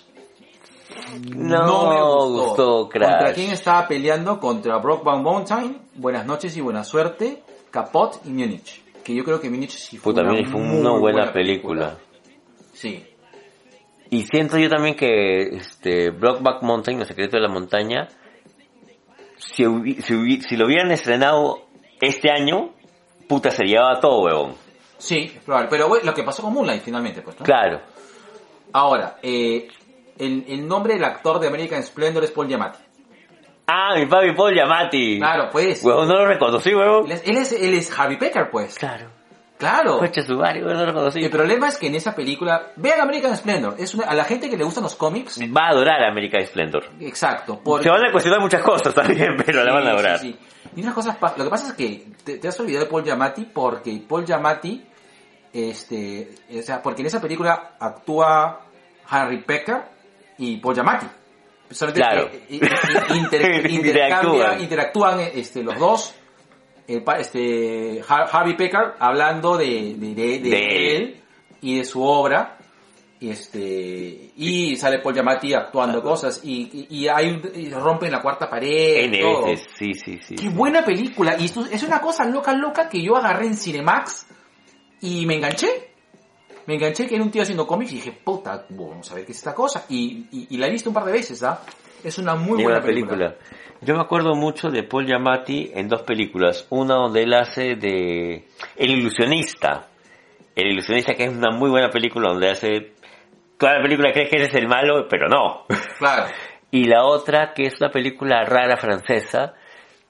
[SPEAKER 2] No, me gustó, Crash.
[SPEAKER 1] ¿Contra quién estaba peleando? Contra Brockbound Mountain, Buenas noches y buena suerte, Capot y Múnich. Que yo creo que Múnich sí fue
[SPEAKER 2] Puta,
[SPEAKER 1] una,
[SPEAKER 2] también fue
[SPEAKER 1] muy
[SPEAKER 2] una buena, película.
[SPEAKER 1] Sí.
[SPEAKER 2] Y siento yo también que este Blockback Mountain, El secreto de la montaña, si, hubi- si, hubi- si lo hubieran estrenado este año, puta, se llevaba todo, huevón.
[SPEAKER 1] Sí, es probable. Pero bueno, lo que pasó con Moonlight finalmente, pues, ¿no?
[SPEAKER 2] Claro.
[SPEAKER 1] Ahora, eh, el, el nombre del actor de American Splendor es Paul Giamatti.
[SPEAKER 2] Ah, mi papi Paul Yamati.
[SPEAKER 1] Claro, pues.
[SPEAKER 2] Huevón, no lo reconocí,
[SPEAKER 1] Él
[SPEAKER 2] huevón.
[SPEAKER 1] es, él, es, él es Harvey Pecker, pues.
[SPEAKER 2] Claro. Pues
[SPEAKER 1] Claro.
[SPEAKER 2] Coche su barrio, huevón, no lo reconocí.
[SPEAKER 1] El problema es que en esa película, vean American Splendor, es una, a la gente que le gustan los cómics,
[SPEAKER 2] Va a adorar América Splendor.
[SPEAKER 1] exacto, porque
[SPEAKER 2] Se van a cuestionar muchas cosas también, pero la van a
[SPEAKER 1] Sí,
[SPEAKER 2] adorar.
[SPEAKER 1] sí, sí. Y unas cosas, pa- lo que pasa es que te, te has olvidado de Paul Giamatti porque Paul Giamatti, este, o sea, porque en esa película actúa Harry Pecker y Paul Giamatti. Solamente
[SPEAKER 2] Claro.
[SPEAKER 1] que, eh, eh, inter- intercambian-
[SPEAKER 2] Interactúan.
[SPEAKER 1] interactúan este, los dos. El, pa- este, Har- Harvey Pecker hablando de, de, de- de
[SPEAKER 2] De él.
[SPEAKER 1] él y de su obra. Y este y sale Paul Giamatti actuando cosas y, y, y hay un- y rompen la cuarta pared
[SPEAKER 2] N
[SPEAKER 1] todo.
[SPEAKER 2] veces, sí, sí, sí.
[SPEAKER 1] Qué buena película. Y esto es una cosa loca, loca que yo agarré en Cinemax y me enganché. Me enganché que era un tío haciendo cómics y dije, puta, bueno, vamos a ver qué es esta cosa. Y, y, y la he visto un par de veces, ¿ah? Es una muy
[SPEAKER 2] Ni
[SPEAKER 1] buena
[SPEAKER 2] una película. Yo me acuerdo mucho de Paul Giamatti en dos películas. Una donde él hace de El ilusionista. El ilusionista que es una muy buena película donde hace toda la película crees que ese es el malo, pero no.
[SPEAKER 1] Claro.
[SPEAKER 2] Y la otra que es una película rara francesa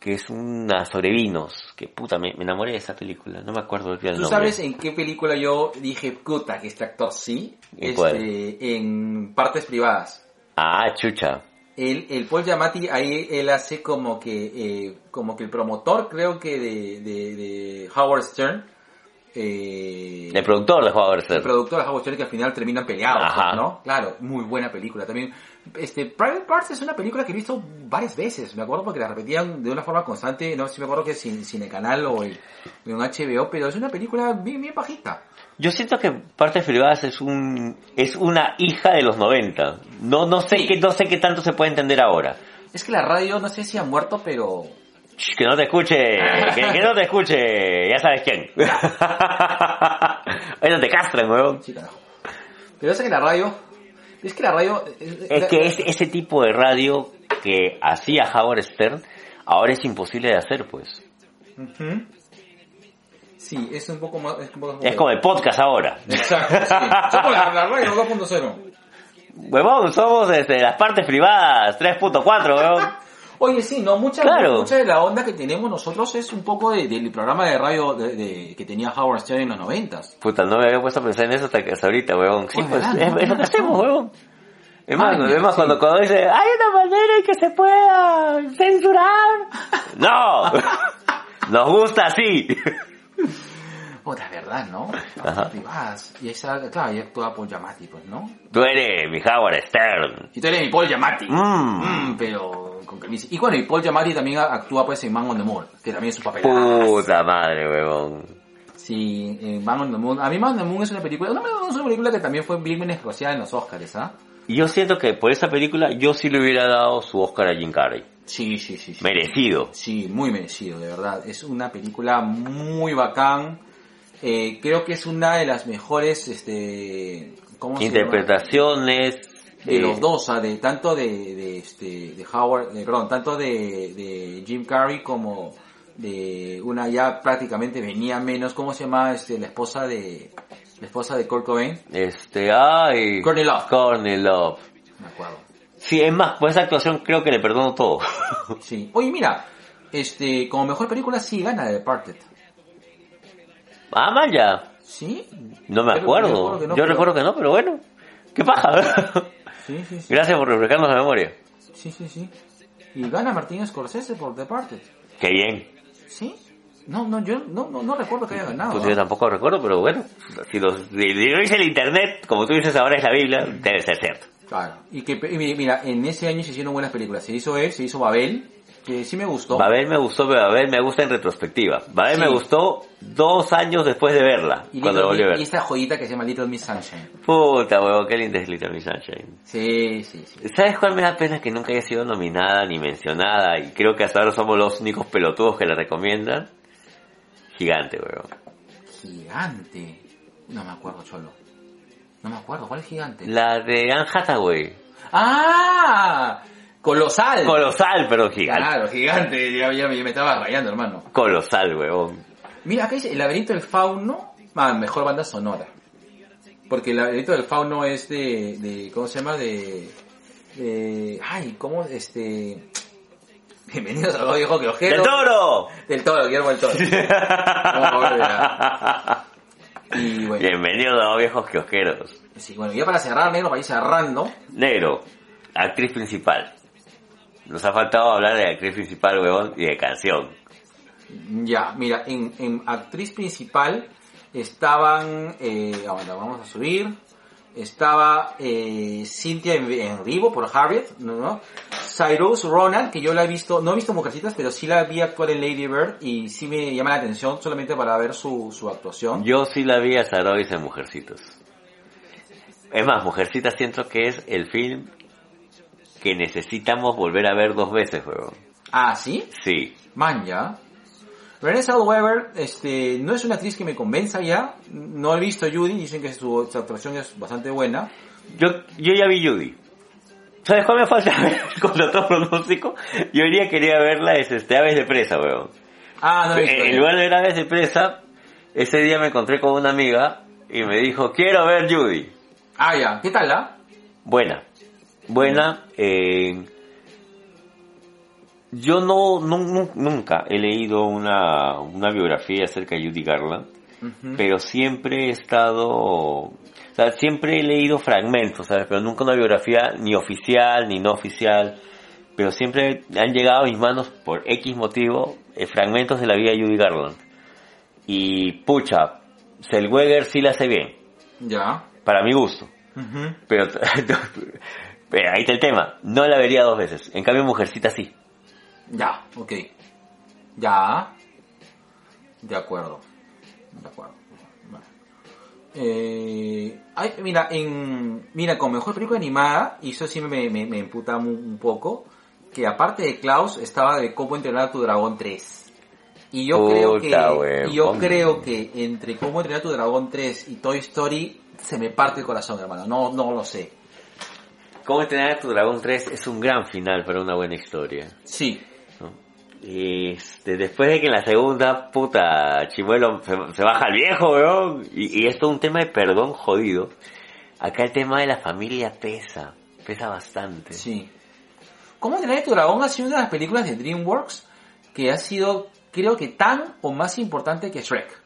[SPEAKER 2] que es una sobre vinos. Que puta, me, me enamoré de esa película. No me acuerdo el
[SPEAKER 1] ¿Tú
[SPEAKER 2] nombre.
[SPEAKER 1] sabes en qué película yo dije, puta, que este actor sí?
[SPEAKER 2] ¿En cuál?
[SPEAKER 1] Este, en Partes Privadas.
[SPEAKER 2] Ah, chucha.
[SPEAKER 1] El, el Paul Giamatti ahí él hace como que eh, como que el promotor creo que de, de, de Howard Stern eh,
[SPEAKER 2] El productor de Jugadores
[SPEAKER 1] el productor de Howard Stern que al final terminan peleados
[SPEAKER 2] Ajá.
[SPEAKER 1] ¿no? Claro muy buena película también este Private Parts es una película que he visto varias veces me acuerdo porque la repetían de una forma constante no sé si me acuerdo que sin sin el canal o el, en HBO pero es una película bien bien bajita
[SPEAKER 2] Yo siento que Partes Privadas es un es una hija de los 90. No no sé qué no sé qué tanto se puede entender ahora.
[SPEAKER 1] es que la radio no sé si ha muerto pero
[SPEAKER 2] Shh, que no te escuche, que, que no te escuche, ya sabes quién. Ahí no te castran, weón.
[SPEAKER 1] sí carajo pero es que la radio es que la radio eh,
[SPEAKER 2] Es
[SPEAKER 1] la-
[SPEAKER 2] que es, ese tipo de radio que hacía Howard Stern ahora es imposible de hacer, pues.
[SPEAKER 1] Ujú. Sí, es un poco más... Es, un poco más
[SPEAKER 2] Es como el podcast ahora.
[SPEAKER 1] Exacto, sí. Somos la, la radio 2.0.
[SPEAKER 2] Huevón, somos este, las partes privadas, 3.4, weón.
[SPEAKER 1] Oye, sí, no, mucha,
[SPEAKER 2] Claro.
[SPEAKER 1] mucha de la onda que tenemos nosotros es un poco de- del programa de radio de, de- que tenía Howard Stern en los noventas.
[SPEAKER 2] Puta, no me había puesto a pensar en eso hasta, que- hasta ahorita, weón. Sí,
[SPEAKER 1] Pues,
[SPEAKER 2] pues,
[SPEAKER 1] ¿verdad?
[SPEAKER 2] es, es lo que hacemos, weón. Es más, es más cuando, cuando dice, hay una manera en que se pueda censurar. No, nos gusta así.
[SPEAKER 1] Otra verdad, ¿no?
[SPEAKER 2] Ajá.
[SPEAKER 1] Privadas. Y esa, claro, y actúa Paul Giamatti, pues, ¿no?
[SPEAKER 2] Tú eres mi Howard Stern.
[SPEAKER 1] Y tú eres mi Paul Giamatti.
[SPEAKER 2] Mm.
[SPEAKER 1] Mm, pero con camisa. Y bueno, y Paul Giamatti también actúa pues en Man on the Moon, que también es su papel.
[SPEAKER 2] Puta madre, huevón.
[SPEAKER 1] Sí, en Man on the Moon. A mí Man on the Moon es una película, no, no, es una película que también fue bien menospreciada en los Oscars, ¿ah?
[SPEAKER 2] Y Yo siento que por esa película yo sí le hubiera dado su Oscar a Jim Carrey.
[SPEAKER 1] Sí, sí, sí. sí.
[SPEAKER 2] Merecido.
[SPEAKER 1] Sí, muy merecido, de verdad. Es una película muy bacán. Eh, creo que es una de las mejores, este, ¿cómo se llama?
[SPEAKER 2] Interpretaciones.
[SPEAKER 1] de
[SPEAKER 2] eh,
[SPEAKER 1] los dos, ah, de tanto de, de este de Howard, de, perdón, tanto de, de Jim Carrey como de una ya prácticamente venía menos, ¿cómo se llama? Este, la esposa de la esposa de Kurt Cobain,
[SPEAKER 2] Este, ay.
[SPEAKER 1] Courtney Love.
[SPEAKER 2] Courtney Love.
[SPEAKER 1] me acuerdo.
[SPEAKER 2] Sí, es más, por esa actuación creo que le perdono todo.
[SPEAKER 1] Sí. Oye, mira, este, como mejor película sí gana The Departed.
[SPEAKER 2] ah, man, ya.
[SPEAKER 1] ¿Sí?
[SPEAKER 2] No me
[SPEAKER 1] Creo-
[SPEAKER 2] acuerdo.
[SPEAKER 1] que no,
[SPEAKER 2] yo
[SPEAKER 1] pero-
[SPEAKER 2] recuerdo que no, pero bueno. ¿Qué paja?
[SPEAKER 1] Sí, sí, sí.
[SPEAKER 2] Gracias por refrescarnos la memoria.
[SPEAKER 1] Sí, sí, sí. Y gana Martín Scorsese por Departed.
[SPEAKER 2] Qué bien.
[SPEAKER 1] ¿Sí? No, no, yo no, no, no recuerdo que haya ganado.
[SPEAKER 2] Pues
[SPEAKER 1] ¿ah?
[SPEAKER 2] yo tampoco recuerdo, pero bueno. Si lo, si lo dice el internet, como tú dices ahora es la Biblia, debe ser cierto.
[SPEAKER 1] Claro. Y que, y mi- mira, en ese año se hicieron buenas películas. Se hizo él, se hizo Babel, que sí me gustó.
[SPEAKER 2] Babel me gustó, pero Babel me gusta en retrospectiva. Babel
[SPEAKER 1] Sí.
[SPEAKER 2] me gustó dos años después de verla,
[SPEAKER 1] Y,
[SPEAKER 2] cuando la volví
[SPEAKER 1] Little-
[SPEAKER 2] a
[SPEAKER 1] y
[SPEAKER 2] ver.
[SPEAKER 1] esta joyita que se llama Little Miss Sunshine.
[SPEAKER 2] Puta, huevo, qué linda es Little Miss Sunshine.
[SPEAKER 1] Sí, sí, sí.
[SPEAKER 2] ¿Sabes cuál me da pena que nunca haya sido nominada ni mencionada? Y creo que hasta ahora somos los únicos pelotudos que la recomiendan. Gigante, huevón.
[SPEAKER 1] Gigante. No me acuerdo, Cholo. No me acuerdo, ¿cuál es gigante?
[SPEAKER 2] La de Anne Hathaway.
[SPEAKER 1] ¡Ah! Colosal.
[SPEAKER 2] Colosal, pero gigante.
[SPEAKER 1] Claro, gigante. Ya, ya me- me estaba rayando, hermano.
[SPEAKER 2] Colosal, huevón.
[SPEAKER 1] Mira, acá dice El laberinto del fauno, ah, mejor banda sonora. Porque el laberinto del fauno es de, de ¿cómo se llama? De, de- ay, ¿cómo? Este, bienvenidos a los viejos que
[SPEAKER 2] ¡Del
[SPEAKER 1] ojero.
[SPEAKER 2] toro!
[SPEAKER 1] Del toro, Guillermo del toro. No, olvida. Y bueno,
[SPEAKER 2] Bienvenido a los viejos kiosqueros.
[SPEAKER 1] sí, bueno, ya para cerrar, negro, para ir cerrando,
[SPEAKER 2] Negro, actriz principal. Nos ha faltado hablar de actriz principal, huevón, y de canción.
[SPEAKER 1] ya, mira, en, en actriz principal estaban, eh, aguanta, vamos a subir, estaba eh, Cynthia en, en Rivo por Harriet, ¿no? no? Cyrus Ronan, que yo la he visto, no he visto Mujercitas, pero sí la vi actuar en Lady Bird y sí me llama la atención solamente para ver su, su actuación.
[SPEAKER 2] Yo sí la vi a Sarois en Mujercitos. Es más, Mujercitas siento que es el film que necesitamos volver a ver dos veces, huevón.
[SPEAKER 1] Ah, ¿sí?
[SPEAKER 2] Sí.
[SPEAKER 1] Man, ya. Renée Zellweger, este, no es una actriz que me convenza ya. No he visto Judy, dicen que su, su actuación es bastante buena.
[SPEAKER 2] Yo, yo ya vi Judy. ¿Sabes cuál me falta ver contra todo pronóstico? Yo hoy día quería verla es este Aves de Presa, huevón.
[SPEAKER 1] Ah, no he visto.
[SPEAKER 2] En lugar de ver Aves de Presa, ese día me encontré con una amiga y me dijo, quiero ver Judy.
[SPEAKER 1] Ah, ya. ¿Qué tal, la?
[SPEAKER 2] Buena. Buena. eh, yo no, no- nu- nunca he leído una, una biografía acerca de Judy Garland, pero siempre he estado... o sea, siempre he leído fragmentos, ¿sabes? Pero nunca una biografía ni oficial ni no oficial. Pero siempre han llegado a mis manos, por X motivo, eh, fragmentos de la vida de Judy Garland. Y pucha, Selweger sí la hace bien,
[SPEAKER 1] Ya.
[SPEAKER 2] para mi gusto.
[SPEAKER 1] Ujú.
[SPEAKER 2] Pero, pero ahí está el tema. No la vería dos veces. En cambio, Mujercita sí.
[SPEAKER 1] Ya, ok. Ya. De acuerdo. De acuerdo. Vale. Eh, ay, mira, en, mira, con mejor película animada, y eso sí me, me, me emputa mu- un, poco, que aparte de Klaus estaba de Cómo entrenar a tu dragón 3. Y yo
[SPEAKER 2] Puta,
[SPEAKER 1] creo que, y yo
[SPEAKER 2] huevón.
[SPEAKER 1] creo que entre Cómo entrenar a tu dragón 3 y Toy Story se me parte el corazón, hermano. No, no lo sé.
[SPEAKER 2] ¿Cómo entrenar a tu dragón 3? Es un gran final para una buena historia.
[SPEAKER 1] Sí.
[SPEAKER 2] ¿no? Este, después de que en la segunda, puta, Chimuelo se, se baja al viejo, weón. Y, y es todo un tema de perdón jodido. Acá el tema de la familia pesa. Pesa bastante.
[SPEAKER 1] Sí. ¿Cómo entrenar a tu dragón ha sido una de las películas de DreamWorks que ha sido, creo que tan o más importante que Shrek?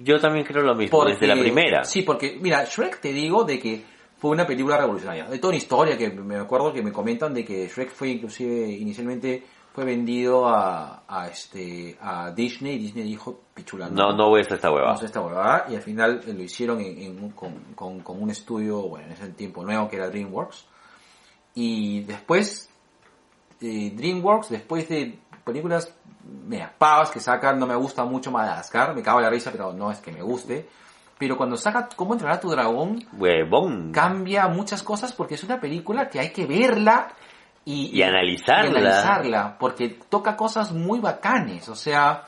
[SPEAKER 2] Yo también creo lo mismo. desde la primera.
[SPEAKER 1] Sí, porque, mira, Shrek te digo de que fue una película revolucionaria. Hay toda una historia que me acuerdo que me comentan de que Shrek fue inclusive inicialmente fue vendido a, a este a Disney y Disney dijo pichula
[SPEAKER 2] No, no voy a hacer esta hueva.
[SPEAKER 1] vamos a esta huevada y al final eh, lo hicieron en- en un- con, con- con un estudio, bueno, en ese tiempo nuevo que era DreamWorks. Y después, eh, DreamWorks, después de películas mea, pavas que sacan, no me gusta mucho Madagascar, me cago en la risa, pero no es que me guste. Pero cuando saca Cómo entrenar a tu dragón,
[SPEAKER 2] Huevón.
[SPEAKER 1] cambia muchas cosas porque es una película que hay que verla y,
[SPEAKER 2] Y analizarla.
[SPEAKER 1] y analizarla, porque toca cosas muy bacanes, o sea,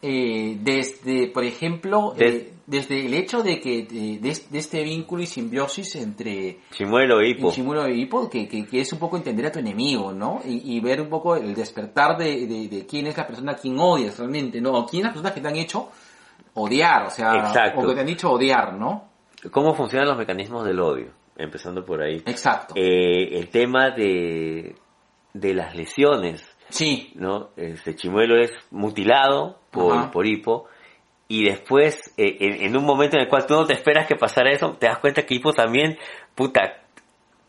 [SPEAKER 1] eh, desde, por ejemplo,
[SPEAKER 2] Des-
[SPEAKER 1] eh, desde el hecho de que eh, de, es- de este vínculo y simbiosis entre
[SPEAKER 2] Chimuelo
[SPEAKER 1] el
[SPEAKER 2] hipo.
[SPEAKER 1] Shimuno y Hippo, que, que, que es un poco entender a tu enemigo, ¿no? Y, y ver un poco el despertar de, de, de quién es la persona a quien odias realmente, ¿no? O quién es la persona que te han hecho odiar, o sea,
[SPEAKER 2] Exacto.
[SPEAKER 1] o que te han dicho odiar, ¿no?
[SPEAKER 2] ¿Cómo funcionan los mecanismos del odio? Empezando por ahí.
[SPEAKER 1] Exacto.
[SPEAKER 2] Eh, el tema de, de las lesiones,
[SPEAKER 1] sí.
[SPEAKER 2] ¿no? Este chimuelo es mutilado por,
[SPEAKER 1] Ajá.
[SPEAKER 2] por hipo. Y después, eh, en, en un momento en el cual tú no te esperas que pasara eso, te das cuenta que hipo también, puta,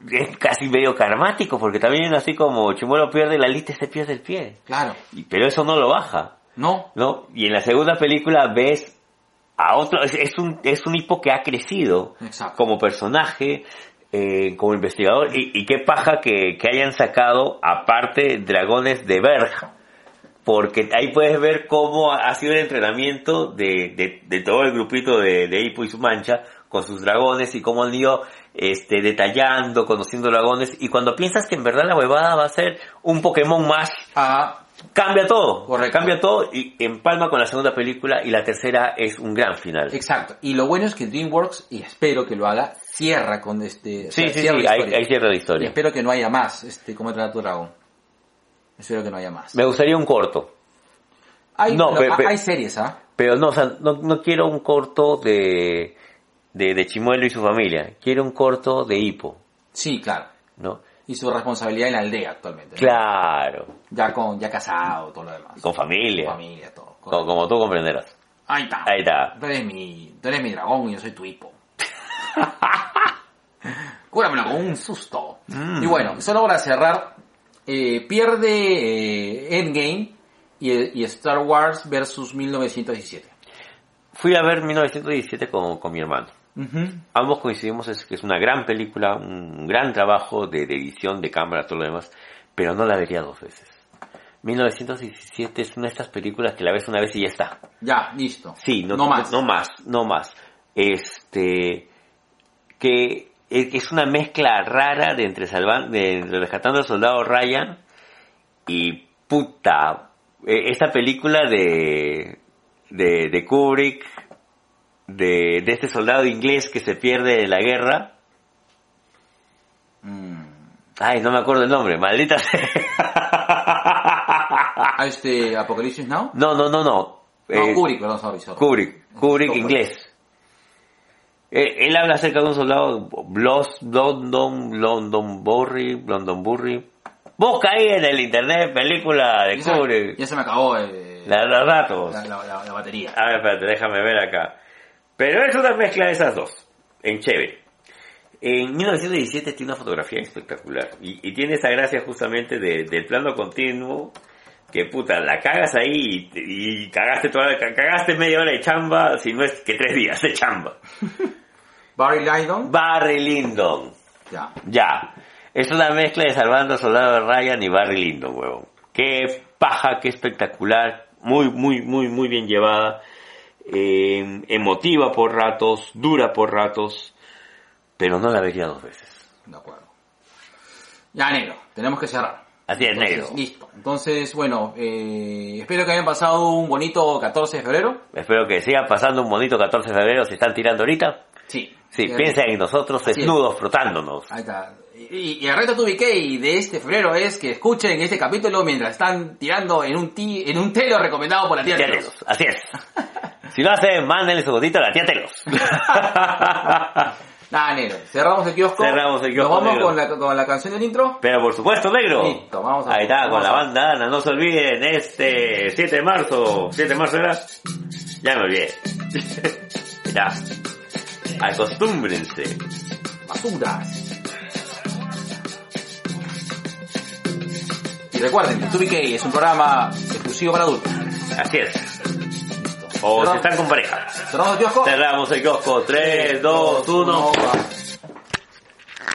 [SPEAKER 2] es casi medio karmático, porque también así como chimuelo pierde la lista, se pierde el pie.
[SPEAKER 1] Claro.
[SPEAKER 2] Y- pero eso no lo baja.
[SPEAKER 1] No.
[SPEAKER 2] ¿no? Y en la segunda película ves a otro, es, es un, es un hipo que ha crecido
[SPEAKER 1] Exacto.
[SPEAKER 2] como personaje, eh, como investigador, y, y qué paja que, que hayan sacado aparte dragones de verja. Porque ahí puedes ver cómo ha ha sido el entrenamiento de, de, de todo el grupito de, de Hipo y su mancha con sus dragones y cómo han ido este, detallando, conociendo dragones. Y cuando piensas que en verdad la huevada va a ser un Pokémon más,
[SPEAKER 1] Ah,
[SPEAKER 2] cambia todo.
[SPEAKER 1] Correcto.
[SPEAKER 2] Cambia todo y empalma con la segunda película y la tercera es un gran final.
[SPEAKER 1] exacto. Y lo bueno es que DreamWorks, y espero que lo haga, cierra con este... o
[SPEAKER 2] Sí,
[SPEAKER 1] sea,
[SPEAKER 2] sí, sí,
[SPEAKER 1] cierra la
[SPEAKER 2] ahí,
[SPEAKER 1] historia.
[SPEAKER 2] ahí cierra la
[SPEAKER 1] Y
[SPEAKER 2] historia.
[SPEAKER 1] espero que no haya más, este, como entrenar a tu dragón. Espero que no haya más.
[SPEAKER 2] Me gustaría un corto,
[SPEAKER 1] Hay,
[SPEAKER 2] No,
[SPEAKER 1] lo-
[SPEAKER 2] pe- pe-
[SPEAKER 1] hay series, ¿ah?
[SPEAKER 2] pero no, o sea, no, no quiero un corto de, de, de Chimuelo y su familia, quiero un corto de Hipo,
[SPEAKER 1] Sí, claro.
[SPEAKER 2] ¿no?
[SPEAKER 1] Y su responsabilidad en la aldea actualmente. ¿no?
[SPEAKER 2] Claro,
[SPEAKER 1] Ya con, ya casado, todo lo demás.
[SPEAKER 2] con familia,
[SPEAKER 1] familia, todo.
[SPEAKER 2] como, como tú comprenderás.
[SPEAKER 1] Ahí está.
[SPEAKER 2] Ahí está.
[SPEAKER 1] Tú eres mi, tú eres mi dragón y yo soy tu hipo. Cúramelo con un susto.
[SPEAKER 2] Mm.
[SPEAKER 1] Y bueno, solo para cerrar, eh, pierde eh, Endgame y, y Star Wars versus 1917.
[SPEAKER 2] Fui a ver 1917 con, con mi hermano.
[SPEAKER 1] Ujú.
[SPEAKER 2] Ambos coincidimos es que es una gran película, un gran trabajo de, de edición, de cámara, todo lo demás, pero no la vería dos veces. 1917 es una de estas películas que la ves una vez y ya está.
[SPEAKER 1] Ya, listo.
[SPEAKER 2] Sí, no,
[SPEAKER 1] No más.
[SPEAKER 2] No más, no más. Este, que e- es una mezcla rara de entre salvan, de entre rescatando al soldado Ryan y puta, e- esta película de, de, de Kubrick, de, de este soldado inglés que se pierde en la guerra.
[SPEAKER 1] Mm.
[SPEAKER 2] Ay, no me acuerdo el nombre, maldita sea.
[SPEAKER 1] Ah, este Apocalipsis Now.
[SPEAKER 2] No, no, no, no.
[SPEAKER 1] No,
[SPEAKER 2] Eh,
[SPEAKER 1] Kubrick, perdón, sorry, sorry.
[SPEAKER 2] Kubrick, Kubrick
[SPEAKER 1] Kubrick.
[SPEAKER 2] inglés. Eh, él habla acerca de un soldado, Blos, London, Londonbury, Londonbury. Busca ahí en el internet película de
[SPEAKER 1] Ya se,
[SPEAKER 2] Kubrick.
[SPEAKER 1] ya se me acabó eh,
[SPEAKER 2] La de ratos.
[SPEAKER 1] la- la- la- la batería.
[SPEAKER 2] A ver, espérate, déjame ver acá. Pero es una mezcla de esas dos. En chévere. En 1917 tiene una fotografía espectacular. Y, y tiene esa gracia justamente de- del plano continuo. Que puta, la cagas ahí y, y cagaste toda la- cagaste media hora de chamba, si no es que tres días de chamba.
[SPEAKER 1] Barry Lydon.
[SPEAKER 2] Barry Lyndon.
[SPEAKER 1] ya.
[SPEAKER 2] Ya. Es una mezcla de Salvando al Soldado Ryan y Barry Lyndon, huevón. Qué paja, qué espectacular. Muy, muy, muy, muy bien llevada. Eh, emotiva por ratos, dura por ratos. Pero no la vería dos veces.
[SPEAKER 1] De acuerdo. Ya, negro, tenemos que cerrar.
[SPEAKER 2] Así es, negro.
[SPEAKER 1] Entonces, listo. Entonces, bueno, eh, espero que hayan pasado un bonito 14 de febrero.
[SPEAKER 2] Espero que sigan pasando un bonito 14 de febrero. Si están tirando ahorita.
[SPEAKER 1] Sí.
[SPEAKER 2] Sí,
[SPEAKER 1] Eh,
[SPEAKER 2] piensen en nosotros
[SPEAKER 1] Así es.
[SPEAKER 2] desnudos, frotándonos.
[SPEAKER 1] Ahí está. Y, y el reto 2BK de este febrero es que escuchen este capítulo mientras están tirando en un ti, en un telo recomendado por la tía
[SPEAKER 2] Tía
[SPEAKER 1] Telos.
[SPEAKER 2] Telos, Así es. Si lo hacen, mándenle su gotito a la tía Telos.
[SPEAKER 1] Nada, negro. Cerramos el kiosco.
[SPEAKER 2] Cerramos el kiosco,
[SPEAKER 1] Nos vamos
[SPEAKER 2] negro.
[SPEAKER 1] con la, con la canción del intro.
[SPEAKER 2] Pero por supuesto, negro.
[SPEAKER 1] Listo, vamos a-
[SPEAKER 2] Ahí está, con
[SPEAKER 1] vamos
[SPEAKER 2] la
[SPEAKER 1] a-
[SPEAKER 2] banda Ana. No se olviden, este 7 de marzo. ¿7 de marzo era? Ya me olvidé. ya. Acostúmbrense.
[SPEAKER 1] Vamos. basura. Y recuerden, Tubi K es un programa exclusivo para adultos.
[SPEAKER 2] Así es. O si
[SPEAKER 1] Cerramos.
[SPEAKER 2] están con pareja.
[SPEAKER 1] ¿Cerramos el kiosco?
[SPEAKER 2] Cerramos el kiosco. 3, 2, 1.
[SPEAKER 1] va.